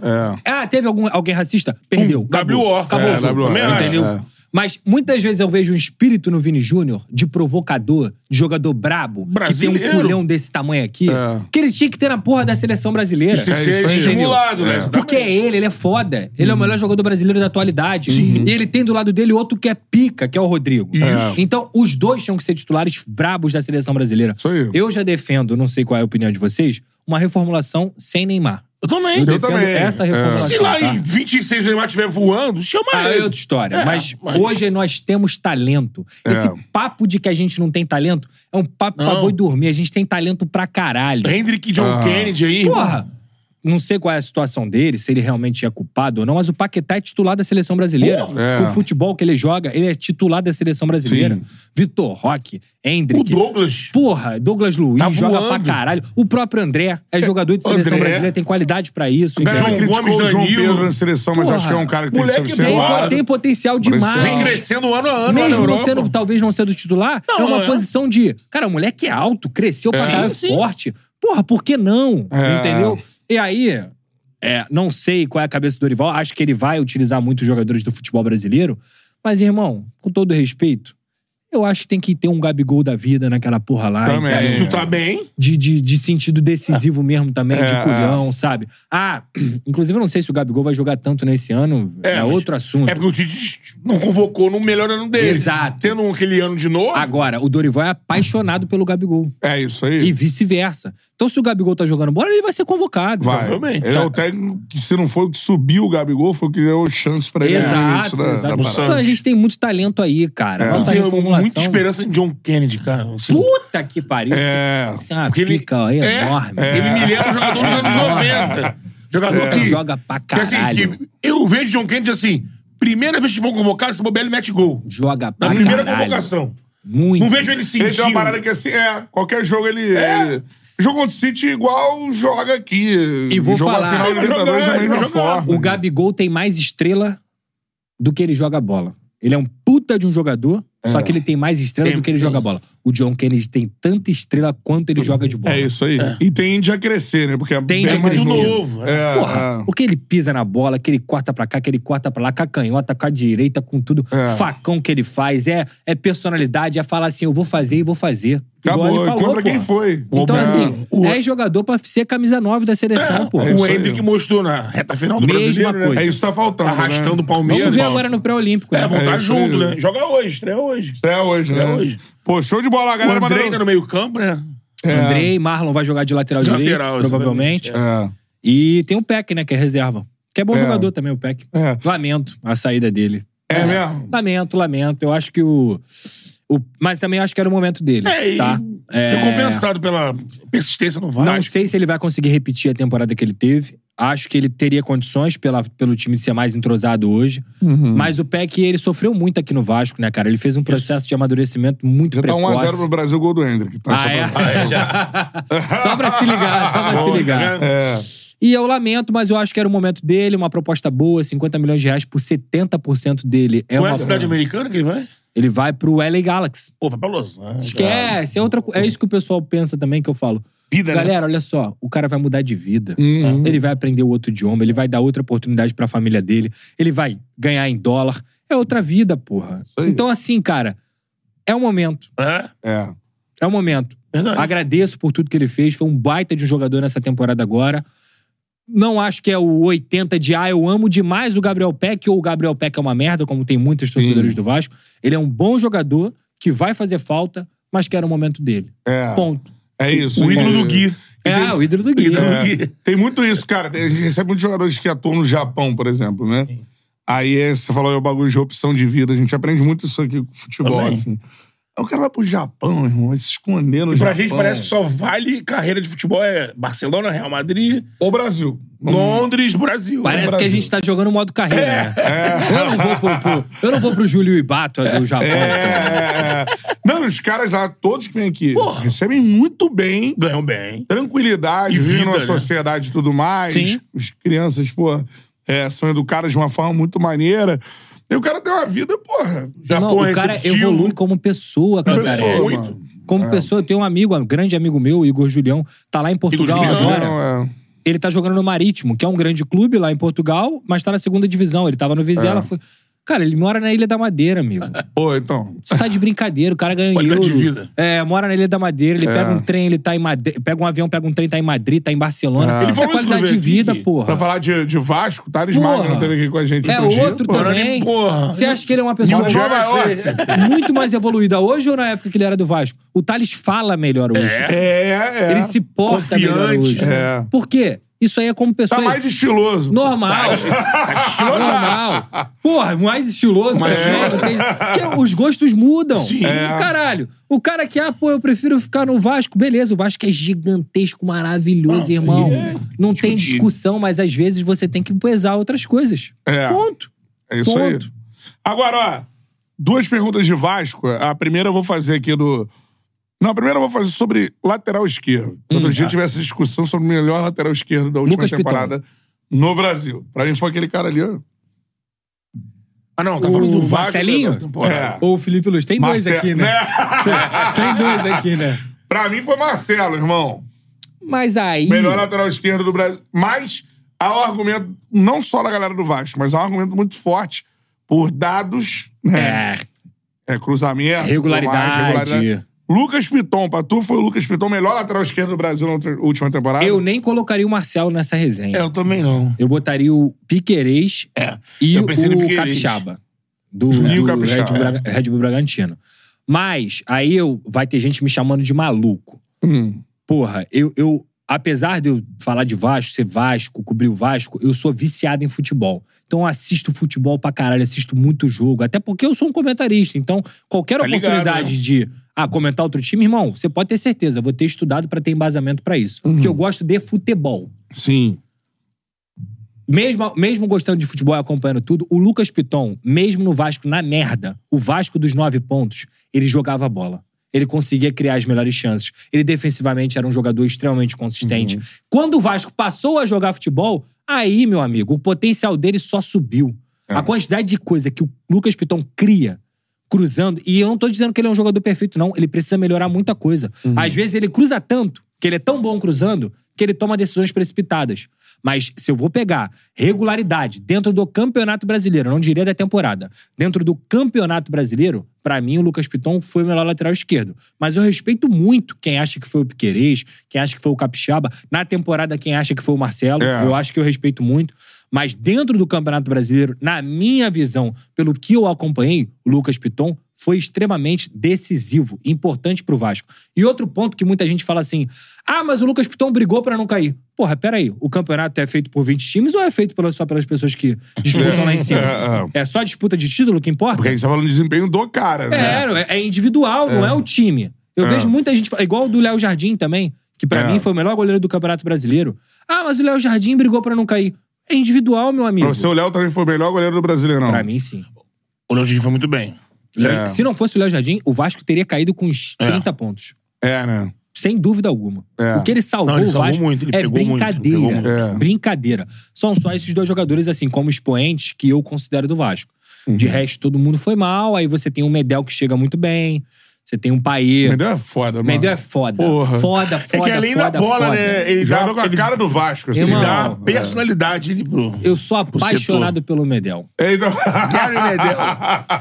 S2: É.
S4: Ah, teve algum, alguém racista? Perdeu.
S3: Pum,
S4: acabou.
S3: WO.
S4: Acabou
S3: É,
S4: o jogo.
S3: WO, também acho.
S4: entendeu?
S2: É.
S4: Mas muitas vezes eu vejo um espírito no Vini Júnior de provocador, de jogador brabo, que tem
S3: Brasileiro.
S4: um culhão desse tamanho aqui,
S2: É.
S4: que ele um tinha que ter na porra da seleção brasileira.
S3: Isso tem que
S2: É
S3: ser
S2: isso aí.
S3: estimulado, né?
S2: É.
S3: Exatamente.
S4: Porque é ele, ele é foda. Ele é o melhor jogador brasileiro da atualidade. E ele tem do lado dele outro que é pica, que é o Rodrigo.
S3: Isso.
S4: Então, os dois tinham que ser titulares brabos da seleção brasileira.
S2: Isso aí.
S4: Eu já defendo, não sei qual é a opinião de vocês, uma reformulação sem Neymar.
S3: Eu também.
S4: Eu, defendo
S2: também.
S4: essa
S2: É.
S4: reformulação.
S3: Se lá
S4: tá?
S3: em 26 o Neymar estiver voando, chama
S4: Ah, é
S3: ele.
S4: outra história.
S3: É,
S4: mas,
S3: mas- É.
S4: hoje nós temos talento. Esse papo de que a gente não tem talento é um papo pra
S3: Não.
S4: boi dormir. A gente tem talento pra caralho.
S3: Hendrick e John Kennedy aí.
S4: Porra! Não sei qual é a situação dele, se ele realmente é culpado ou não, mas o Paquetá é titular da seleção brasileira.
S2: É.
S4: Com o futebol que ele joga, ele é titular da seleção brasileira. Vitor Roque,
S3: O
S4: Hendrick.
S3: Douglas.
S4: Porra, Douglas Luiz
S3: Tá
S4: joga pra
S3: voando.
S4: caralho. O próprio André é jogador de seleção
S3: André.
S4: brasileira, tem qualidade pra isso.
S2: O
S4: entendeu?
S2: João
S3: João
S2: criticou
S3: Gomes,
S2: o João
S3: Danilo.
S2: Pedro na seleção, mas
S4: Porra,
S2: acho que é um cara que tem que ser
S3: moleque
S4: Tem,
S2: observado.
S4: tem potencial demais.
S3: Vem crescendo ano a ano lá na
S4: Mesmo não
S3: Europa.
S4: sendo, talvez não sendo titular, é
S3: Não,
S4: uma
S3: é.
S4: posição de. Cara, o moleque é alto, cresceu pra
S3: Sim,
S4: caralho
S3: sim.
S4: forte. Porra, por que não?
S2: É.
S4: Entendeu? E aí, é, não sei qual é a cabeça do Dorival, acho que ele vai utilizar muito os jogadores do futebol brasileiro. Mas, irmão, com todo respeito, eu acho que tem que ter um Gabigol da vida naquela porra lá. então é
S2: Também.
S4: entendeu?
S3: Se tu tá bem,
S4: de, de, de sentido decisivo mesmo também, de
S2: É,
S4: culhão, sabe? Ah, *clears throat* inclusive eu não sei se o Gabigol vai jogar tanto nesse ano, é,
S3: É, mas-
S4: outro assunto.
S3: é porque o Tite não convocou no melhor ano dele.
S4: Exato.
S3: Tendo aquele ano de novo.
S4: Agora, o Dorival é apaixonado pelo Gabigol.
S2: É isso
S4: E
S2: aí.
S4: vice-versa. Então, se o Gabigol tá jogando bola, ele vai ser convocado.
S2: Vai.
S3: Provavelmente.
S2: Ele é o técnico que, se não foi o que subiu o Gabigol, foi o que deu chance pra ele
S3: né,
S2: no
S4: Exato.
S2: início da, da
S4: exato.
S2: parada.
S4: então, a gente tem muito talento aí, cara.
S3: É. eu
S4: Nossa
S3: tenho
S4: reformulação-
S3: muita esperança em John
S4: Então,
S3: Kennedy, cara. Assim,
S4: Puta que pariu.
S2: É.
S4: Isso é uma
S3: porque ele-
S4: pica ó,
S3: é,
S4: enorme.
S3: Ele me lembra um jogador dos anos 90. Jogador
S2: É.
S3: que.
S4: Joga pra
S3: que, assim,
S4: caralho.
S3: que eu vejo John Kennedy assim: primeira vez que vão convocar, se bobear, ele mete gol.
S4: Joga pra
S3: Na primeira
S4: caralho.
S3: convocação.
S4: Muito.
S3: Não vejo ele sentindo.
S2: Ele tem uma parada que assim, é, qualquer jogo ele.
S3: É.
S2: ele jogo contra o City igual joga aqui.
S4: E vou
S2: jogo
S4: falar-
S2: a final
S4: Ele
S2: de
S3: vai
S2: Libertadores
S3: jogar,
S2: da
S3: ele
S2: mesma
S3: vai jogar.
S2: forma.
S4: O Gabigol tem mais estrela do que ele joga bola. Ele é um puta de um jogador,
S2: É.
S4: só que ele tem mais estrela
S3: Tem-
S4: do que ele joga bola. O John Kennedy tem tanta estrela quanto ele joga de bola.
S2: É isso aí. E tende a crescer, né? Porque é
S4: Tende
S2: bem
S4: a
S2: mais
S3: Muito
S4: crescer.
S2: novo.
S3: novo. é.
S2: É,
S4: Porra, o que ele pisa na bola, que ele corta pra cá, que ele corta pra lá, com a canhota, com a direita, com tudo.
S2: É.
S4: Facão que ele faz, é, é personalidade, é falar assim, eu vou fazer e vou fazer.
S2: é.
S4: Igual
S2: acabou.
S4: ele falou,
S2: Contra quem
S4: porra.
S2: foi.
S4: Então,
S3: Não,
S4: assim,
S3: o-
S4: é jogador pra ser camisa 9 da seleção, pô.
S2: é isso
S3: o
S2: aí.
S3: Hendrick mostrou na reta final do
S4: Mesma
S3: brasileiro, né?
S4: coisa.
S2: É isso que tá faltando.
S3: Arrastando o
S2: né?
S3: Palmeiras.
S4: Vamos ver
S3: Paulo.
S4: agora no pré-olímpico.
S3: É,
S4: né?
S3: vão estar
S2: É isso
S3: junto, né?
S2: aí.
S3: Joga hoje, estreia hoje.
S2: Até hoje, né?
S3: Até hoje.
S2: Pô, show de bola, a
S3: O
S2: galera.
S3: André ainda
S2: mandando-
S3: no meio campo, né?
S2: É.
S4: Andrei, Marlon vai jogar de lateral
S3: De
S4: direito,
S3: lateral,
S4: provavelmente.
S2: É.
S4: E tem o Peck, né, que é reserva. Que é bom
S2: É.
S4: jogador também, o Peck.
S2: É.
S4: Lamento a saída dele.
S2: É mesmo?
S4: Lamento, lamento. Eu acho que o. o mas também acho que era o momento dele.
S3: É, e
S4: tá? É,
S3: recompensado pela persistência no Vasco.
S4: Não sei se ele vai conseguir repetir a temporada que ele teve. Acho que ele teria condições pela, pelo time de ser mais entrosado hoje.
S2: Uhum.
S4: Mas o Peck, ele sofreu muito aqui no Vasco, né, cara? Ele fez um processo de amadurecimento muito
S2: Já tá
S4: precoce.
S2: 1x0 pro Brasil, gol do Hendrick. Tá Só
S4: Ah,
S2: pra-
S4: é? *laughs* só pra se ligar, só pra
S3: Bom,
S4: se ligar.
S3: né?
S2: É.
S4: E eu lamento, mas eu acho que era o momento dele, uma proposta boa, 50 milhões de reais por 70% dele. É
S3: Qual é
S4: uma
S3: a cidade
S4: boa.
S3: americana que ele vai?
S4: Ele vai pro LA Galaxy.
S3: Pô, vai pra Los Angeles.
S4: Esquece, é, outra, co- é isso que o pessoal pensa também que eu falo.
S3: Vida, né? Uhum.
S4: Galera, olha só, o cara vai mudar de vida. tá? Ele vai aprender outro idioma, ele vai dar outra oportunidade pra família dele, ele vai ganhar em dólar. É outra vida, porra.
S2: aí.
S4: Então assim, cara, é o momento.
S3: É,
S2: É.
S4: É o momento.
S3: verdade.
S4: Agradeço por tudo que ele fez. Foi um baita de um jogador nessa temporada agora. Não acho que é o 80 de ah, eu amo demais o Gabriel Peck ou o Gabriel Peck é uma merda, como tem muitos torcedores do Vasco. Ele é um bom jogador que vai fazer falta, mas que era o momento dele.
S2: É.
S4: Ponto.
S2: É isso.
S3: O ídolo
S2: Entendi.
S3: do Gui.
S4: É, o ídolo do Gui.
S2: É. Tem muito isso, cara. Tem- A gente recebe muitos jogadores que atuam no Japão, por exemplo, né? Aí é, você falou aí o bagulho de opção de vida. A gente aprende muito isso aqui com futebol,
S3: Também.
S2: assim. Aí o cara vai pro Japão, irmão, vai se esconder no
S3: E pra
S2: Japão.
S3: gente parece que só vale carreira de futebol é Barcelona, Real Madrid,
S2: O Brasil.
S3: Londres, Brasil. É.
S4: Parece que a
S2: Brasil.
S4: gente tá jogando modo carreira, né? Eu, não vou pro, pro- eu não vou pro Júlio Ibata do Japão. né?
S2: É, é, é. Não, os caras lá, todos que vêm aqui, recebem muito bem.
S3: Ganham bem.
S2: tranquilidade,
S3: E
S2: vivem
S3: vida,
S2: numa
S3: né?
S2: sociedade e tudo mais.
S4: Sim.
S2: As crianças, pô, é, são educadas de uma forma muito maneira. E o cara tem uma vida, porra. Já
S4: Não,
S3: Japão é
S4: o cara
S3: receptivo.
S4: evolui como pessoa,
S2: Como
S4: Cantarelli.
S2: pessoa,
S4: Muito.
S2: mano.
S4: Como
S3: Ah.
S4: pessoa, eu tenho um amigo, um grande amigo meu, o Igor Julião, tá lá em Portugal
S3: Julião,
S4: agora.
S2: não, é.
S4: Ele tá jogando no Marítimo, que é um grande clube lá em Portugal, mas tá na segunda divisão. Ele tava no
S3: É.
S4: Vizela. Foi... Cara, ele mora na Ilha da
S3: *laughs*
S4: Madeira, amigo.
S2: Pô, então.
S4: Você tá de brincadeira, o cara ganha em
S3: Qualidade
S4: euro.
S3: de vida. É.
S4: É, mora na Ilha da Madeira, ele pega um trem, ele tá em Madrid, pega um avião, pega um trem, tá em Madrid, tá em Barcelona.
S3: Ele falou
S4: é
S3: isso
S4: qualidade
S3: quando
S4: de
S3: veio
S4: vida,
S3: aqui.
S4: porra.
S2: Pra falar de, de Vasco, Thales
S4: Porra.
S2: Magno teve aqui com a gente
S4: É
S2: outro dia.
S4: outro
S2: pô.
S4: também.
S3: porra.
S4: Você acha que ele é uma pessoa
S3: New
S4: nova-
S3: Jersey.
S4: muito mais evoluída hoje ou na época que ele era do Vasco? O Thales fala melhor hoje.
S2: É, é.
S4: Ele se porta melhor
S3: Confiante.
S4: hoje.
S2: É.
S4: Por quê? Isso aí é como pessoa...
S2: Tá mais estiloso. Tá
S4: Normal. Normal. Porra, mais estiloso. assim, Mas os gostos mudam.
S3: Sim.
S2: É.
S4: E, Caralho. O cara que, ah, pô, eu prefiro ficar no Vasco. Beleza, o Vasco é gigantesco, maravilhoso, irmão. Não tem discussão, mas às vezes você tem que pesar outras coisas.
S2: É.
S4: Ponto.
S2: É isso aí.
S4: Ponto.
S2: Agora, ó, duas perguntas de Vasco. A primeira eu vou fazer aqui do. Não, a primeira eu vou fazer sobre lateral esquerdo. Outro dia tive essa discussão sobre o melhor lateral esquerdo da última
S4: Hum, é. tá. Lucas Piton.
S2: temporada no Brasil. Pra mim foi aquele cara ali, ó.
S3: Ah, não, tá
S4: O
S3: falando do Vasco.
S4: Marcelinho?
S3: né, da
S2: É.
S3: temporada.
S4: Ou o Felipe Luiz. Tem dois
S2: Marcelo-
S4: aqui, né? *laughs* Tem dois aqui, né?
S2: pra mim foi Marcelo, irmão.
S4: Mas aí.
S2: Melhor lateral esquerdo do Brasil. Mas há um argumento, não só da galera do Vasco, mas há um argumento muito forte por dados, né?
S4: É,
S2: É, cruzamento.
S4: Regularidade.
S2: tudo mais, Lucas Piton, pra tu foi o Lucas Piton, melhor lateral esquerdo do Brasil na outra- última temporada?
S4: eu nem colocaria o Marcelo nessa resenha.
S3: É, eu também não.
S4: Eu botaria o Piquerez
S3: É,
S4: e
S3: eu
S4: o
S3: pensei no Piquerez.
S4: Capixaba. Do,
S2: Juninho
S4: do
S2: Capixaba,
S4: Red, Bull,
S2: é.
S4: Braga- Red Bull Bragantino. Mas aí eu, vai ter gente me chamando de maluco.
S2: Hum.
S4: Porra, eu, eu apesar de eu falar de Vasco, ser Vasco, cobrir o Vasco, eu sou viciado em futebol. Então eu assisto futebol pra caralho, assisto muito jogo. Até porque eu sou um comentarista. Então, qualquer
S3: Tá ligado,
S4: oportunidade
S3: né?
S4: de ah, comentar outro time, irmão, você pode ter certeza, eu vou ter estudado pra ter embasamento pra isso. Porque eu gosto de futebol
S2: Sim.
S4: mesmo, mesmo gostando de futebol e acompanhando tudo, o Lucas Piton, mesmo no Vasco na merda, o Vasco dos nove pontos, ele jogava a bola. Ele conseguia criar as melhores chances. Ele defensivamente era um jogador extremamente consistente. Quando o Vasco passou a jogar futebol, aí, meu amigo, o potencial dele só subiu. A quantidade de coisa que o Lucas Piton cria cruzando, e eu não tô dizendo que ele é um jogador perfeito, não. Ele precisa melhorar muita coisa. Às vezes ele cruza tanto, que ele é tão bom cruzando, que ele toma decisões precipitadas. Mas se eu vou pegar regularidade dentro do Campeonato Brasileiro, não diria da temporada, dentro do Campeonato Brasileiro, pra mim o Lucas Piton foi o melhor lateral esquerdo. Mas eu respeito muito quem acha que foi o Piquerez, quem acha que foi o Capixaba. Na temporada, quem acha que foi o Marcelo.
S2: É.
S4: Eu acho que eu respeito muito. Mas dentro do Campeonato Brasileiro, na minha visão, pelo que eu acompanhei, o Lucas Piton foi extremamente decisivo, importante pro Vasco. E outro ponto que muita gente fala assim: "Ah, mas o Lucas Piton brigou pra não cair". Porra, peraí, o campeonato é feito por 20 times ou é feito pela- só pelas pessoas que disputam lá em cima?
S2: *laughs* É,
S4: É só disputa de título que importa?
S2: Porque a gente tá falando do desempenho do cara, né?
S4: É, é, é individual, não é o time.
S2: Ah.
S4: Eu vejo muita gente. fa- Igual o do Léo Jardim também, que pra
S2: É.
S4: mim foi o melhor goleiro do Campeonato Brasileiro. Ah, mas o Léo Jardim brigou pra não cair. É individual, meu amigo.
S2: Pra você, é o Léo também foi o melhor goleiro do Brasileirão. É.
S4: Pra mim, sim.
S3: O Léo Jardim foi muito bem.
S4: Le- Se não fosse o Léo Jardim, o Vasco teria caído com uns 30 pontos.
S2: É, né?
S4: Sem dúvida alguma.
S2: É.
S4: O que ele salvou,
S3: Não, ele
S4: o
S3: salvou
S4: Vasco
S3: muito, ele
S4: é
S3: pegou muito, ele
S4: brincadeira.
S3: pegou muito.
S2: É.
S4: Brincadeira. São só esses dois jogadores, assim, como expoentes, que
S2: Uhum.
S4: eu considero do Vasco. De resto, todo mundo foi mal. Aí você tem o Medel que chega muito bem. Você tem um paê.
S2: Mendel é foda, mano.
S4: Mendel é foda.
S2: Porra.
S4: Foda,
S3: É
S4: foda,
S3: que além
S4: foda,
S3: da bola,
S4: foda.
S3: né? Ele
S2: Joga
S3: dá,
S2: com a
S3: ele,
S2: cara do Vasco, assim.
S3: ele
S4: Irmão. é.
S3: dá personalidade ele pro.
S4: Eu sou apaixonado
S3: setor.
S4: pelo Medel.
S2: Ele dá-
S3: Gary Medel.
S2: Então- *laughs*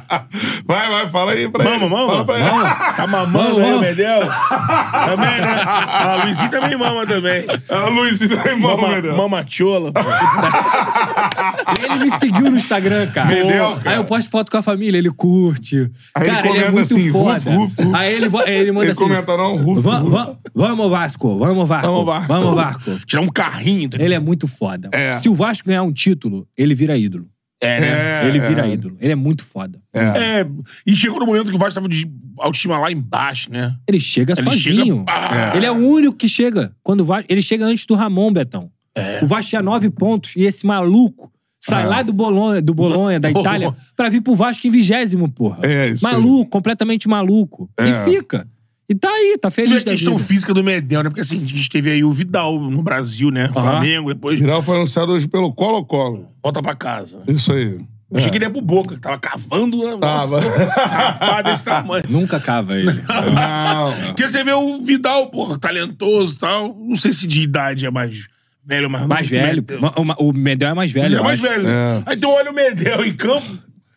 S2: Vai, vai, fala aí pra ele.
S3: Mama, mama.
S2: Fala pra ele.
S3: mama. Tá mamando
S4: Mama.
S3: aí, o Medel? Também, né? A Luizinha também mama também.
S2: Ah, Luiz, você tá embora,
S3: Mama,
S2: Mendel.
S3: mama chola. pô.
S4: E ele me seguiu no Instagram, cara.
S2: Medel,
S4: Pô,
S2: cara.
S4: Aí eu posto foto com a família, ele curte.
S2: Aí ele
S4: cara, ele, é
S2: comenta
S4: muito
S2: assim,
S4: foda.
S2: ruf, ruf, ruf.
S4: Aí ele, bo- ele manda
S2: Ele
S4: assim...
S2: comenta, não? Ruf,
S4: "Va-
S2: ruf.
S4: va- Vamos, Vasco. Vamos, Vasco.
S2: Vamos, Vasco."
S4: Vamos, Vasco.
S3: Tirar um carrinho. Tá?
S4: Ele é muito foda.
S2: É.
S4: Se o Vasco ganhar um título, ele vira ídolo.
S3: É, né?
S2: É,
S4: ele
S2: é.
S4: vira ídolo. Ele é muito foda.
S3: É, e chegou no momento que o Vasco tava de autoestima lá embaixo, né?
S4: Ele chega
S3: Ele
S4: sozinho.
S3: chega, pá. né?
S4: Ele é o único que chega. Quando o Vasco, ele chega antes do Ramon, Betão.
S3: É.
S4: O Vasco tinha nove pontos e esse maluco sai lá do Bolonha, do
S3: *laughs*
S4: Bolonha da Itália, pra vir pro Vasco em vigésimo, porra.
S2: É, isso aí.
S4: maluco, completamente maluco.
S2: É.
S4: E fica. E tá aí, tá
S3: E
S4: feliz
S3: a
S4: da
S3: é questão
S4: vida.
S3: física do Medel, né? Porque assim, a gente teve aí o Vidal no Brasil, né? Flamengo, depois
S2: Giral foi anunciado hoje pelo Colo-Colo.
S3: volta pra casa.
S2: Isso aí. É.
S3: Eu Achei que ele ia pro Boca, que tava cavando, né? Nossa, rapaz desse tamanho.
S4: *laughs* Nunca cava ele.
S2: Não.
S3: Porque você vê o Vidal, pô, talentoso e tal. Não sei se de idade é mais velho, mas...
S4: *laughs* mais velho.
S3: Medel.
S4: Ma- O, ma- o Medel é mais velho.
S3: Ele é
S4: eu
S3: mais
S4: acho.
S3: velho.
S2: É.
S3: Aí tu olha o Medel em campo,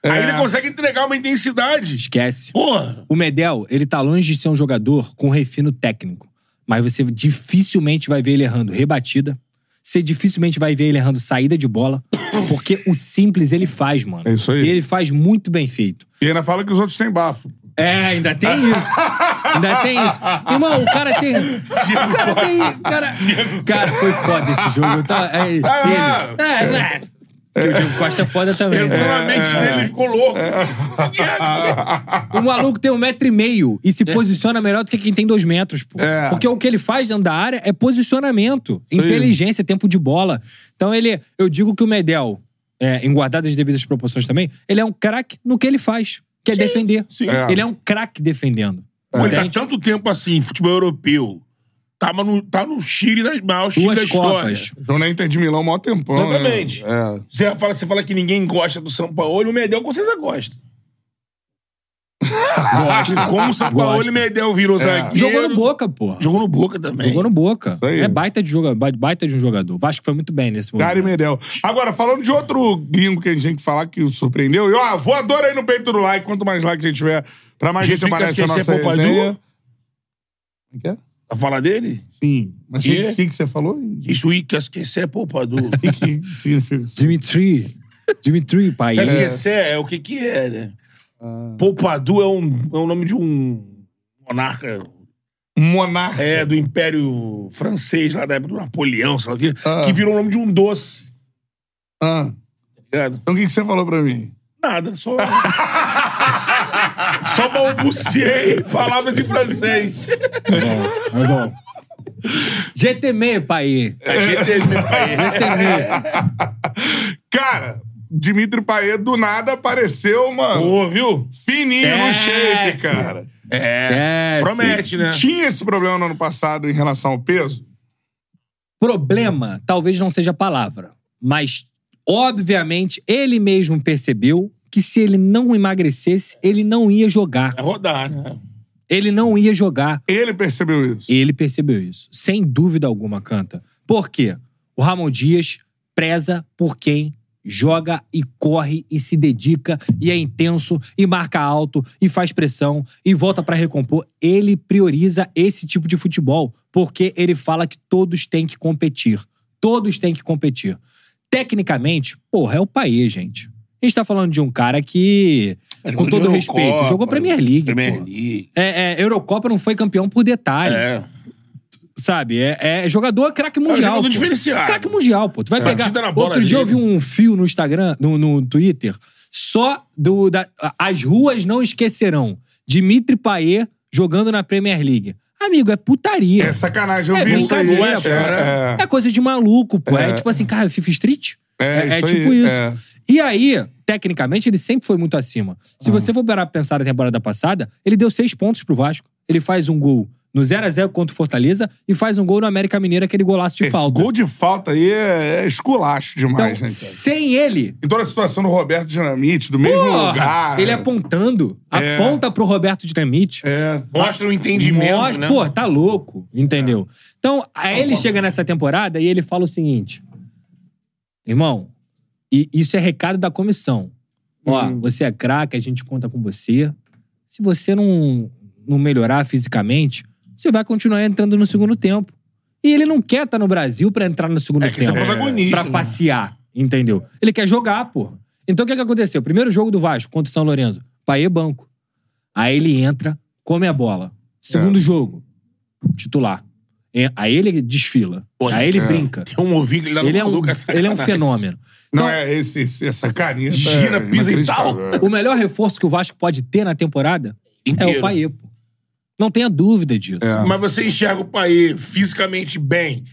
S3: aí ele consegue entregar uma intensidade.
S4: Esquece.
S3: Porra,
S4: O Medel, ele tá longe de ser um jogador com refino técnico. Mas você dificilmente vai ver ele errando rebatida. Você dificilmente vai ver ele errando saída de bola. Porque o simples ele faz, mano.
S2: É isso aí.
S4: E ele faz muito bem feito.
S2: E ainda fala que tá- os outros têm bafo.
S4: É, ainda tem isso.
S2: *laughs*
S4: Ainda tem isso. Irmão, o cara tem. o cara tem. o Cara, cara foi foda esse jogo. Tá, é, ele, é, né? Porque o Diego Costa
S3: *laughs*
S4: é foda também.
S3: entrou
S4: né?
S3: na mente dele, ele ficou louco. O que é?
S4: O maluco tem um metro e meio e se posiciona melhor do que quem tem dois metros, pô.
S2: É.
S4: Porque o que ele faz dentro da área é posicionamento, inteligência, tempo de bola. Então ele, eu digo que o Medel, é, em guardar as devidas proporções também, ele é um craque no que ele faz, que é defender.
S2: É.
S4: Ele é um craque defendendo.
S3: Pô, ele tá
S4: Entende?
S3: tanto tempo assim, futebol europeu. Tá, mas no, tá no Chile,
S2: né?
S3: da, maior Chile da
S4: Duas
S3: história.
S4: Copas.
S2: Eu nem entendi Milão mó tempão. né?
S3: Exatamente.
S2: É.
S3: Você fala, você fala que ninguém gosta do São Paulo, o Medel com certeza gosta.
S4: Gosta.
S3: Como o São Paulo e o Medel virou zagueiro.
S4: É. Jogou no Boca, pô.
S3: Jogou no Boca também.
S4: Jogou no Boca.
S2: aí.
S4: É baita de, joga, baita de um jogador. Vasco foi muito bem nesse momento.
S2: Gary Medel. Agora, falando de outro gringo que a gente tem que falar que o surpreendeu. E ó, voadora aí no peito do like. Quanto mais like a gente tiver, pra mais gente
S3: Jesuítas
S2: aparece a
S3: quer ser
S2: nossa
S3: Pompidou?
S2: resenha. Como é que é?
S3: A falar dele?
S2: Sim. Mas o
S3: Que?
S2: que, que que você falou? O
S3: Isso aí que esquecer é poupador.
S4: *laughs*
S2: que, que significa isso?
S4: Dimitri. Dimitri, pai.
S3: Esquecer é o que que é, né? Poupador é, um, é o nome de um monarca
S2: Um Monarca.
S3: é, do Império Francês, lá da época do Napoleão, sei lá o quê, que virou o nome de um doce.
S2: Ah,
S3: ligado?
S2: Então o que, que você falou pra mim?
S3: Nada, só. só balbuciei *laughs* palavras em francês.
S4: É bom. GTM, pai.
S3: A gente teve meu pai.
S4: GTM.
S2: Cara, Dimitri Paet do nada apareceu, mano.
S3: Pô, viu?
S2: Fininho no
S4: É,
S2: shape,
S4: sim.
S2: cara.
S4: É.
S3: Promete, né?
S2: Tinha esse problema no ano passado em relação ao peso?
S4: Problema, talvez não seja a palavra, mas obviamente ele mesmo percebeu que se ele não emagrecesse, ele não ia jogar.
S3: É rodar, né?
S4: Ele não ia jogar.
S2: Ele percebeu isso.
S4: Ele percebeu isso. Sem dúvida alguma, canta. Por quê? O Ramon Dias preza por quem joga e corre e se dedica e é intenso e marca alto e faz pressão e volta pra recompor. Ele prioriza esse tipo de futebol porque ele fala que todos têm que competir. Todos têm que competir. Tecnicamente, porra, é o país, gente. A gente tá falando de um cara que, com todo respeito, jogou Premier League.
S3: Premier
S4: pô.
S3: League.
S4: É, é, Eurocopa não foi campeão por detalhe
S3: É.
S4: sabe? É, é jogador craque
S3: um
S4: mundial.
S3: jogador
S4: pô.
S3: diferenciado.
S4: Craque mundial, pô. Tu vai pegar.
S3: Batida É. na bola
S4: Outro dia eu vi
S3: dele.
S4: um fio no Instagram, no, no Twitter, só do. Da, As ruas não esquecerão. Dimitri Paet jogando na Premier League. Amigo, é putaria.
S2: É sacanagem, eu
S4: É
S2: vi isso aí.
S4: brincadeira, pô.
S2: É,
S4: É coisa de maluco, pô. É, tipo assim, cara, FIFA Street?
S2: É, isso aí,
S4: tipo isso.
S2: é.
S4: E aí, tecnicamente, ele sempre foi
S2: Hum.
S4: muito acima. Se você for parar pra pensar na temporada passada, ele deu seis pontos pro Vasco. Ele faz um gol no 0x0 contra o Fortaleza e faz um gol no América Mineira, aquele golaço de
S2: Esse
S4: falta.
S2: gol de falta aí é, é esculacho
S4: um então,
S2: demais, né, cara?
S4: sem ele,
S2: E toda a situação do Roberto Dinamite, do mesmo
S4: porra,
S2: lugar. né?
S4: ele é apontando, aponta pro Roberto Dinamite.
S2: É.
S3: Mostra o entendimento,
S4: Mostra-
S3: né?
S4: Pô, tá louco, entendeu? Então, aí ele chega nessa temporada e ele fala o seguinte: Irmão, e isso é recado da comissão. Ó,
S2: Uhum.
S4: você é craque, a gente conta com você. Se você não, não melhorar fisicamente, você vai continuar entrando no segundo tempo. E ele não quer estar no Brasil pra entrar no segundo
S3: É que
S4: tempo.
S3: esse é protagonista,
S4: Pra
S3: né?
S4: passear, entendeu? Ele quer jogar, porra. Então o que, que aconteceu? Primeiro jogo do Vasco contra o São Lourenço. Paê banco. Aí ele entra, come a bola.
S3: É.
S4: Segundo jogo, titular. É, Aí ele desfila.
S3: Porra,
S4: aí ele brinca.
S3: Tem um ovinho que ele dá no
S4: Ele é, um,
S3: Dudu, que
S4: ele é um
S3: sacanagem.
S4: fenômeno.
S2: Não,
S4: Então,
S2: é esse, esse- essa carinha. tá
S3: Gira, pisa e tal.
S2: inacreditável, é.
S4: o melhor reforço que o Vasco pode ter na temporada é
S3: Inteiro. É.
S4: o Paê, pô. Não tenha dúvida disso.
S3: Mas você enxerga o Paê fisicamente bem.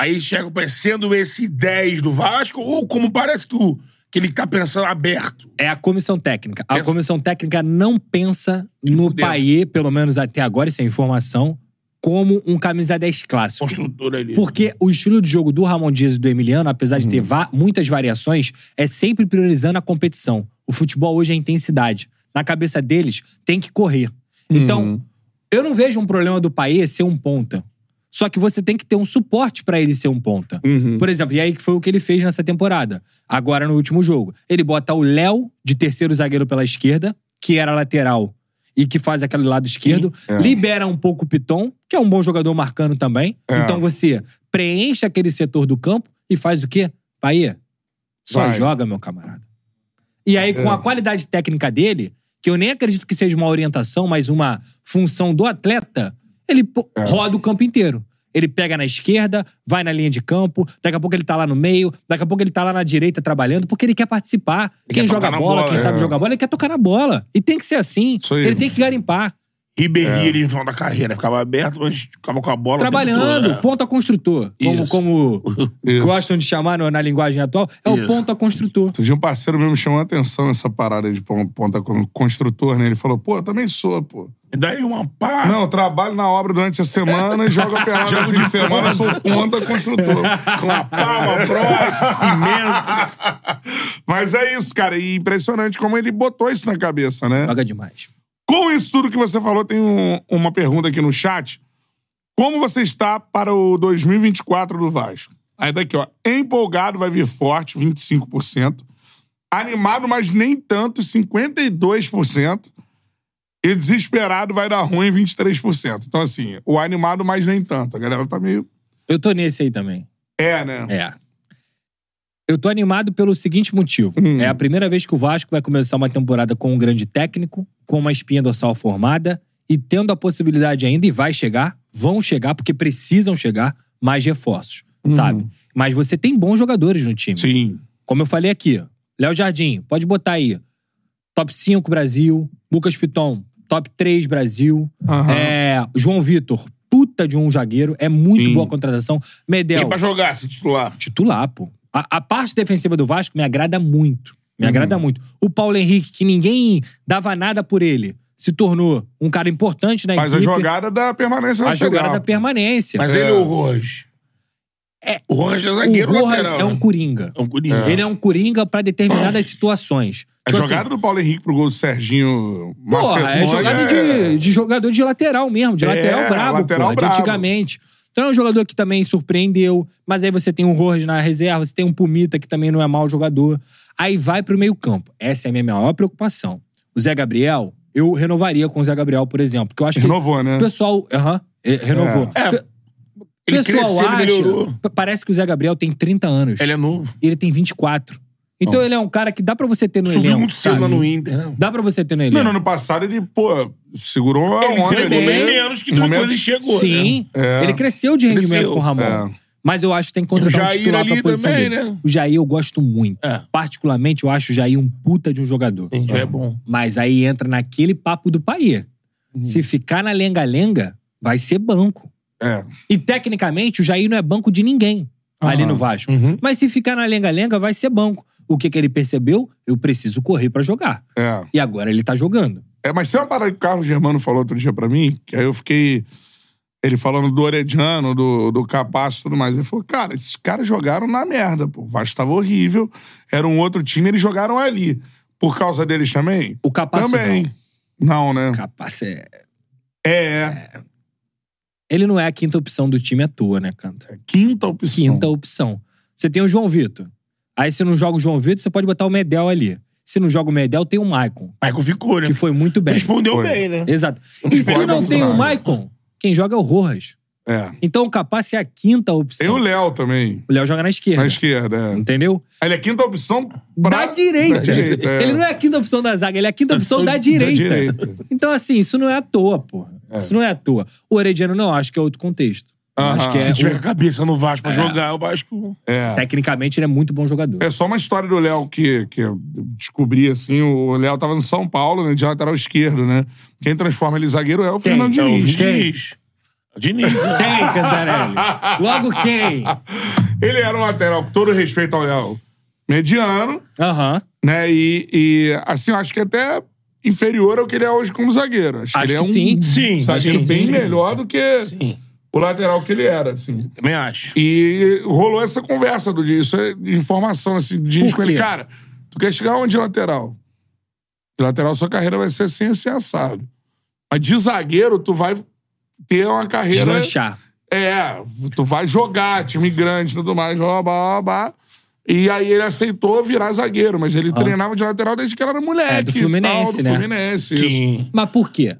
S3: Aí enxerga o Paê sendo esse 10 do Vasco, ou como parece que, o, que ele tá pensando aberto.
S4: É a comissão técnica. A
S3: Pensa-
S4: comissão técnica não pensa no
S3: dentro.
S4: Paê, pelo menos até agora, isso é informação, como um camisa 10 clássico.
S3: Construtor ali.
S4: Porque o estilo de jogo do Ramon Dias e do Emiliano, apesar de ter va- muitas variações, é sempre priorizando a competição. O futebol hoje é intensidade. Na cabeça deles, tem que correr. Então, eu não vejo um problema do Paê ser um ponta. Só que você tem que ter um suporte pra ele ser um ponta.
S2: Uhum.
S6: Uhum.
S4: Por exemplo, e aí que foi o que ele fez nessa temporada. Agora, no último jogo. Ele bota o Léo de terceiro zagueiro pela esquerda, que era lateral e que faz aquele lado esquerdo. Libera um pouco o Piton, que é um bom jogador marcando também. Então você preenche aquele setor do campo e faz o quê? Bahia, só
S2: Vai.
S4: joga, meu camarada. E aí,
S3: É.
S4: com a qualidade técnica dele, que eu nem acredito que seja uma orientação, mas uma função do atleta, ele pô-
S3: É.
S4: roda o campo inteiro. Ele pega na esquerda, vai na linha de campo, daqui a pouco ele tá lá no meio, daqui a pouco ele tá lá na direita trabalhando, porque ele quer participar. quem
S3: quer
S4: joga
S3: tocar na
S4: bola,
S3: bola,
S4: quem
S3: é.
S4: sabe jogar bola, ele quer tocar na bola. E tem que ser assim.
S2: Isso aí. É.
S4: Ele tem que garimpar.
S3: Ribeirinho ali no final da carreira. né? Ficava aberto, mas ficava com a bola. o tempo todo,
S4: Trabalhando,
S3: né?
S4: ponta construtor. Como,
S3: Isso.
S4: como
S2: Isso.
S4: gostam de chamar no- na linguagem atual, é o
S3: Isso.
S4: ponta construtor.
S2: Outro dia um parceiro meu me chamou a atenção nessa parada de pon- ponta con- construtor, né? Ele falou, pô, eu também sou, pô.
S3: E Daí uma pá.
S2: Não, eu trabalho na obra durante a semana e
S3: *laughs*
S2: jogo a pelada no fim de semana, eu sou ponta construtor.
S3: Com a pá, uma broa, cimento.
S2: Mas é isso, cara. E impressionante como ele botou isso na cabeça, né?
S4: Joga demais.
S2: Com isso tudo que você falou, tem um- uma pergunta aqui no chat. Como você está para o 2024 do Vasco? Aí daqui, ó. Empolgado vai vir forte, 25%. Animado, mas nem tanto, 52%. E desesperado vai dar ruim, 23%. Então, assim, o animado, mas nem tanto. A galera tá meio.
S4: Eu tô nesse aí também.
S2: É, né?
S4: É. Eu tô animado pelo seguinte motivo.
S2: Hum.
S4: É a primeira vez que o Vasco vai começar uma temporada com um grande técnico, com uma espinha dorsal formada e tendo a possibilidade ainda, e vai chegar, vão chegar, porque precisam chegar, mais reforços, sabe? Mas você tem bons jogadores no time.
S2: Uhum. Sim.
S4: Como eu falei aqui, Léo Jardim, pode botar aí. Top 5 Brasil. Lucas Piton, top 3 Brasil.
S2: Aham.
S4: É, João Vitor, puta de um zagueiro. É muito
S2: Sim.
S4: boa a contratação.
S3: E
S4: Medel,
S3: pra jogar, se titular.
S4: titular, pô. A, a parte defensiva do Vasco me agrada muito. Me
S3: Uhum.
S4: agrada muito. O Paulo Henrique, que ninguém dava nada por ele, se tornou um cara importante na
S2: Mas a
S4: equipe.
S2: jogada da permanência
S4: a
S2: na Série
S4: jogada
S2: A.
S4: da permanência.
S3: Mas
S2: É.
S3: ele é o Rojas. É. O Rojas é zagueiro
S4: o Rojas
S3: lateral.
S4: é um
S3: né?
S4: coringa.
S3: É um curinho.
S4: Ele é um coringa pra determinadas situações.
S2: A
S4: Tipo assim,
S2: É jogada do Paulo Henrique pro gol do Serginho
S4: Porra, é
S2: Macedônia
S4: jogada de, de jogador de lateral mesmo, de
S2: É,
S4: lateral brabo,
S2: lateral
S4: porra,
S2: brabo.
S4: de antigamente. Então é um jogador que também surpreendeu, mas aí você tem um Rojas na reserva, você tem um Pumita que também não é mau jogador. Aí vai pro meio campo. Essa é a minha maior preocupação. O Zé Gabriel, eu renovaria com o Zé Gabriel, por exemplo, porque eu acho que
S2: Renovou, né?
S4: o pessoal, aham, é, renovou.
S3: É.
S4: Pe-
S3: Ele cresceu, ele melhorou.
S4: p- parece que o Zé Gabriel tem 30 anos.
S3: Ele é novo.
S4: Ele tem 24. Então ele é um cara que dá pra você ter no
S3: Subiu
S4: elenco,
S3: muito cedo
S4: sabe?
S3: lá no Inter. né?
S4: Dá pra você ter no elenco.
S2: Não, no ano passado ele, pô, segurou a
S3: Ele
S2: onda.
S3: foi
S2: ali,
S4: bem.
S2: né?
S3: bem menos que dois quando ele
S2: Momentos-
S3: chegou. né?
S4: Sim.
S2: É.
S4: Ele cresceu de rendimento
S3: Cresceu.
S4: com o Ramon.
S2: É.
S4: Mas eu acho que tem que
S3: E
S4: contratar
S3: o Jair
S4: um titular pra
S3: ali
S4: posição
S3: também,
S4: dele.
S3: né?
S4: O Jair eu gosto muito.
S3: É.
S4: Particularmente, eu acho o Jair um puta de um jogador.
S3: Sim, já é bom. Uhum.
S4: Mas aí entra naquele papo do Paê. Se ficar na lenga-lenga, vai ser banco.
S2: É.
S4: E tecnicamente, o Jair não é banco de ninguém ali no Vasco.
S3: Uhum.
S4: Mas se ficar na lenga-lenga, vai ser banco. O que, que ele percebeu? Eu preciso correr pra jogar.
S2: É.
S4: E agora ele tá jogando.
S2: É, mas tem uma parada que o Carlos Germano falou outro dia pra mim, que aí eu fiquei Ele falando do Orediano, do, do Capasso e tudo mais. Ele falou, cara, esses caras jogaram na merda, pô. O Vasco tava horrível, era um outro time, eles jogaram ali. Por causa deles também?
S4: O Capasso
S2: Também. Não, né?
S4: Capaz é.
S2: É, é.
S4: Ele não é a quinta opção do time à toa, né, Canta?
S2: É, Quinta opção.
S4: Quinta opção. Você tem o João Vitor. Aí você não joga o João Vitor, você pode botar o Medel ali. Se não joga o Medel, tem o Maicon,
S3: Michael ficou, né?
S4: que foi muito bem.
S3: Respondeu
S2: Foi.
S3: bem, né?
S4: Exato. E se
S2: pode
S4: não tem o
S2: mudar, né?
S4: Maicon, quem joga é o Rojas.
S2: É.
S4: Então o Capaz é a quinta opção.
S2: Tem o Léo também,
S4: O Léo joga na esquerda.
S2: na esquerda. é.
S4: Entendeu?
S2: Ele é quinta opção pra...
S4: da direita. *laughs*
S2: Da direita, é.
S4: Ele não é a quinta opção da zaga, ele é a quinta opção da
S2: da
S4: direita.
S2: direita.
S4: Então, assim, isso não é à toa, porra. Isso não é à toa. O Herediano, não, acho que é outro contexto.
S2: Aham.
S4: Acho que
S3: Se tiver
S4: é.
S3: com a cabeça no Vasco pra jogar, o Vasco.
S2: É.
S4: Tecnicamente, ele é muito bom jogador.
S2: É só uma história do Léo que, que eu descobri, assim. O Léo tava no São Paulo, né, de lateral esquerdo, né? Quem transforma ele em zagueiro é o Fernando
S3: É o
S2: Diniz.
S3: Diniz. Diniz, né?
S4: Quem, Cantarelli? Logo quem?
S2: *laughs* Ele era um lateral, com todo respeito ao Léo, mediano,
S4: Aham.
S2: né? E, e, assim, eu acho que até inferior ao que ele é hoje como zagueiro. Acho,
S4: Acho
S2: que ele é
S4: que
S2: um
S4: sim.
S3: Sim,
S2: zagueiro
S3: sim,
S2: bem
S3: sim.
S2: melhor do que
S3: Sim,
S2: o lateral que ele era, assim.
S3: também acho.
S2: E rolou essa conversa do Diniz. Isso é informação, assim, do Diniz
S4: Por
S2: com ele.
S4: quê?
S2: Cara, tu quer chegar onde de lateral? De lateral, sua carreira vai ser assim, assim, assado. Mas de zagueiro, tu vai ter uma carreira...
S4: Deslanchar.
S2: É, tu vai jogar, time grande e tudo mais, blá, blá, blá, blá. E aí ele aceitou virar zagueiro, mas ele treinava de lateral desde que ele era moleque.
S4: Ah. É, do
S2: e tal,
S4: Fluminense,
S2: do
S4: né?
S2: Fluminense, isso.
S3: Sim.
S4: Mas por quê?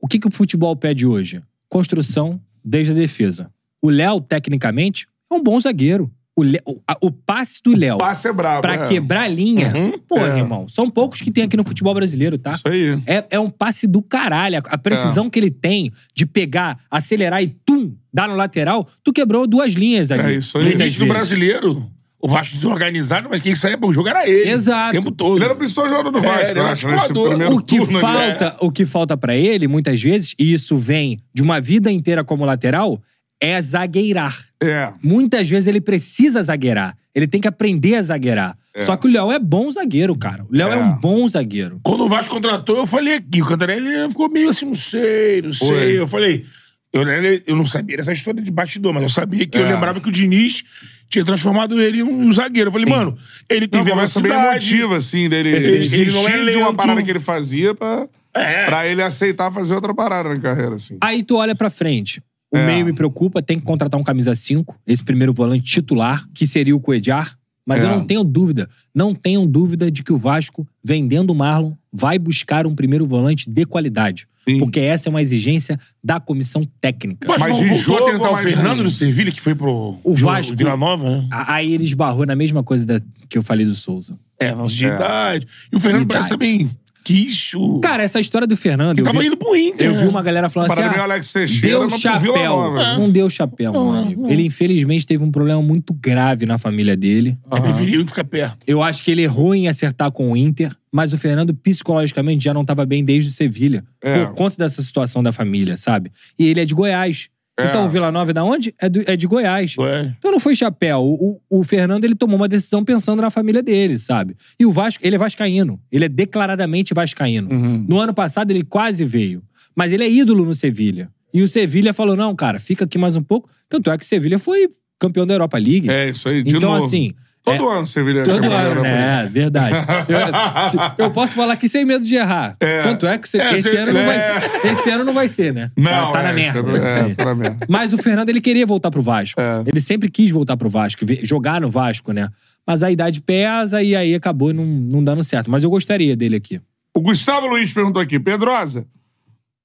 S4: O que, que o futebol pede hoje? Construção desde a defesa. O Léo, tecnicamente, é um bom zagueiro. O, Lé- o- a- o passe do Léo
S2: Passe é brabo,
S4: pra
S2: é.
S4: quebrar a linha, pô,
S2: É.
S4: irmão, são poucos que tem aqui no futebol brasileiro, tá?
S2: Isso aí. É.
S4: É, é um passe do caralho. A- A precisão que ele tem de pegar, acelerar e tum, dar no lateral, tu quebrou duas linhas ali.
S2: É isso aí.
S3: No
S4: Muitas
S3: início do
S4: vezes.
S3: brasileiro, o Vasco desorganizado, mas quem saía pro jogo era ele.
S4: Exato.
S3: O tempo todo. É,
S2: Ele era o principal jogador do
S4: É,
S2: Vasco,
S3: ele
S2: eu
S3: era É.
S2: acho, nesse
S3: articulador.
S2: primeiro
S4: o que
S2: turno, né?
S4: falta, o que falta para ele muitas vezes, e isso vem de uma vida inteira como lateral, é zagueirar.
S2: É.
S4: Muitas vezes ele precisa zagueirar. Ele tem que aprender a zagueirar. Só que o Léo é bom zagueiro, cara. O Léo é.
S2: É.
S4: um bom zagueiro.
S3: Quando o Vasco contratou, eu falei aqui. O Cantarelli ficou meio assim, não sei, não sei.
S2: Foi.
S3: Eu falei. Eu, eu não sabia dessa história de bastidor, mas eu sabia que eu
S2: É.
S3: lembrava que o Diniz tinha transformado ele em um zagueiro. Eu falei, mano, ele tem
S2: Não, conversa bem
S3: velocidade.
S2: emotiva, assim, dele
S3: Ele- ele
S2: desistir
S3: não é
S2: de uma
S3: lento.
S2: parada que ele fazia pra,
S3: É.
S2: pra ele aceitar fazer outra parada na carreira, assim.
S4: Aí tu olha pra frente. O
S2: É.
S4: meio me preocupa, tem que contratar um camisa 5, esse primeiro volante titular, que seria o Coediar. Mas
S2: É.
S4: eu não tenho dúvida, não tenho dúvida de que o Vasco, vendendo o Marlon, vai buscar um primeiro volante de qualidade.
S2: Sim.
S4: Porque essa é uma exigência da comissão técnica.
S3: O Vasco
S2: Mas de
S3: voltou
S2: jogo,
S3: a tentar o
S2: mas
S3: Fernando
S2: não.
S3: no Sevilha, que foi pro
S4: O
S3: Jo-
S4: Vasco-
S3: Vila Nova, né?
S4: A- Aí ele esbarrou na mesma coisa da- que eu falei do Souza.
S3: É, nossa, de idade. E o Fernando parece
S4: Idade.
S3: também quis o...
S4: Cara, essa história do Fernando.
S3: que
S4: eu
S3: tava
S4: vi-
S3: indo pro Inter.
S4: Eu
S3: né?
S4: vi uma galera falando assim:
S2: Parada meio
S4: ah,
S2: Alex Teixeira,
S4: deu
S2: mas pro Vila
S4: chapéu. Uhum.
S2: Nova. né?
S3: Ah.
S4: Não deu chapéu, meu amigo. Ele, infelizmente, teve um problema muito grave na família dele.
S2: Ah.
S3: É preferível ficar perto.
S4: Eu acho que ele errou em acertar com o Inter, mas o Fernando, psicologicamente, já não estava bem desde o Sevilha.
S2: É.
S4: Por conta dessa situação da família, sabe? E ele é de Goiás. Então, o Vila Nova é da onde? É, do- é de Goiás.
S3: Ué.
S4: Então não foi chapéu. O, o- o Fernando ele tomou uma decisão pensando na família dele, sabe? E o Vasco, ele é vascaíno. Ele é declaradamente vascaíno.
S2: Uhum.
S4: No ano passado ele quase veio, mas ele é ídolo no Sevilha. E o Sevilha falou: "Não, cara, fica aqui mais um pouco". Tanto é que o Sevilha foi campeão da Europa League.
S2: É, isso aí, de
S4: então
S2: novo.
S4: assim, é-
S2: Todo ano Sevilha é
S4: Todo
S2: campeão da
S4: ano,
S2: Europa League.
S4: né? É,
S2: *laughs*
S4: verdade. Eu, se- eu posso falar aqui sem medo de errar. Tanto é que você-
S2: É,
S4: esse,
S2: você-
S4: ano não vai,
S2: é.
S4: ser- esse ano não vai ser, né? tá,
S2: Não,
S4: tá
S2: é,
S4: na merda.
S2: esse ano-
S4: vai
S2: é,
S4: ser.
S2: tá na merda.
S4: Mas o Fernando, ele queria voltar pro Vasco.
S3: É.
S4: Ele sempre quis voltar pro Vasco, ver- jogar no Vasco, né? Mas a idade pesa e aí acabou não, não dando certo. Mas eu gostaria dele aqui.
S2: O Gustavo Luiz perguntou aqui, Pedrosa,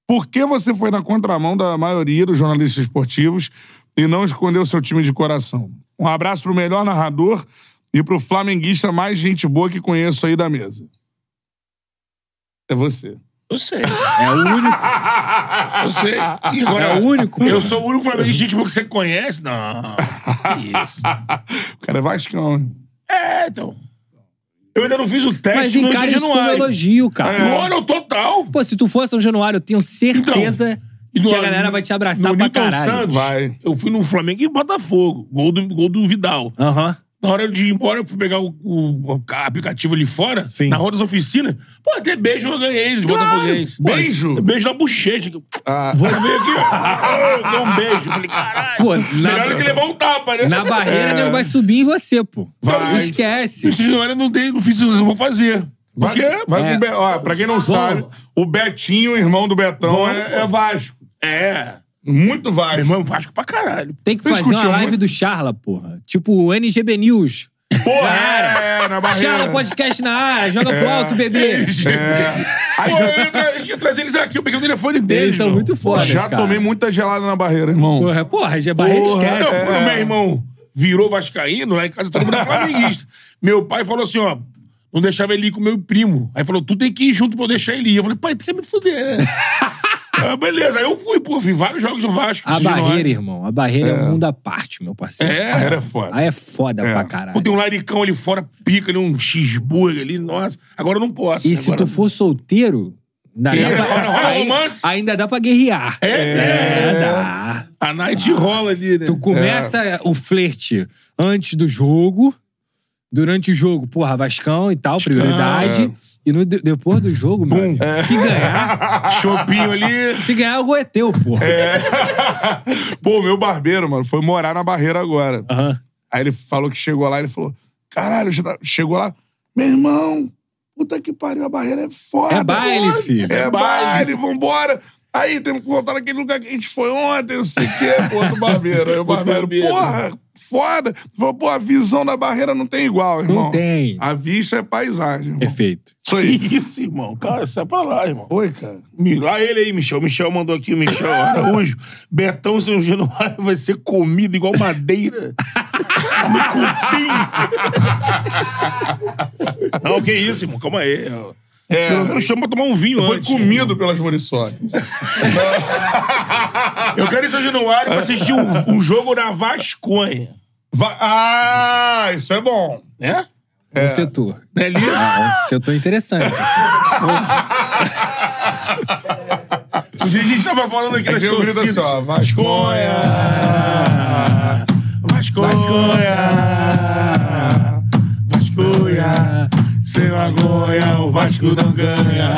S2: por que você foi na contramão da maioria dos jornalistas esportivos e não escondeu seu time de coração? Um abraço pro melhor narrador e pro flamenguista mais gente boa que conheço aí da mesa. É você.
S3: Eu sei.
S4: É o único.
S3: Eu sei. E agora
S4: É o único,
S3: Eu
S4: mano.
S3: sou o único flamenguista gente boa que você conhece? Não. Que isso.
S2: o cara é Vascão, hein?
S3: É, então. Eu ainda não fiz o
S4: Mas
S3: teste no
S4: encara
S3: Rio de
S4: isso como
S3: Janeiro.
S4: elogio,
S3: É.
S4: cara.
S3: Mano, total.
S4: Pô, se tu for a São Januário, eu tenho certeza
S3: Então, E
S4: que
S3: no-
S4: a galera vai te abraçar
S3: no
S4: pra
S3: Newton
S4: caralho.
S3: Santos,
S2: Vai.
S3: Eu fui no Flamengo e Botafogo. Gol do, gol do Vidal.
S4: Aham.
S3: Na hora de ir embora, eu fui pegar o, o- o aplicativo ali fora,
S4: Sim.
S3: na rua das oficinas. Pô, até beijo eu ganhei de Botafoguense.
S2: Beijo?
S3: Beijo na bochecha. que eu-
S2: Ah,
S3: Eu veio aqui, ó, deu um beijo. Falei, caralho.
S4: Pô, na-
S3: Melhor do que levar um tapa, né?
S4: Na barreira, nego vai subir em você, pô.
S2: Vai.
S4: Esquece.
S3: Isso não era, não tem, não fiz isso, eu vou fazer.
S2: Vai,
S3: Porque-
S2: vai com
S4: É.
S2: o Be- ó, pra quem não sabe, o Betinho, irmão do Betão, é, é Vasco.
S3: É.
S2: Muito
S3: Meu
S2: Vasco.
S3: irmão, é Vasco pra caralho.
S4: Tem que
S2: Vocês
S4: fazer uma
S2: curtiam
S4: live
S2: muito?
S4: do Charla, porra. Tipo o NGB News.
S2: Porra, é, é, na barreira.
S4: Charla podcast na área, joga pro
S3: É.
S4: alto,
S3: *laughs*
S4: bebê.
S2: *laughs*
S3: Aí Pô, eu ia tra- eu ia trazer eles aqui, eu peguei o telefone deles.
S4: Eles são
S3: irmão.
S4: muito fodas,
S2: Já
S4: cara.
S2: tomei muita gelada na barreira, irmão.
S4: Porra, porra, já barreira
S2: Porra,
S4: esquece.
S3: Não,
S2: É.
S3: quando meu irmão virou vascaíno, lá em casa todo mundo é flamenguista. meu pai falou assim, ó, não deixava ele ir com meu primo. Aí falou, tu tem que ir junto pra eu deixar ele ir. Eu falei, pai, tu quer me fuder,
S4: *laughs*
S3: né? ah, beleza, aí eu fui, pô, vi vários jogos do Vasco.
S4: A
S3: de nós.
S4: barreira, irmão. A barreira é. um mundo à parte, meu parceiro.
S3: É.
S2: Barreira é foda.
S4: Aí é foda pra
S3: Pô,
S4: caralho.
S3: tem um laricão ali fora, pica ali, um cheeseburger ali, nossa. Agora eu não posso. né,
S4: E se
S3: agora-
S4: tu for solteiro, ainda dá
S3: É,
S4: pra,
S3: rola- rola
S4: aí-
S3: romance.
S4: ainda dá pra guerrear. É, dá.
S3: A night rola ali, né?
S4: Tu começa o flerte antes do jogo, durante o jogo, porra, Vascão e tal,
S3: É.
S4: prioridade. E no, de- depois do jogo, meu, amigo, se ganhar,
S3: Chopinho É. ali.
S4: se ganhar, o gol é teu, porra.
S2: É. *laughs* Pô, meu barbeiro, mano, foi morar na barreira agora.
S4: Aham.
S2: Aí ele falou que chegou lá, ele falou: caralho, já tá- chegou lá, meu irmão, puta que pariu, a barreira é foda.
S4: É baile,
S2: mano.
S4: filho.
S2: É baile, vambora. Aí temos que voltar naquele lugar que a gente foi ontem, não sei o quê, pô, do barbeiro.
S4: *laughs*
S2: Aí o barbeiro, porra, foda. Ele Falou, pô, a visão da barreira não tem igual, irmão.
S4: Não tem.
S2: A vista é paisagem. Irmão.
S4: Perfeito.
S2: Isso aí.
S3: Que isso, irmão? Cara, sai pra lá, irmão.
S2: Foi, cara.
S3: Me- Lá ele aí, Michel. Michel mandou aqui, Michel
S2: *laughs*
S3: Araújo. Betão São Januário vai ser comido igual
S2: *laughs*
S3: madeira. no cupim. Não, que isso, irmão. Calma aí. ó. Pelo menos chama pra tomar um vinho
S2: É. Foi
S3: antes.
S2: comido pelas muriçoca.
S3: *laughs* Eu quero ir em São Januário pra assistir um, um jogo na Vasconha.
S2: Va- Ah, isso é bom.
S3: É?
S4: Um setor.
S3: Né, ali?
S4: Ah, um setor interessante. assim.
S3: A gente tava falando aqui
S2: É
S3: das
S2: que eu grito
S3: torcidas.
S2: assim, ó, Vasconha.
S3: Vasconha. Vasconha. Sem vergonha, o Vasco não ganha.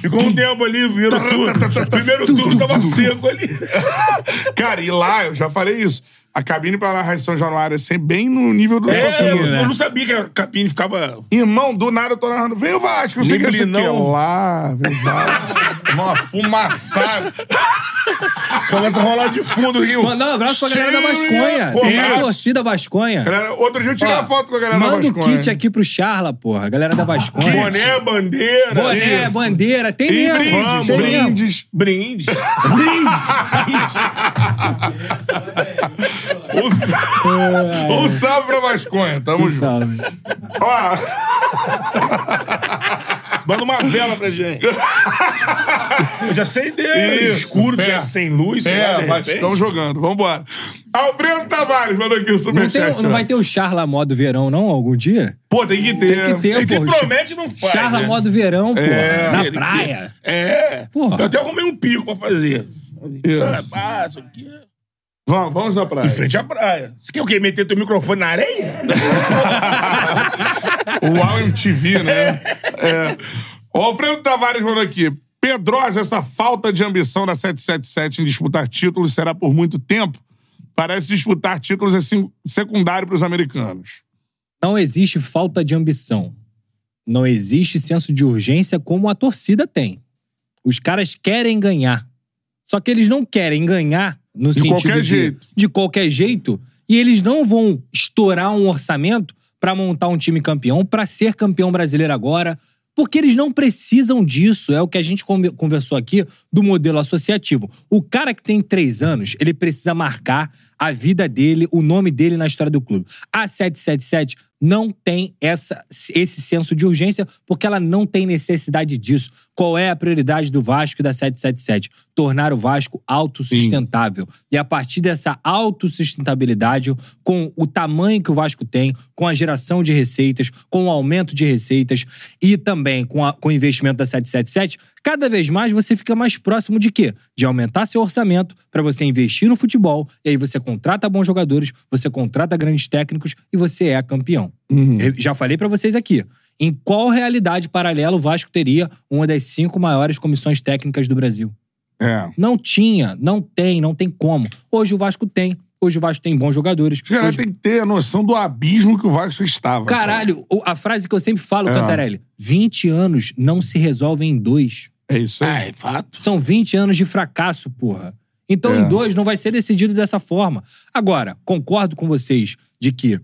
S3: Ficou um tempo ali, primeiro turno. Primeiro turno tava seco ali.
S2: Cara, e lá, eu já falei isso. A cabine pra narrar em São Januário é sempre bem no nível do
S3: É,
S2: torcedor.
S3: eu, eu não sabia que a cabine ficava.
S2: Irmão, do nada eu tô narrando. Vem o Vasco, não sei o que não sei o quê.
S3: Neblinão.
S2: Lá, vem o Vasco. *laughs* Uma fumaçada.
S3: Começa a rolar de fundo o rio.
S4: Mandar um abraço pra galera da Vasconha.
S3: Pô,
S4: Tem a
S3: mas-
S4: torcida Vasconha.
S2: Galera, Outro dia eu tirei
S4: Ó,
S2: a foto com a galera da Ah,
S4: Manda
S2: Vasco. né?
S4: o kit aqui pro Charla, porra. A galera da Vasconha.
S3: Boné, bandeira.
S4: Boné,
S3: isso.
S4: bandeira. Tem
S2: E
S4: mesmo.
S2: brindes,
S4: tem mesmo.
S3: Brinde.
S2: brindes. *laughs* Um salve, um salve pra Vasconha. Tamo junto.
S4: É. Um Salve.
S2: Ó,
S3: Manda uma vela pra gente. Eu já sei dele.
S2: Isso,
S3: Escuro,
S2: fé.
S3: já sem luz. sei lá,
S2: é,
S3: de
S2: mas
S3: repente.
S2: estamos jogando. Vambora. Alfredo Tavares mandou aqui o
S4: Não, tem-
S2: superchat.
S4: não
S2: ó.
S4: vai ter o Charla modo verão, não, algum dia?
S2: Pô, tem que ter.
S4: Tem que ter,
S3: né? Ele se
S4: pô.
S3: promete e não faz.
S4: Charla
S3: né?
S4: modo verão, pô.
S2: É.
S4: na
S3: Ele
S4: praia.
S3: que- É.
S4: Porra.
S3: Eu até arrumei um pico pra fazer.
S2: Isso.
S3: Ah, pá, isso aqui. é-
S2: Vamos, vamos na praia.
S3: Em frente à praia. Você quer o quê? Meter teu microfone na
S2: *laughs*
S3: areia?
S2: Uau MTV, né? É. O Alfredo Tavares falou aqui. Pedrosa, essa falta de ambição da 777 em disputar títulos será por muito tempo. Parece disputar títulos é sim- secundário para os americanos.
S4: Não existe falta de ambição. Não existe senso de urgência como a torcida tem. Os caras querem ganhar. Só que eles não querem ganhar no sentido
S2: qualquer
S4: de,
S2: jeito.
S4: de qualquer jeito. E eles não vão estourar um orçamento pra montar um time campeão, pra ser campeão brasileiro agora, porque eles não precisam disso. É o que a gente come- conversou aqui do modelo associativo. O cara que tem três anos, ele precisa marcar a vida dele, o nome dele na história do clube. A 777 não tem essa, esse senso de urgência, porque ela não tem necessidade disso. Qual é a prioridade do Vasco e da 777? Tornar o Vasco autossustentável. E a partir dessa autossustentabilidade, com o tamanho que o Vasco tem, com a geração de receitas, com o aumento de receitas e também com, a- com o investimento da 777, cada vez mais você fica mais próximo de quê? De aumentar seu orçamento para você investir no futebol, e aí você contrata bons jogadores, você contrata grandes técnicos e você é campeão.
S2: Uhum.
S4: Eu Já falei para vocês aqui. Em qual realidade paralela o Vasco teria uma das cinco maiores comissões técnicas do Brasil?
S2: É.
S4: Não tinha, não tem, não tem como. Hoje o Vasco tem. Hoje o Vasco tem bons jogadores.
S2: Os caras
S4: Hoje-
S2: têm que ter a noção do abismo que o Vasco estava. cara.
S4: Caralho, o- a frase que eu sempre falo,
S2: É.
S4: Cantarelli: 20 anos não se resolvem em dois.
S2: É isso aí.
S3: é fato.
S4: São 20 anos de fracasso, porra. Então,
S2: É.
S4: em dois, não vai ser decidido dessa forma. Agora, concordo com vocês de que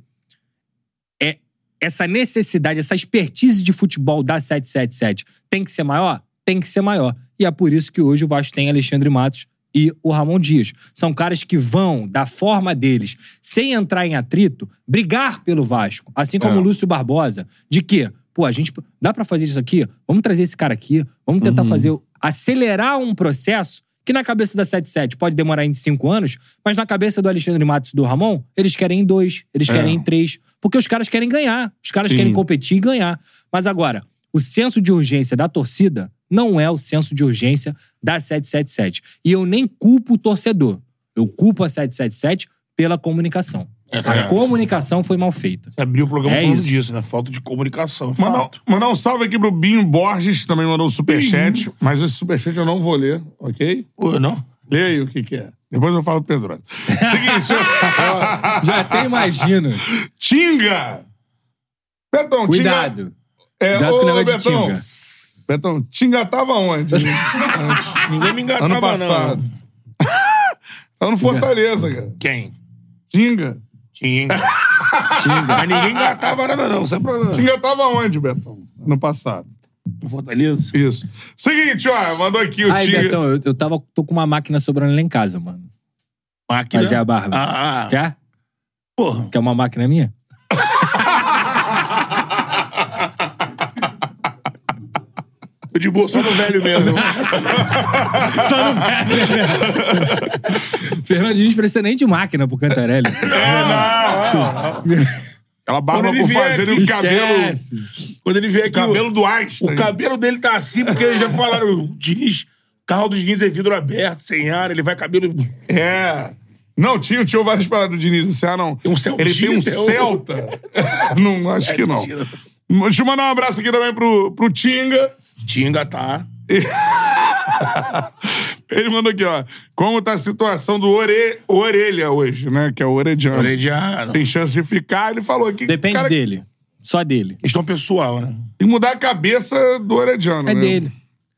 S4: é essa necessidade, essa expertise de futebol da 777 tem que ser maior? Tem que ser maior. E é por isso que hoje o Vasco tem Alexandre Matos e o Ramon Dias. São caras que vão, da forma deles, sem entrar em atrito, brigar pelo Vasco. Assim como
S2: É.
S4: o Lúcio Barbosa, de que, pô, a gente dá pra fazer isso aqui? Vamos trazer esse cara aqui, vamos tentar fazer o- acelerar um processo que na cabeça da 77 pode demorar em cinco anos, mas na cabeça do Alexandre Matos e do Ramon, eles querem em dois, eles querem em três, porque os caras querem ganhar, os caras
S2: Sim.
S4: querem competir e ganhar. Mas agora, o senso de urgência da torcida não é o senso de urgência da 777. E eu nem culpo o torcedor. Eu culpo a 777 pela comunicação.
S3: É
S4: a
S3: certo.
S4: comunicação foi mal feita.
S3: Você abriu o programa
S4: É
S3: falando
S4: isso.
S3: disso, né? Falta de comunicação.
S2: Mandar,
S3: fato.
S2: mandar um salve aqui pro Binho Borges, também mandou um superchat. Mas esse superchat eu não vou ler, ok?
S3: Pô, não?
S2: Leia aí o que, que é. Depois eu falo pro
S3: *laughs*
S2: Pedro. Seguinte, *laughs* eu-
S4: Já até imagino.
S2: Tinga! Betão, Tinga.
S4: Cuidado.
S2: É,
S4: Cuidado
S2: ô,
S4: com o negócio de
S2: Betão.
S4: tinga.
S2: Betão, Tinga tava
S4: *laughs*
S2: onde?
S3: Ninguém me enganava,
S2: ano passado. *laughs*
S3: não.
S2: Tava *laughs* no Fortaleza, cara.
S3: Quem?
S2: Tinga.
S3: Tinga.
S4: Tinga.
S3: Mas ninguém engatava nada, não. Isso é problema.
S2: Tinga tava onde, Betão? Ano passado.
S3: Fortaleza.
S2: Isso. Seguinte, ó, mandou aqui o
S4: Ai,
S2: Tinga.
S4: Betão, eu, eu tava, tô com uma máquina sobrando lá em casa, mano.
S3: Máquina.
S4: Fazer a barba.
S3: Ah, ah.
S4: Quer?
S3: Porra.
S4: Quer uma máquina minha?
S3: Tô de boa, só no velho mesmo.
S4: *laughs* Só no velho. Fernandinho precisa nem de máquina pro
S2: *laughs*
S4: Cantarelli.
S2: É, Ela barba
S3: Quando ele
S2: por
S3: vier
S2: fazer
S3: aqui,
S2: o cabelo.
S4: Esquece.
S3: Quando ele veio aqui.
S2: Cabelo do Einstein.
S3: O cabelo dele tá assim, porque eles já falaram, o Diniz, o carro do Diniz é vidro aberto, sem ar, ele vai cabelo.
S2: É. Não, tinha, tinha várias paradas do Diniz. Assim, ah, não.
S3: Tem um Celtinha,
S2: Ele tem um
S3: tem um-
S2: Celta. *laughs* não, acho que não.
S3: mentira.
S2: Deixa eu mandar um abraço aqui também pro, pro Tinga.
S3: Tinga tá.
S2: *laughs* Ele mandou aqui, ó. Como tá a situação do ore... Orelha hoje, né? Que é o Orediano.
S3: Orediano.
S2: Tem chance de ficar. Ele falou aqui. que o
S4: Depende
S2: cara
S4: dele. Só dele.
S3: Questão pessoal, né?
S2: Tem que mudar a cabeça do Orediano,
S4: É
S2: né?
S4: dele.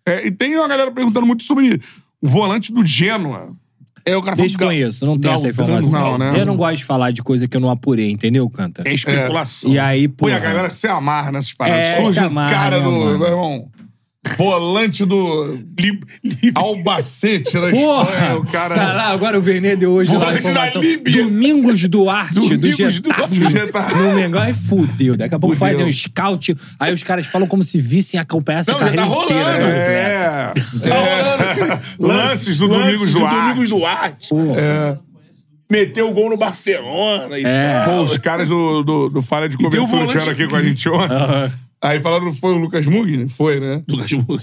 S2: É, e tem uma galera perguntando muito sobre o volante do Genoa.
S3: É o cara falando que
S4: Desconheço, não tenho essa
S3: Galdano,
S4: informação.
S2: não, né?
S4: Eu não gosto de falar de coisa que eu não apurei, entendeu, Canta?
S3: É especulação.
S4: E aí, pô.
S2: Põe a galera se amarra nessas paradas.
S4: É,
S2: Surge
S4: se
S2: o
S4: amarra,
S2: cara
S4: né,
S2: do.
S4: mano?
S2: Meu irmão, volante do. Albacete da
S4: Porra!
S2: Espanha. O cara.
S4: Tá lá, agora o Vernê deu hoje lá a
S3: Volante da
S4: informação.
S3: Líbia.
S4: Domingos Duarte do
S3: Domingos
S4: Getafe.
S2: Duarte. Getafe.
S4: No Mengão é fudeu. Daqui a pouco
S2: Fudeu.
S4: fazem um scout, aí os caras falam como se vissem acompanhar essa
S3: Não, já
S4: carreira
S3: tá rolando,
S4: inteira. né? do atleta.
S2: É.
S4: Tá
S3: Lances,
S2: *laughs* Lances do Domingos Duarte. É.
S3: Domingos Duarte. Meteu o gol no Barcelona e
S4: É. um
S3: tal.
S2: Pô, os caras do, do, do Falha de
S3: tem o
S2: Cobertura
S3: volante-
S2: tiveram aqui com a gente ontem.
S4: Aham.
S2: Aí falaram, foi o Lucas Mugni? Foi, né?
S3: Lucas Moura.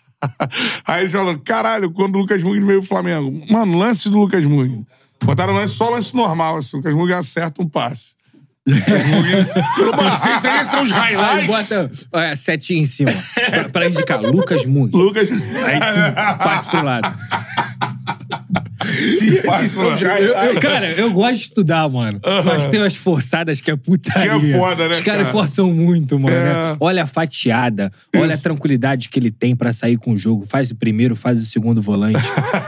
S2: *laughs* Aí eles falaram, caralho, quando o Lucas Mugni veio pro Flamengo. Mano, lance do Lucas Mugni. Botaram lance, só lance normal, assim. O Lucas Mugni acerta
S4: *laughs*
S2: um passe.
S3: Pô, mano, Vocês aí são os
S4: Aí
S3: highlights.
S4: bota é, setinha em cima. pra, pra indicar. Lucas Mugni.
S2: Lucas.
S4: Aí tu passa pro lado.
S3: Vocês são os
S4: Eu- eu-
S3: highlights.
S4: cara, eu gosto de estudar, mano. Mas tem umas forçadas que é putaria.
S2: Que é foda, né,
S4: Os caras
S2: cara?
S4: forçam muito, mano.
S2: É.
S4: né? Olha a fatiada. Olha a tranquilidade que ele tem pra sair com o jogo. Faz o primeiro, faz o segundo volante.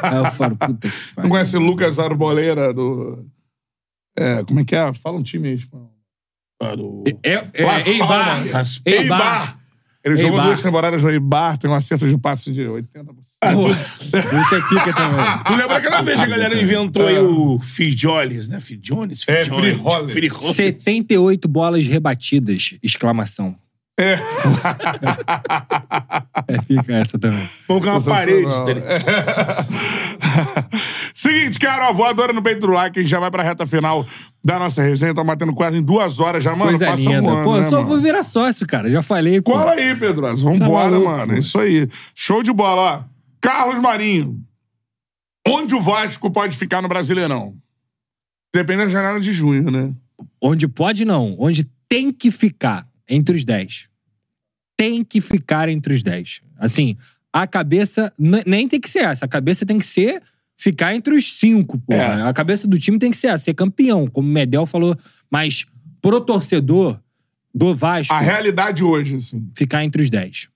S4: Aí eu falo, É puta que
S2: Não
S4: pariu.
S2: conhece o Lucas Arbolera do. É, como é que é? Fala um time aí, espanhol.
S4: É,
S2: Las
S4: é, Eibar.
S2: Palmas.
S4: Eibar.
S2: Ele jogou
S4: Eibar.
S2: duas temporadas no Eibar, tem um acerto de passe de 80%.
S4: Pô, Você fica é também.
S3: Tu lembra aquela vez que a galera inventou aí o Fijoles, né? Fijones?
S2: É,
S3: Fijoles.
S2: Frijoles.
S3: Frijoles.
S4: 78 bolas rebatidas! Exclamação.
S2: É.
S4: *laughs* É, fica essa também.
S3: Colocar uma parede.
S2: Sensacional.
S3: tá ligado?
S2: *laughs* Seguinte, cara, ó, voadora no peito do like, a gente já vai pra reta final da nossa resenha. Estamos batendo quase em duas horas já, mano.
S4: Coisa
S2: passa
S4: linda.
S2: voando,
S4: Pô,
S2: né,
S4: eu só
S2: mano?
S4: vou virar sócio, cara. Já falei. pô. Tá
S2: Cola aí, Pedro. Vambora,
S4: maluco,
S2: mano. É Isso aí. Show de bola, ó. Carlos Marinho. Onde o Vasco pode ficar no Brasileirão? Depende da janela de junho, né?
S4: Onde pode, não. Onde tem que ficar entre os 10. Tem que ficar entre os 10. Assim, a cabeça. n- Nem tem que ser essa. A cabeça tem que ser ficar entre os 5, pô.
S2: É.
S4: A cabeça do time tem que ser essa, ser campeão, como o Medel falou. Mas pro torcedor do Vasco,
S2: A realidade hoje, assim.
S4: ficar entre os 10.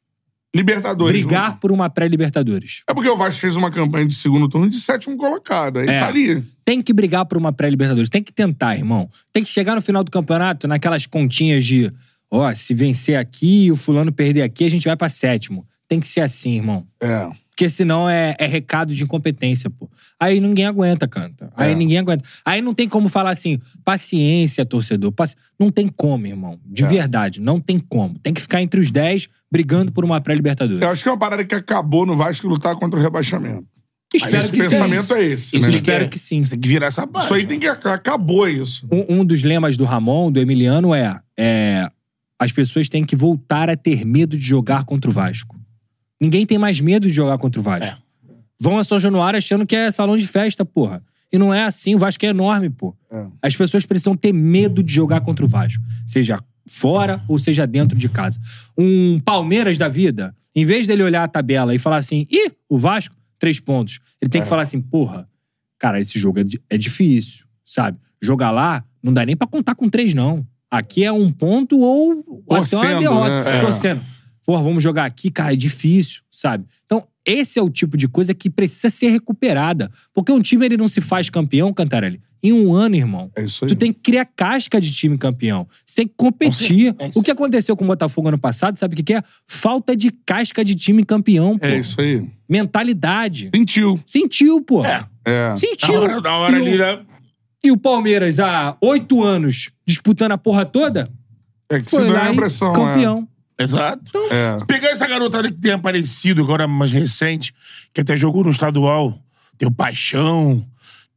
S2: Libertadores.
S4: Brigar
S2: vamos-
S4: por uma pré-Libertadores.
S2: É porque o Vasco fez uma campanha de segundo turno de sétimo colocado. Aí
S4: É.
S2: tá ali.
S4: Tem que brigar por uma pré-Libertadores. Tem que tentar, irmão. Tem que chegar no final do campeonato naquelas continhas de, ó, se vencer aqui e o fulano perder aqui, a gente vai pra sétimo. Tem que ser assim, irmão.
S2: É.
S4: Porque senão é, é recado de incompetência, pô. Aí ninguém aguenta, canta. Aí
S2: É.
S4: ninguém aguenta. Aí não tem como falar assim, paciência, torcedor. paci- Não tem como, irmão.
S2: É.
S4: De verdade, não tem como. Tem que ficar entre os 10 brigando por uma pré-Libertadores.
S2: Eu acho que é uma parada que acabou no Vasco lutar contra o rebaixamento.
S4: Espero
S2: esse
S4: que sim.
S2: pensamento é esse,
S4: Isso,
S2: né?
S4: Espero que sim.
S3: Tem que virar essa parte.
S2: Isso aí tem que. ac- Acabou isso.
S4: Um, um dos lemas do Ramon, do Emiliano, é, é, as pessoas têm que voltar a ter medo de jogar contra o Vasco. Ninguém tem mais medo de jogar contra o Vasco. Vão a São Januário achando que é salão de festa, porra. E não é assim, o Vasco é enorme, pô. As pessoas precisam ter medo de jogar contra o Vasco, seja fora ou seja dentro de casa. Um Palmeiras da vida, em vez dele olhar a tabela e falar assim, ih, o Vasco, três pontos. Ele tem que falar assim, porra, cara, esse jogo é, di- é difícil, sabe? Jogar lá não dá nem pra contar com três, não. Aqui é um ponto ou até
S2: Torcendo,
S4: uma derrota.
S2: né? É.
S4: Torcendo. Porra, vamos jogar aqui, cara, é difícil, sabe? Então, esse é o tipo de coisa que precisa ser recuperada. Porque um time, ele não se faz campeão, Cantarelli, em um ano, irmão.
S2: É isso aí.
S4: Tu tem que criar casca de time campeão. Você tem que competir. o que aconteceu com o Botafogo ano passado, sabe o que que é? Falta de casca de time campeão, pô.
S2: É isso aí.
S4: Mentalidade.
S2: Sentiu.
S4: Sentiu, pô.
S2: É.
S4: Sentiu.
S3: Da hora, da hora
S4: E o-
S3: ali
S2: né?
S3: né? da.
S4: e o Palmeiras há oito anos disputando a porra toda,
S2: É que se
S4: foi
S2: dá
S4: lá
S2: a
S4: e
S2: impressão.
S4: campeão. Então,
S3: Exato.
S2: É. É.
S3: Se pegar essa garotada que tem aparecido agora mais recente, que até jogou no estadual, tem o Paixão,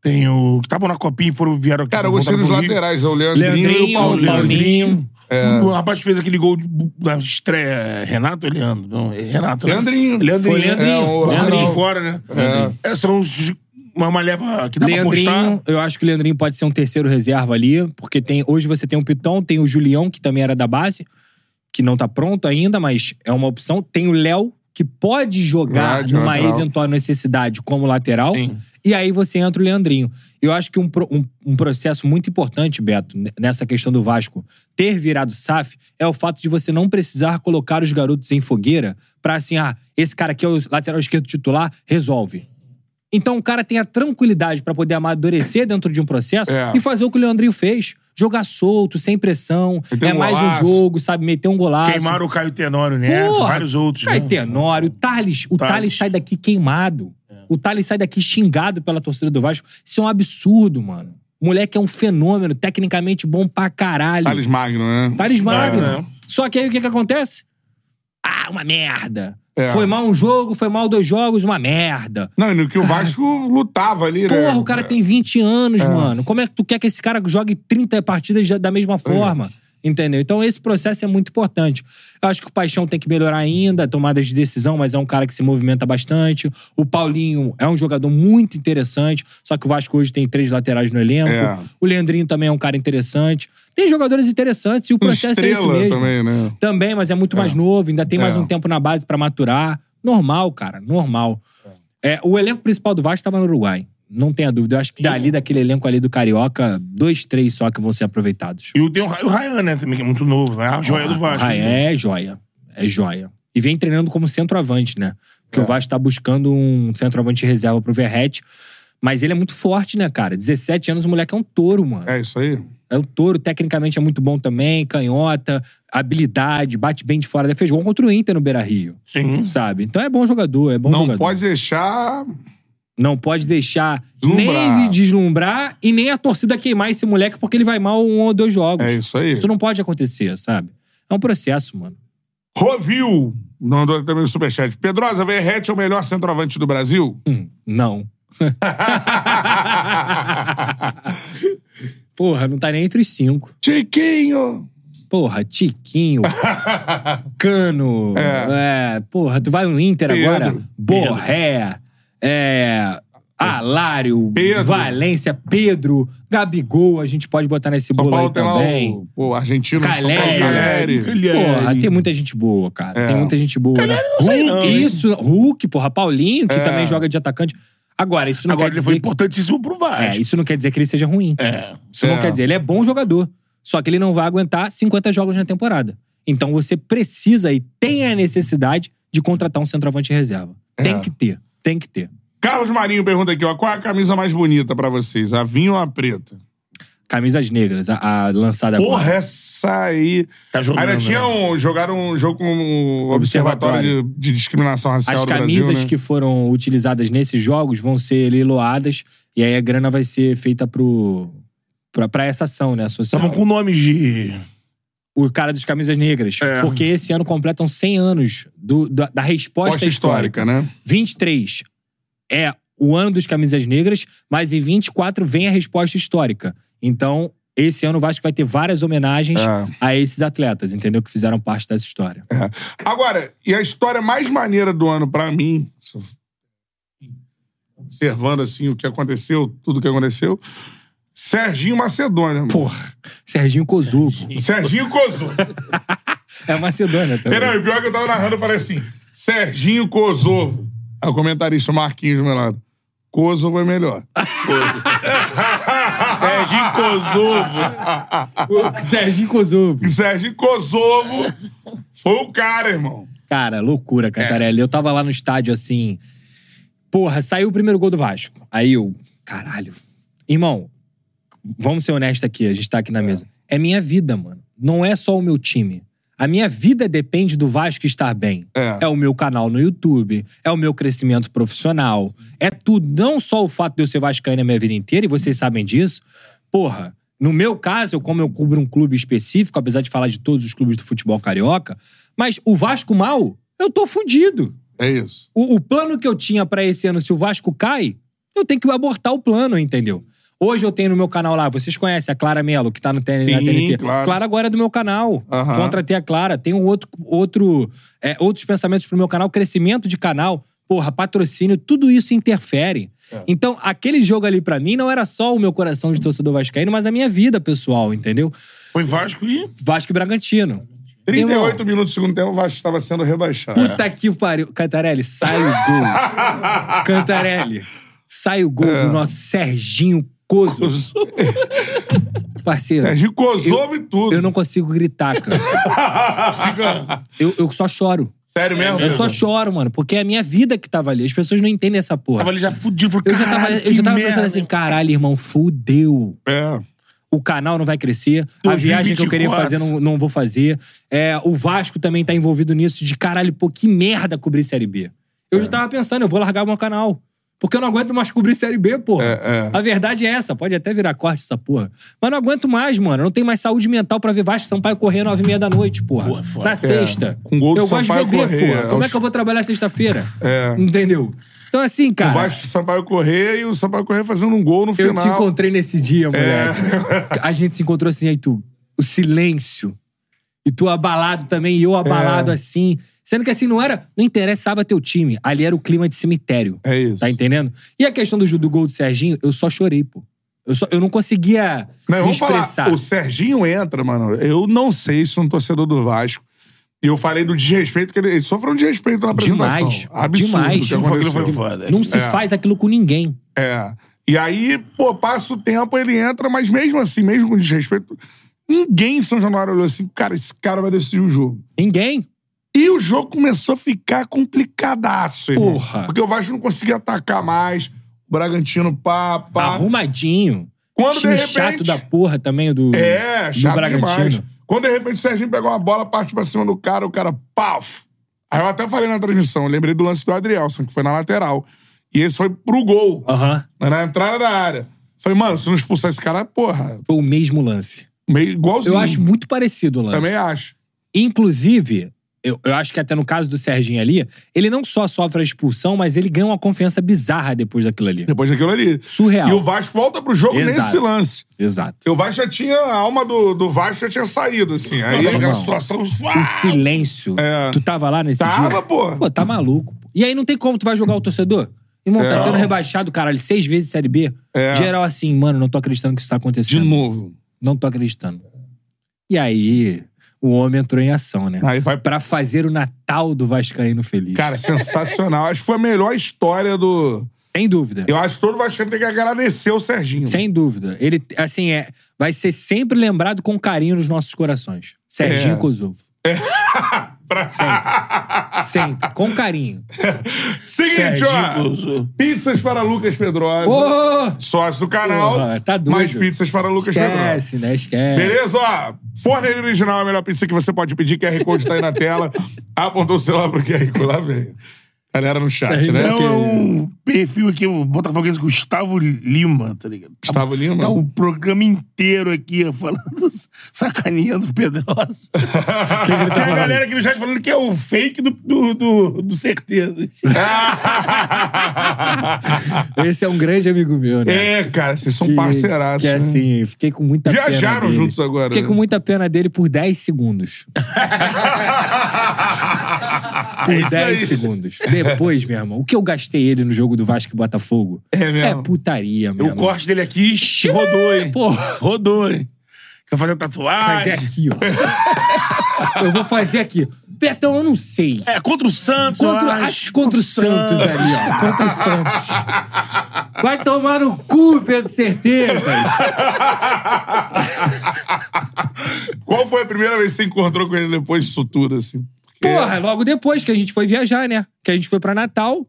S3: tem o. que estavam na copinha e foram, vieram aqui.
S2: Cara, eu gostei dos
S3: voltaram pro Rio.
S2: laterais, é o Leandrinho, e
S4: Leandrinho,
S2: o Paulinho. É.
S4: Paulinho.
S3: Leandrinho. O rapaz que fez aquele gol de- da estreia, Renato ou Leandro? Não, é Renato. né?
S2: Leandrinho.
S3: Leandrinho.
S4: Foi Leandrinho.
S2: É, o
S3: Leandro de
S2: Arnaldo.
S3: fora, né? É, são os, uma uma leva que dá pra apostar.
S4: Leandrinho, eu acho que o Leandrinho pode ser um terceiro reserva ali, porque tem, hoje você tem o Pitão, tem o Julião, que também era da base, que não tá pronto ainda, mas é uma opção. Tem o Léo, que pode jogar
S2: Verdade,
S4: numa
S2: lateral.
S4: eventual necessidade como lateral.
S3: Sim.
S4: E aí você entra o Leandrinho. Eu acho que um, pro- um, um processo muito importante, Beto, n- nessa questão do Vasco ter virado SAF é o fato de você não precisar colocar os garotos em fogueira pra assim, ah, esse cara aqui é o lateral esquerdo titular, resolve. Então o cara tem a tranquilidade pra poder amadurecer dentro de um processo
S2: É.
S4: e fazer o que o Leandrinho fez. Jogar solto, sem pressão,
S2: Meter
S4: é
S2: um
S4: mais
S2: golaço.
S4: um jogo, sabe? Meter um golaço.
S3: Queimaram o Caio Tenório nessa,
S4: Porra,
S3: vários outros.
S4: Caio
S3: né?
S4: Tenório, Thales. O Thales.
S3: Thales. É.
S4: sai daqui queimado. O Thales sai daqui xingado pela torcida do Vasco. Isso é um absurdo, mano. O moleque é um fenômeno, tecnicamente bom pra caralho.
S2: Thales Magno, né?
S4: Thales Magno.
S3: É, né?
S4: Só que aí o que, que acontece? Ah, uma merda.
S2: É.
S4: Foi mal um jogo, foi mal dois jogos, uma merda.
S2: Não, e no que o Vasco lutava ali, né?
S4: Porra, o cara tem 20 anos, mano. Como é que tu quer que esse cara jogue 30 partidas da- da
S2: É.
S4: mesma forma? Entendeu? Então esse processo é muito importante. Eu acho que o Paixão tem que melhorar ainda, tomadas de decisão, mas é um cara que se movimenta bastante. O Paulinho é um jogador muito interessante, só que o Vasco hoje tem três laterais no elenco.
S2: É.
S4: O Leandrinho também é um cara interessante. Tem jogadores interessantes e o
S2: Um
S4: processo é esse
S2: estrela
S4: mesmo.
S2: também, né?
S4: Também, mas é muito mais novo, ainda tem mais
S2: É.
S4: um tempo na base pra maturar. Normal, cara, normal. É, o elenco principal do Vasco tava no Uruguai. Não tenha dúvida. Eu acho que dali, daquele elenco ali do Carioca, dois, três só que vão ser aproveitados.
S3: E o- tem o Ra- o Ryan, né? Também, que é muito novo. É a joia do Vasco. né?
S4: Ah, é joia. É joia. E vem treinando como centroavante, né? Porque
S2: É.
S4: o Vasco tá buscando um centroavante de reserva pro Verrete. Mas ele é muito forte, né, cara? 17 anos, o moleque é um touro, mano.
S2: É isso aí.
S4: É o touro, tecnicamente é muito bom também, canhota, habilidade, bate bem de fora. Ele fez gol contra o Inter no Beira Rio.
S3: Sim.
S4: Sabe? Então é bom jogador, é bom
S2: Não
S4: jogador.
S2: pode deixar.
S4: Não pode deixar
S2: Deslumbrar.
S4: nem deslumbrar e nem a torcida queimar esse moleque porque ele vai mal um ou dois jogos.
S2: É isso aí.
S4: não pode acontecer, sabe? É um processo, mano.
S2: Rovil mandou também no um superchat. Pedrosa, Verrete é o melhor centroavante do Brasil?
S4: Hum, Não. Porra, não tá nem entre os cinco.
S2: Chiquinho!
S4: Porra,
S2: *laughs*
S4: Tiquinho. Cano. É. porra, tu vai no Inter
S2: Pedro.
S4: agora? Borré. É. Alário,
S2: Pedro.
S4: Valência, Pedro, Gabigol, a gente pode botar nesse
S2: São
S4: bolo aí
S2: Paulo tem lá
S4: também.
S2: o, o argentino
S4: Caleri.
S2: São Paulo, Caleri.
S4: Porra, tem muita gente boa, cara.
S2: É.
S4: Tem muita gente boa. né? Hulk, isso, Hulk, porra, Paulinho,
S2: É.
S4: que também joga de atacante. Agora, isso não
S3: Agora
S4: quer
S3: ele
S4: dizer.
S3: foi
S4: que-
S3: importantíssimo pro
S4: É,
S3: Vasco.
S4: isso não quer dizer que ele seja ruim.
S3: É.
S4: Isso não
S2: É.
S4: quer dizer. Ele é bom jogador. Só que ele não vai aguentar 50 jogos na temporada. Então você precisa e tem a necessidade de contratar um centroavante em reserva. Tem que ter. Tem que ter.
S2: É. Carlos Marinho pergunta aqui, ó. Qual é a camisa mais bonita pra vocês? A vinho ou a preta?
S4: Camisas negras, a, a lançada agora.
S2: Porra, essa aí...
S3: Tá jogando,
S2: Ainda tinha um... Jogaram um jogo com o Observatório
S4: Observatório.
S2: de, de Discriminação Racial
S4: As
S2: do
S4: camisas
S2: Brasil, né?
S4: que foram utilizadas nesses jogos vão ser leiloadas e aí a grana vai ser feita pro, pra, pra essa ação, né? Social.
S3: Estavam com nomes de...
S4: O cara dos camisas negras.
S3: É.
S4: Porque esse ano completam 100 anos do, da, da resposta
S2: Posta
S4: histórica.
S2: histórica, né?
S4: 23 é o ano dos camisas negras, mas em 24 vem a resposta histórica. Então, esse ano o Vasco vai ter várias homenagens
S2: É.
S4: a esses atletas, entendeu? Que fizeram parte dessa história.
S2: Agora, e a história mais maneira do ano pra mim, se eu- observando assim o que aconteceu, tudo o que aconteceu, Serginho Macedônia. Pô,
S4: Porra, Serginho Kozubo.
S2: Serginho Kosovo.
S4: É Macedônia também.
S2: Não, e pior é que eu tava narrando, eu falei assim: Serginho Kosovo. Aí o comentarista Marquinhos do meu lado. Kosovo é melhor. *laughs*
S3: Serginho Kosovo.
S4: Serginho Kozubo.
S2: E Serginho Kosovo foi o cara, irmão. É.
S4: Cara, loucura, Cantarelli. Eu tava lá no estádio assim. Porra, saiu o primeiro gol do Vasco. Aí eu, caralho. Irmão, vamos ser honestos aqui, a gente tá aqui na mesa. É minha vida, mano. Não é só o meu time. A minha vida depende do Vasco estar bem.
S2: É.
S4: o meu canal no YouTube, é o meu crescimento profissional. É tudo. Não só o fato de eu ser vascaíno a minha vida inteira, e vocês sabem disso. Porra, no meu caso, eu- como eu cubro um clube específico, apesar de falar de todos os clubes do futebol carioca, mas o Vasco mal, eu tô fudido.
S2: É isso.
S4: O, o plano que eu tinha pra esse ano, se o Vasco cai, eu tenho que abortar o plano, entendeu? Hoje eu tenho no meu canal lá, vocês conhecem a Clara Melo, que tá no TN, na
S2: Sim,
S4: TNT.
S2: claro.
S4: Clara agora é do meu canal.
S2: Aham.
S4: Contratei a Clara. Tem um outro, outro, é, outros pensamentos pro meu canal, crescimento de canal, porra, patrocínio, tudo isso interfere.
S3: É.
S4: Então, aquele jogo ali pra mim não era só o meu coração de torcedor vascaíno, mas a minha vida pessoal, entendeu?
S3: Foi Vasco e...
S4: Vasco e Bragantino. um-
S2: 38 minutos do segundo tempo, o Vasco estava sendo rebaixado.
S4: Puta que pariu. Cantarelli, sai o
S3: *laughs*
S4: gol. Cantarelli, sai o gol
S3: É.
S4: do nosso Serginho Coso. *laughs* Parceiro,
S2: Serginho Kosovo e tudo.
S4: eu não consigo gritar, cara. Eu, eu só choro.
S2: Sério mesmo?
S4: Eu só choro, mano, porque é a minha vida que tava ali. As pessoas não entendem essa porra.
S3: Tava ali já fudido. Falei,
S4: Eu já tava,
S3: "Caralho,
S4: eu já
S3: que
S4: tava
S3: merda."
S4: pensando assim, caralho, irmão, fudeu
S2: É.
S4: o canal não vai crescer, a viagem que eu queria
S3: 2024.
S4: fazer não, não vou fazer. É, o Vasco também tá envolvido nisso de caralho, pô, que merda cobrir Série B. Eu
S2: É.
S4: já tava pensando, eu vou largar o meu canal. Porque eu não aguento mais cobrir Série B, porra.
S2: É,
S4: A verdade é essa, pode até virar corte essa porra. Mas não aguento mais, mano. Eu não tenho mais saúde mental pra ver Vasco e Sampaio correr nove e meia da noite, porra.
S3: Porra, foda.
S4: Na sexta.
S2: É, Com gol do
S4: eu gosto de
S2: Sampaio
S4: beber,
S2: Corrêa,
S4: porra. Como é
S2: aos-
S4: que eu vou trabalhar sexta-feira?
S2: É.
S4: Entendeu? Então assim, cara.
S2: O Vasco Sampaio correr e o Sampaio correr fazendo um gol no
S4: Eu
S2: final. É.
S4: te encontrei nesse dia, moleque. A gente se encontrou assim, aí tu, o silêncio. E tu abalado também, e eu abalado
S2: É.
S4: assim. Sendo que assim, não era. Não interessava teu time. Ali era o clima de cemitério.
S2: É isso.
S4: Tá entendendo? E a questão do, ju- do gol do Serginho, eu só chorei, pô. Eu, só, eu não conseguia
S2: Não,
S4: me
S2: vamos
S4: expressar.
S2: falar. O Serginho entra, mano. Eu não sei se um torcedor do Vasco. E eu falei do desrespeito que ele. Ele sofreu um desrespeito na apresentação.
S4: Demais.
S2: Absurdo.
S4: Demais.
S2: o Que
S4: Não
S3: foi aquilo,
S2: aconteceu.
S3: foi foda.
S4: Não se
S2: É.
S4: faz aquilo com ninguém.
S2: É. E aí, pô, passa o tempo, ele entra, mas mesmo assim, mesmo com desrespeito, ninguém em São Januário olhou assim, cara, esse cara vai decidir o jogo.
S4: Ninguém.
S2: E o jogo começou a ficar complicadaço, irmão.
S4: Porra.
S2: Porque o Vasco não conseguia atacar mais. O Bragantino, pá, pá.
S4: Arrumadinho.
S2: Quando, de
S4: Time
S2: repente-
S4: chato da porra também, o do,
S2: É,
S4: do
S2: chato
S4: Bragantino.
S2: demais. Quando de repente o Serginho pegou uma bola, parte pra cima do cara, o cara, paf! Aí eu até falei na transmissão, eu lembrei do lance do Adrielson, que foi na lateral. E esse foi pro gol, Né,
S4: Aham.
S2: na entrada da área. Falei, mano, se não expulsar esse cara, porra,
S4: Foi o mesmo lance.
S2: meio igualzinho.
S4: Eu acho muito parecido o lance.
S2: Também acho.
S4: Inclusive, eu, eu acho que até no caso do Serginho ali, ele não só sofre a expulsão, mas ele ganha uma confiança bizarra depois daquilo ali.
S2: Depois daquilo ali.
S4: Surreal.
S2: E o Vasco volta pro jogo
S4: Exato.
S2: nesse lance.
S4: Exato.
S2: O Vasco já tinha. A alma do, do Vasco já tinha saído, assim. Aí
S4: Não, tá
S2: aquela
S4: não.
S2: situação.
S4: O silêncio.
S2: É.
S4: Tu tava lá nesse
S2: Tava,
S4: dia?
S2: pô.
S4: Pô, tá maluco. pô. E aí não tem como tu vai jogar o torcedor? Irmão, tá
S2: É.
S4: sendo rebaixado, caralho, seis vezes Série B.
S2: É. *laughs*
S4: Geral assim, mano, não tô acreditando que isso tá
S2: De
S4: acontecendo.
S2: novo.
S4: Não tô acreditando. E aí, o homem entrou em ação, né?
S2: Aí vai.
S4: Pra fazer o Natal do Vascaíno feliz.
S2: Cara, sensacional. Acho que foi a melhor história do.
S4: Sem dúvida.
S2: Eu acho que todo Vasco tem que agradecer o Serginho.
S4: Sem dúvida. Ele, assim, é, vai ser sempre lembrado com carinho nos nossos corações. Serginho
S2: É.
S4: Kosovo.
S2: Pra...
S4: Sempre. Com carinho.
S2: *laughs* Seguinte, ó. Pizzas para Lucas Pedrosa.
S4: Ô!
S2: Sócio do canal.
S4: Porra, tá doido.
S2: Mais pizzas para Lucas Pedrosa.
S4: Esquece, né? Esquece.
S2: Beleza? Ó, Forneria Original é a melhor pizza que você pode pedir. QR Code tá aí
S4: *laughs*
S2: na tela. Apontou o celular pro QR Code. Lá vem. Galera no chat, né?
S4: Não,
S3: Não, é um perfil aqui, o Botafoguense Gustavo Lima, tá ligado?
S2: Gustavo Lima?
S3: Tá o programa inteiro aqui falando *laughs* sacaninha do
S2: *laughs*
S3: Pedrosa. Tem a galera aqui no chat falando que é o fake do, do, do, do Certezas.
S4: *laughs* Esse é um grande amigo meu, né?
S2: É, cara, vocês são
S4: Que-
S2: parceiraços.
S4: Que
S2: né?
S4: assim, fiquei com muita pena.
S2: Viajaram
S4: dele.
S2: juntos agora,
S4: Fiquei
S2: né?
S4: com muita pena dele por 10 segundos. Por
S2: É isso
S4: 10
S2: aí.
S4: segundos. Depois, meu irmão, o que eu gastei ele no jogo do Vasco e Botafogo
S2: É mesmo.
S4: putaria, meu
S3: O
S4: irmão.
S3: corte dele aqui shh, rodou, hein?
S4: Pô,
S3: Rodou, hein? Quer fazer
S4: fazer
S3: tatuagem?
S4: aqui, ó. eu vou fazer aqui. Betão, eu não sei.
S3: É, contra o Santos, eu
S4: Contra,
S3: acho.
S4: acho, que contra o Santos ali, ó. Contra o Santos. Vai tomar no cu,
S3: *laughs*
S4: Pedro Certezas.
S2: Qual foi a primeira vez que você encontrou com ele depois disso tudo, assim? Porque-
S4: Porra, é logo depois que a gente foi viajar, né? Que a gente foi pra Natal.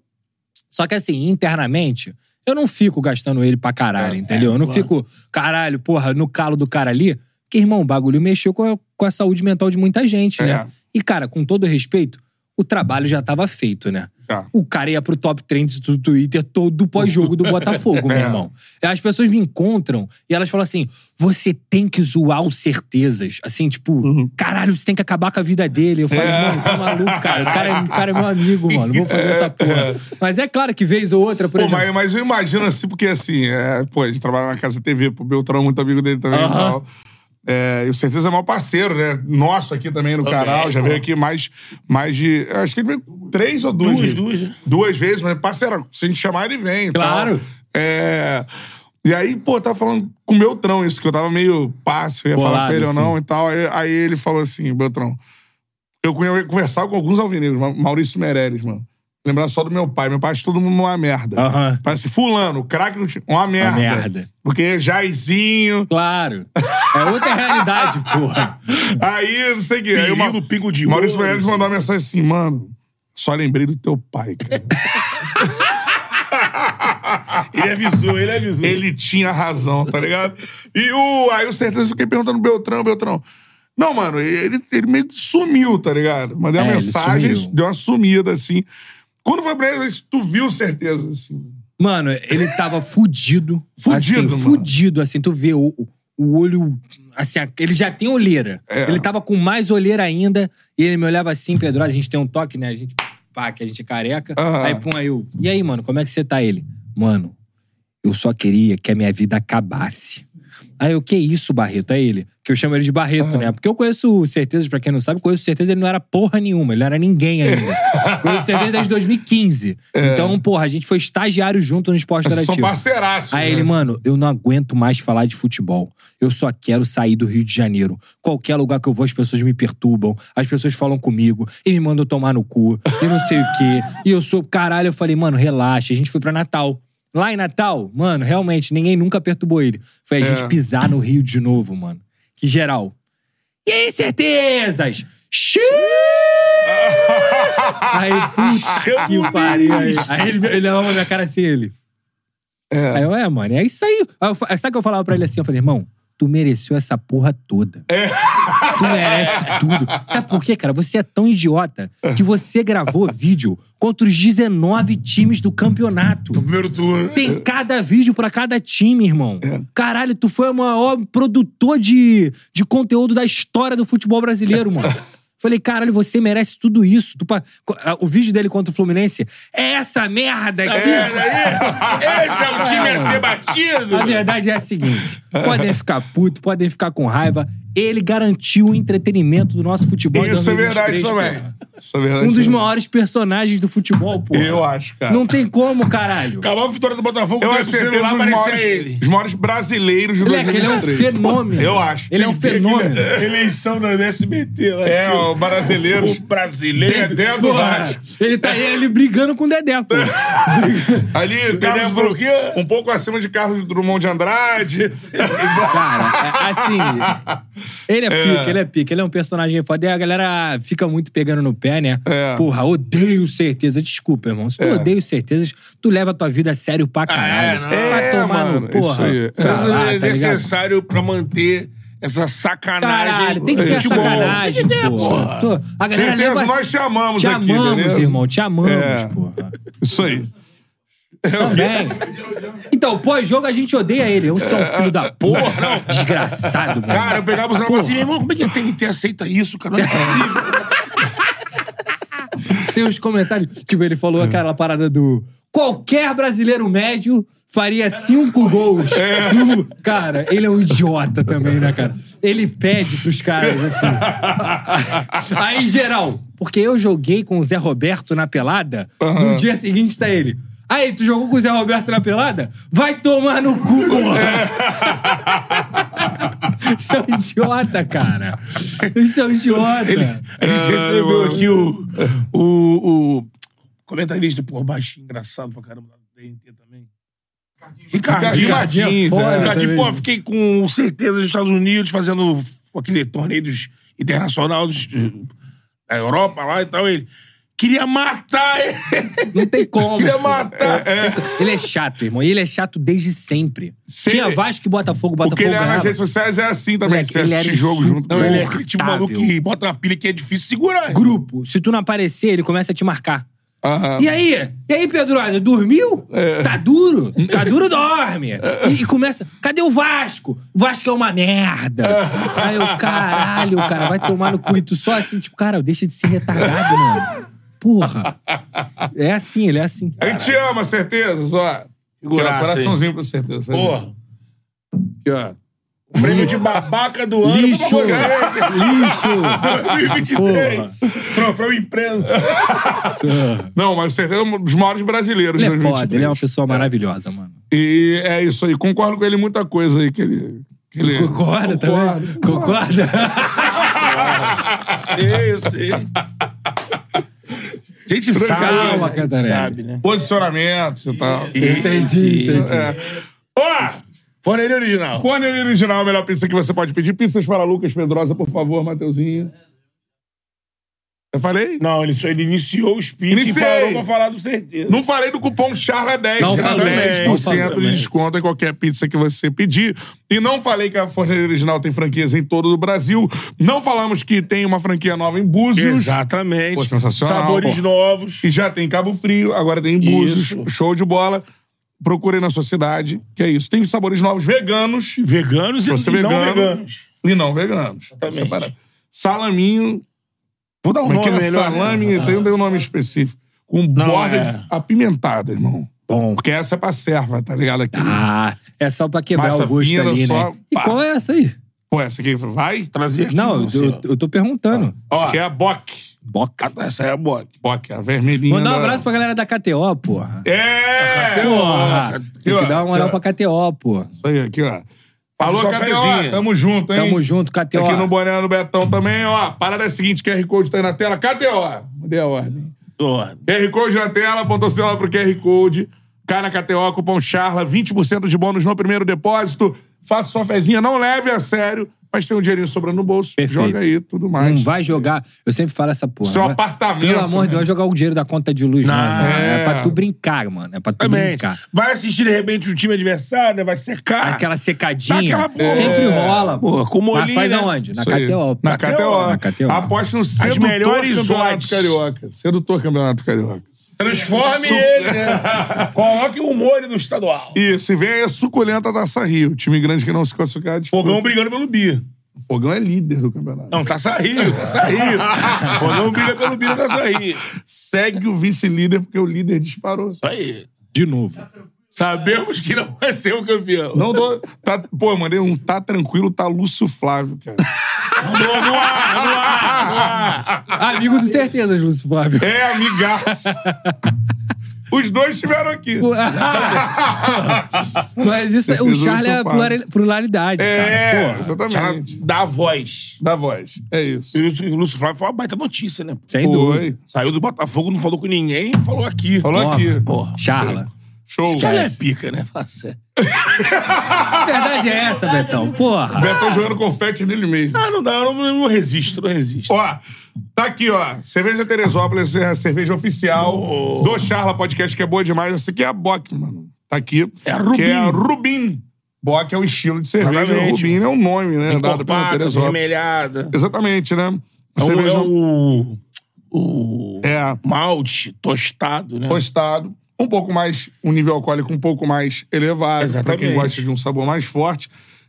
S4: Só que assim, internamente, eu não fico gastando ele pra
S2: É,
S4: caralho, entendeu? eu não fico, caralho, porra, no calo do cara ali. Porque, irmão, o bagulho mexeu com a, com a saúde mental de muita gente,
S2: É.
S4: né? E, cara, com todo respeito, o trabalho já tava feito, né?
S2: Tá.
S4: O cara ia pro top trends do Twitter todo pós-jogo do
S2: *laughs*
S4: Botafogo, meu
S2: É.
S4: irmão. As pessoas me encontram e elas falam assim: você tem que zoar o certezas. Assim, tipo,
S2: Uhum.
S4: caralho, você tem que acabar com a vida dele. Eu falei,
S2: É.
S4: mano, tá maluco, cara. O cara, é- o cara é meu amigo, mano. Vou fazer essa porra. Mas é claro que vez ou outra, por
S2: Pô,
S4: exemplo.
S2: mas, mas eu imagino assim, porque assim, é, pô, a gente trabalha na Casa TV, pô, o Beltrão é muito amigo dele também e
S4: Aham.
S2: tal. É, e o Certeza é o maior parceiro, né? Nosso aqui também no canal. Já veio aqui mais, mais de. Acho que ele veio três ou duas.
S3: Duas,
S2: vezes.
S3: duas, né?
S2: Duas vezes, mas parceiro, se a gente chamar, ele vem. e tal.
S4: Claro.
S2: É. E aí, pô, eu tava falando com o Beltrão isso, que eu tava meio passo, eu ia falar
S4: Bolado, assim.
S2: com ele ou
S4: sim.
S2: não e tal. Aí, aí ele falou assim, Beltrão, eu conhe- conversava com alguns alvinegros, Ma- Maurício Meirelles, mano. Lembrar só do meu pai. Meu pai acha todo mundo uma merda.
S4: Aham.
S2: Parece fulano, o craque do time. Uma merda.
S4: merda.
S2: Porque Jairzinho,
S4: Claro. É outra realidade, *laughs* porra.
S2: aí não sei o quê. Aí o Ma-
S3: Perigo, pingo de
S2: Maurício
S3: ouro,
S2: Meirelles mandou uma mensagem assim, mano, só lembrei do teu pai, cara.
S3: Ele avisou, ele avisou.
S2: Ele tinha razão, tá ligado? E o, aí o certeza eu fiquei perguntando pro Beltrão, Beltrão. Não, mano, ele, ele meio que sumiu, tá ligado? Mandei uma
S4: É, ele
S2: mensagem,
S4: sumiu.
S2: deu uma sumida, assim. Quando foi a primeira vez que tu viu certeza, assim?
S4: Mano, ele tava fudido.
S2: Fudido,
S4: assim,
S2: mano.
S4: Fudido, assim. Tu vê o, o- o olho... Assim, a- ele já tem olheira.
S2: É.
S4: Ele tava com mais olheira ainda. E ele me olhava assim, Pedro, a gente tem um toque, né? A gente... Pá, que a gente é careca.
S2: Aham.
S4: Aí, pum, aí eu... E aí, mano, como é que você tá? Ele... Mano, eu só queria que a minha vida acabasse. Aí eu, que isso, Barreto? Aí ele, que eu chamo ele de Barreto, né? Porque eu conheço o Certezas, pra quem não sabe, conheço o Certezas, ele não era porra nenhuma, ele não era ninguém ainda.
S2: *laughs*
S4: conheço o Certezas desde 2015.
S2: É.
S4: Então, porra, a gente foi estagiário junto no esporte
S2: Vocês são
S4: interativo.
S2: parceiraços.
S4: Aí
S2: né?
S4: ele, mano, eu não aguento mais falar de futebol. Eu só quero sair do Rio de Janeiro. Qualquer lugar que eu vou, as pessoas me perturbam, as pessoas falam comigo e me mandam tomar no cu e não sei o quê. E eu sou, caralho, eu falei, mano, relaxa. A gente foi pra Natal. Lá em Natal, mano, realmente, ninguém nunca perturbou ele. Foi a
S2: É.
S4: gente pisar no Rio de novo, mano. Que geral. E aí,
S2: *laughs*
S4: certezas?
S6: *laughs*
S4: Xiii! aí, puta que pariu. Aí, aí ele, ele olhava na minha cara assim, ele... Aí eu, é, mano, é isso aí. Aí eu fa- sabe o que eu falava pra ele assim? Eu falei, irmão, tu mereceu essa porra toda. Tu merece tudo. Sabe por quê, cara? Você é tão idiota que você gravou vídeo contra os 19 times do campeonato.
S3: Primeiro turno.
S4: Tem cada vídeo pra cada time, irmão. Caralho, tu foi o maior produtor de, de conteúdo da história do futebol brasileiro, mano. Falei, caralho, você merece tudo isso. Tu pa- O vídeo dele contra o Fluminense é essa merda aqui.
S2: né?
S3: Esse é o time a ser batido.
S4: A verdade é a seguinte: podem ficar puto, podem ficar com raiva. Ele garantiu o entretenimento do nosso futebol. de
S2: Isso é verdade
S4: 2023,
S2: também.
S4: porra.
S2: Isso é verdade.
S4: Um dos
S2: também.
S4: maiores personagens do futebol, pô.
S2: Eu acho, cara.
S4: Não tem como, caralho.
S3: Acabou a vitória do Botafogo,
S2: Eu
S3: deu
S2: acho
S3: pro
S2: certeza
S3: celular
S2: os
S3: aparecer
S2: maiores,
S3: ele.
S2: os maiores brasileiros de
S4: Moleque, ele é um
S2: 2023.
S4: fenômeno.
S2: Eu acho.
S4: Ele é um
S2: Tem que né? ver
S4: fenômeno.
S2: que ele-
S3: é Eleição da SBT lá.
S2: É, o brasileiro.
S3: né?
S2: é
S3: O brasileiro.
S2: Dedé do
S4: Porra,
S2: Vasco. É.
S4: ele tá ele brigando com o Dedé, *laughs* pô. é
S2: Ali, Carlos
S3: Dedé por
S2: Drummond,
S3: quê?
S2: um pouco acima de Carlos Drummond de Andrade.
S4: Cara, é- assim. Ele é pique, ele é pique, ele é um personagem foda. E a galera fica muito pegando no pé, né?
S2: É.
S4: Porra, odeio certeza. Desculpa, irmão. Se tu odeia os certezas, tu leva a tua vida a sério pra caralho.
S3: não.
S4: Vai
S2: É,
S4: tomar
S2: mano,
S4: no porra.
S2: isso aí.
S4: pra
S3: Mas
S4: lá,
S3: é
S4: tá ligado?
S3: necessário pra manter essa sacanagem.
S4: Caralho, tem que
S3: do
S4: ter
S3: futebol.
S4: sacanagem, porra. Tô- a galera
S2: Certeza,
S4: leva-
S2: nós te amamos
S4: Te
S2: aqui,
S4: amamos,
S2: beleza?
S4: irmão, te amamos,
S2: É.
S4: porra.
S2: Isso aí. *laughs*
S4: Também. Então, pós-jogo a gente odeia ele. Você é um
S3: *laughs*
S4: filho da
S2: *laughs*
S4: porra. Desgraçado, mano.
S3: Cara, eu pegava os
S4: Porra.
S3: negócios assim, meu irmão, como é que tem que ter aceita isso,
S4: *laughs*
S3: cara? Não é possível.
S4: Tem uns comentários. Tipo, ele falou aquela parada do. Qualquer brasileiro médio faria cinco gols. No- Cara, ele é um idiota também, né, cara? Ele pede pros caras, assim. Aí, em geral, porque eu joguei com o Zé Roberto na pelada, no dia seguinte tá ele. Aí, tu jogou com o Zé Roberto na pelada? Vai tomar no cu, porra! Isso é um idiota, cara. Isso é um idiota.
S3: A gente recebeu aqui o, o, o comentarista, pô, baixinho, engraçado pra caramba, lá do TNT também. Ricardinho,
S2: Ricardinho
S4: Martins,
S3: Martins,
S4: é.
S3: é. Ricardinho, pô,
S4: também.
S3: fiquei com certeza dos Estados Unidos fazendo aquele torneio dos internacional dos- da Europa lá e tal. Ele queria matar ele. *laughs*
S4: Não tem como.
S3: Queria
S4: pô.
S3: matar.
S4: Ele é chato, irmão. E ele é chato desde sempre.
S2: Se
S4: Tinha
S2: ele-
S4: Vasco e Botafogo, Botafogo
S2: Porque ele é
S4: ganhava.
S2: nas redes sociais é assim também.
S4: Moleque,
S2: Você
S4: ele era
S2: assiste jogo junto.
S3: Não, ele é
S4: Insuportável.
S3: aquele
S2: um
S3: tipo maluco que bota uma pilha que é difícil segurar. irmão.
S4: Grupo. Se tu não aparecer, ele começa a te marcar.
S2: Aham. É.
S4: E aí? E aí, Pedro? Dormiu? Tá duro? Tá duro, dorme. E, e começa... Cadê o Vasco? O Vasco é uma merda. Aí eu, caralho, cara, vai tomar no cu. E tu só assim, tipo, cara, deixa de ser retardado, mano. Porra. É assim, ele é assim.
S2: A gente te ama, certeza, só. Figuraça,
S3: Figuraça, hein?
S2: coraçãozinho pra certeza.
S3: Porra.
S2: Aqui, ó.
S3: O prêmio de babaca do ano
S4: Lixo.
S3: pra vocês.
S4: Lixo.
S2: *laughs*
S3: 2023.
S4: Porra.
S3: Troféu imprensa. *laughs*
S2: Não, mas certeza é um dos maiores brasileiros de
S4: Ele é foda,
S2: 2023.
S4: ele é uma pessoa maravilhosa, mano.
S2: E é isso aí. Concordo com ele em muita coisa aí que ele. Que ele...
S4: Concorda também? Concorda?
S3: Sei, eu sei. A gente sabe.
S4: Calma,
S3: né?
S4: Cantarelli.
S3: Sabe, né?
S2: Posicionamentos e tal.
S4: Entendi, entendi.
S2: É. Ó!
S3: Forneria original.
S2: Fone original, a melhor pizza que você pode pedir. Pizzas para Lucas Pedrosa, por favor, Mateuzinho. Eu falei?
S3: Não, ele, só- ele iniciou o speech
S2: Iniciei.
S3: e parou pra falar do certeza.
S2: Não falei do cupom CHARLA10.
S4: Não
S2: Dá
S4: falou, não falou
S2: 10% de
S4: também.
S2: desconto em qualquer pizza que você pedir. E não falei que a Forneria Original tem franquias em todo o Brasil. Não falamos que tem uma franquia nova em Búzios.
S3: Exatamente.
S2: Pô, sensacional,
S3: Sabores
S2: pô.
S3: novos.
S2: E já tem em Cabo Frio, agora tem em Búzios.
S3: Isso.
S2: Show de bola. Procure na sua cidade, que é isso. Tem sabores novos veganos.
S3: Veganos e,
S2: Você
S3: e não
S2: vegano.
S3: veganos.
S2: E não veganos.
S3: Exatamente.
S2: Separado. Salaminho.
S3: Vou dar um
S2: Como é que
S3: nome
S2: é
S3: melhor. né?
S2: salame? Tem, tem um nome específico. Com
S3: Não,
S2: borda
S3: é.
S2: apimentada, irmão.
S4: Bom.
S2: Porque essa é pra serva, tá ligado? Aqui.
S4: Ah, é só pra quebrar
S2: Massa
S4: o gosto
S2: fina,
S4: ali,
S2: só
S4: né? E
S2: pá.
S4: qual é essa aí?
S2: Pô, essa aqui vai?
S3: Trazer aqui,
S4: Não,
S3: sei
S4: eu,
S3: lá.
S4: eu tô perguntando.
S2: Isso aqui é a Bock.
S4: Boca.
S3: Ah, Essa é a boa.
S2: Bock, a vermelhinha.
S4: Mandar um
S2: da-
S4: abraço pra galera da KTO, porra.
S2: É!
S4: Porra, tem que dar uma moral pra KTO, pô.
S2: Isso aí, aqui, ó. Falou,
S3: Só
S2: KTO.
S3: fezinha.
S2: Tamo junto, hein?
S4: Tamo junto, KTO.
S2: Aqui no Boné, no Betão também, ó. Parada é a seguinte, QR Code tá aí na tela. KTO. Mudei a ordem. QR Code na tela, apontou o celular pro QR Code. Cai na KTO, cupom CHARLA, 20% de bônus no primeiro depósito. Faça sua fezinha, não leve a sério, mas tem um dinheirinho sobrando no bolso.
S4: Perfeito. Hum,
S2: Joga aí, tudo mais.
S4: Não vai jogar. Eu sempre falo essa porra.
S2: Isso é um
S4: Vai-
S2: apartamento,
S4: Pelo amor de
S2: né?
S4: Deus, vai jogar o dinheiro da conta de luz, não. mano. É.
S2: é.
S4: pra tu brincar, mano. É pra tu
S3: Também.
S4: brincar.
S3: Vai assistir, de repente, o time adversário, né? vai secar.
S4: Aquela secadinha.
S3: Dá aquela-
S4: sempre rola.
S3: Pô, com
S4: Mas
S3: molinho,
S4: faz
S3: né?
S4: aonde? Na
S2: Isso aí.
S4: KTO.
S2: Na
S4: pô.
S2: KTO.
S4: Na KTO.
S2: Aposte no sedutor
S3: melhores
S2: campeonato
S3: odds.
S2: carioca. Sedutor campeonato carioca.
S3: Transforme
S2: Su-
S3: ele,
S2: *laughs*
S3: né? Coloque o molho no estadual.
S2: Isso, e vem aí a suculenta Taça Rio. Time grande que não se classificar. de
S3: Fogão brigando pelo Bia.
S2: Fogão é líder do campeonato.
S3: Não, tá saindo, tá
S2: *laughs*
S3: saindo. Fogão brilha pelo brilho, tá saindo.
S2: Segue o vice-líder, porque o líder disparou.
S3: Tá aí.
S4: De novo.
S3: Sabemos que não vai ser o campeão.
S2: Não dou. Tá, pô, eu mandei um tá tranquilo, tá Lúcio Flávio, cara.
S3: Não, não há, não há, não há.
S4: Amigo do certeza, Lúcio Flávio.
S2: É, amigaço. Os dois estiveram aqui.
S4: *laughs* Mas isso,
S2: Certeza
S4: o
S2: do
S4: Charles é
S2: Lúcio Flávio.
S4: plurali- pluralidade, cara.
S2: É,
S3: Já
S2: exatamente.
S3: dá voz.
S2: Da voz. É isso.
S3: E o Lúcio- o Lúcio Flávio foi uma baita notícia, né?
S4: Sem dúvida.
S2: Foi.
S3: Saiu do Botafogo, não falou com ninguém, falou aqui.
S2: Falou
S4: Toma,
S2: aqui.
S3: Porra.
S4: Charla.
S2: Show.
S3: Ele é pica, né? Fala sério.
S4: A verdade é essa, Betão. Porra.
S2: Betão tá jogando confete nele mesmo.
S3: Ah, não dá, eu não, eu não resisto, não resisto.
S2: Ó, tá aqui, ó. Cerveja Teresópolis, é a cerveja oficial do Charla Podcast, que é boa demais. Essa aqui é a Bock, mano. Tá aqui.
S3: É a Rubin.
S2: Que é a Rubin. Bock é o estilo de cerveja.
S3: Exatamente.
S2: Rubin é o nome, né? Dado pela
S3: Encorpada,
S2: Teresópolis.
S3: vermelhada.
S2: Exatamente, né?
S3: É o, é
S2: cerveja
S3: o, o
S2: é
S3: malte tostado, né?
S2: tostado, um pouco mais, um nível alcoólico um pouco mais elevado, para
S3: Exatamente.
S2: quem gosta de um sabor mais forte.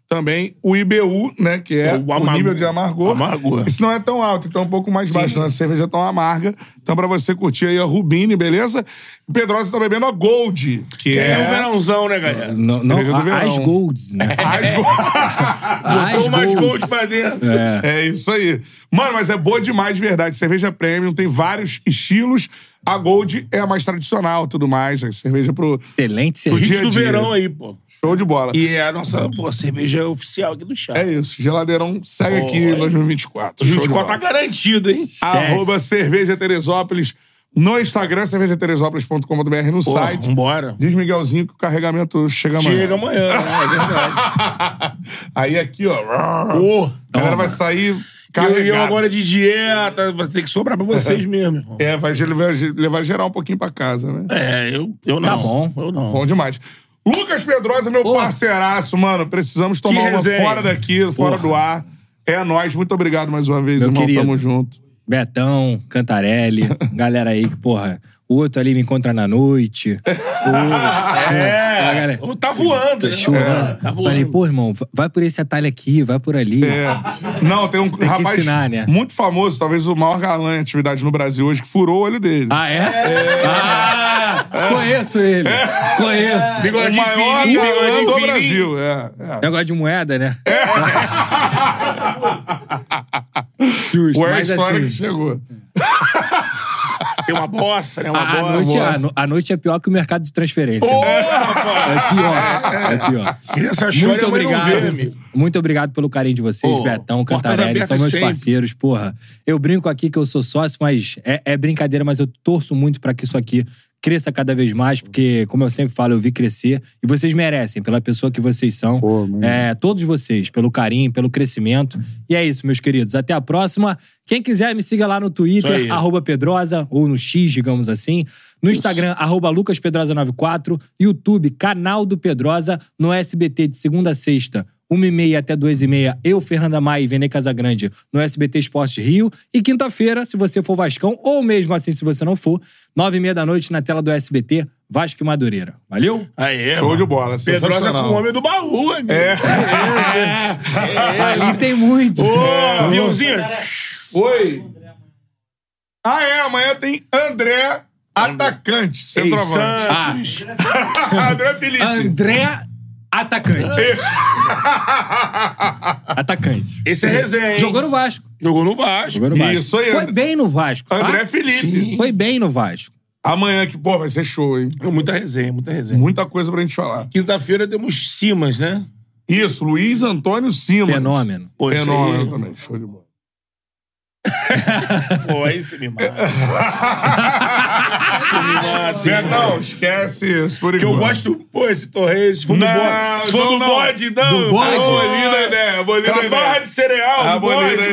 S2: Também o IBU, né, que é
S3: O
S2: o,
S3: amar-
S2: nível de amargor.
S3: Amargor.
S2: Isso não é tão alto, então é um pouco mais baixo, não é cerveja tão amarga. Então para você curtir aí a Rubini, beleza? O Pedrosa tá bebendo a Gold, que
S3: É,
S2: é,
S3: um verãozão, né, galera?
S4: Não, não,
S2: Cerveja do
S4: a-
S2: verão.
S4: as Golds, né?
S2: As Gold.
S4: As
S3: Botou mais gols
S4: Golds.
S3: pra dentro.
S2: É isso aí. Mano, mas é boa demais, de verdade. Cerveja premium, tem vários estilos. A Gold é a mais tradicional, tudo mais. É cerveja pro
S4: Excelente
S3: O
S4: cerveja.
S3: hit
S2: dia a
S3: é do
S2: dia.
S3: verão aí, pô.
S2: show de bola.
S3: E é a nossa pô, cerveja oficial aqui do chá.
S2: É isso. Geladeirão segue aqui em 2024. Show de
S3: 24 tá
S2: bola.
S3: garantido, hein?
S2: Arroba Cerveja Teresópolis no Instagram, cervejateresópolis.com.br no
S3: Pô,
S2: site.
S3: Vambora.
S2: Diz Miguelzinho que o carregamento chega amanhã.
S3: Chega amanhã, né? É verdade.
S2: Aí aqui, ó.
S3: Pô,
S2: a galera vai sair carregada.
S3: eu, eu agora de dieta, vai ter que sobrar pra vocês mesmo, irmão.
S2: É, vai levar, levar geral um pouquinho pra casa, né?
S3: É, eu, eu não.
S4: Tá bom.
S3: Eu não.
S2: Bom demais. Lucas Pedrosa, meu parceiraço, mano. Precisamos tomar uma
S3: resenha.
S2: fora daqui, fora do ar. É nóis. Muito obrigado mais uma vez,
S4: Meu
S2: irmão.
S4: querido.
S2: Tamo junto.
S4: Betão,
S2: *laughs*
S4: Cantarelli, galera aí que, porra, o outro ali me encontra na
S2: *laughs*
S4: noite. O,
S3: É,
S4: a galera.
S3: tá voando. né?
S4: Chorando.
S3: É, tá
S4: Falei,
S3: voando.
S4: pô, irmão, vai por esse atalho aqui, vai por ali.
S2: É. Não, tem um
S4: que
S2: rapaz
S4: ensinar, né?
S2: muito famoso, talvez o maior galã em atividade no Brasil hoje, que furou o olho dele.
S4: Ah, é? Ah,
S3: É.
S4: conheço ele. Conheço.
S2: o
S4: Bigodinho
S2: É. maior
S4: fininho,
S2: galã
S4: bigodinho
S2: do
S4: fininho.
S2: Brasil. É, é.
S4: Negócio de moeda, né? É. *laughs* Justo,
S2: Foi a
S4: mas
S2: história
S4: assim,
S2: que chegou.
S3: Tem uma bossa, né? Uma
S4: a, a
S3: bossa.
S4: Ah, noite, a, no- a noite é pior que o mercado de transferência. É pior. É pior.
S3: Criança chora,
S4: Muito
S3: mas não vê,
S4: obrigado.
S3: amigo.
S4: Muito obrigado pelo carinho de vocês,
S3: Pô,
S4: Betão,
S3: portas
S4: Cantarelli.
S3: abertas
S4: São meus
S3: sempre.
S4: parceiros, porra. Eu brinco aqui que eu sou sócio, mas é, é brincadeira, mas eu torço muito pra que isso aqui cresça cada vez mais, porque, como eu sempre falo, eu vi crescer. E vocês merecem, pela pessoa que vocês são. É, todos vocês, pelo carinho, pelo crescimento. E é isso, meus queridos. Até a próxima. Quem quiser, me siga lá no
S3: Isso aí.
S4: Twitter, arroba Pedrosa, ou no X, digamos assim. No Instagram, arroba LucasPedrosa94, YouTube, canal do Pedrosa, no SBT de segunda a sexta, 1h30 até 2h30, eu, Fernanda Maia e Vene Casagrande, no SBT Esporte Rio. E quinta-feira, se você for Vascão, ou mesmo assim, se você não for, 9h30 da noite na tela do SBT, Vasco e Madureira. Valeu?
S3: Aí, é
S2: Show de bola.
S3: Pedrosa com
S2: sensacional.
S3: o homem do baú, amigo. É.
S4: É. Ali tem muito.
S3: Ô, aviãozinho.
S2: Oi. Ah, é. Amanhã tem André Atacante,
S3: Ei,
S2: centroavante. Ah.
S3: Santos.
S2: *laughs* André Felipe.
S4: André, atacante. atacante.
S3: Esse é resenha, hein?
S4: Jogou no Vasco.
S3: Jogou no baixo.
S4: Jogou no Vasco.
S2: Isso aí,
S4: Foi
S2: And-
S4: bem no Vasco. tá?
S2: André Felipe.
S4: Foi bem no Vasco.
S2: Amanhã que, pô, vai ser show, hein?
S3: Muita resenha, muita resenha.
S2: Muita coisa pra gente falar.
S3: Quinta-feira temos Simas, né?
S2: Isso, Luiz Antônio Simas.
S4: Fenômeno.
S3: Pô, esse
S2: Fenômeno
S3: aí...
S2: também. Show de bola.
S3: Pô, aí você me *laughs* mata.
S2: Betão, esquece isso por
S3: Que eu
S2: enquanto.
S3: gosto, pô, esse torreio, se for do
S2: Não,
S3: bode. Se for
S2: não,
S3: do
S2: não.
S3: bode, não. né?
S4: Do bode?
S3: Pô,
S2: Abolida a ideia, abolida a
S3: Aquela
S2: ideia.
S3: barra de cereal,
S2: Ah,
S3: do
S2: bonito
S3: bode.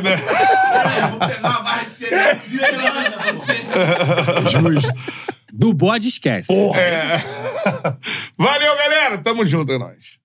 S2: *laughs* ainda.
S4: Justo. Do bode esquece.
S2: É. Valeu, galera. Tamo junto, é nóis.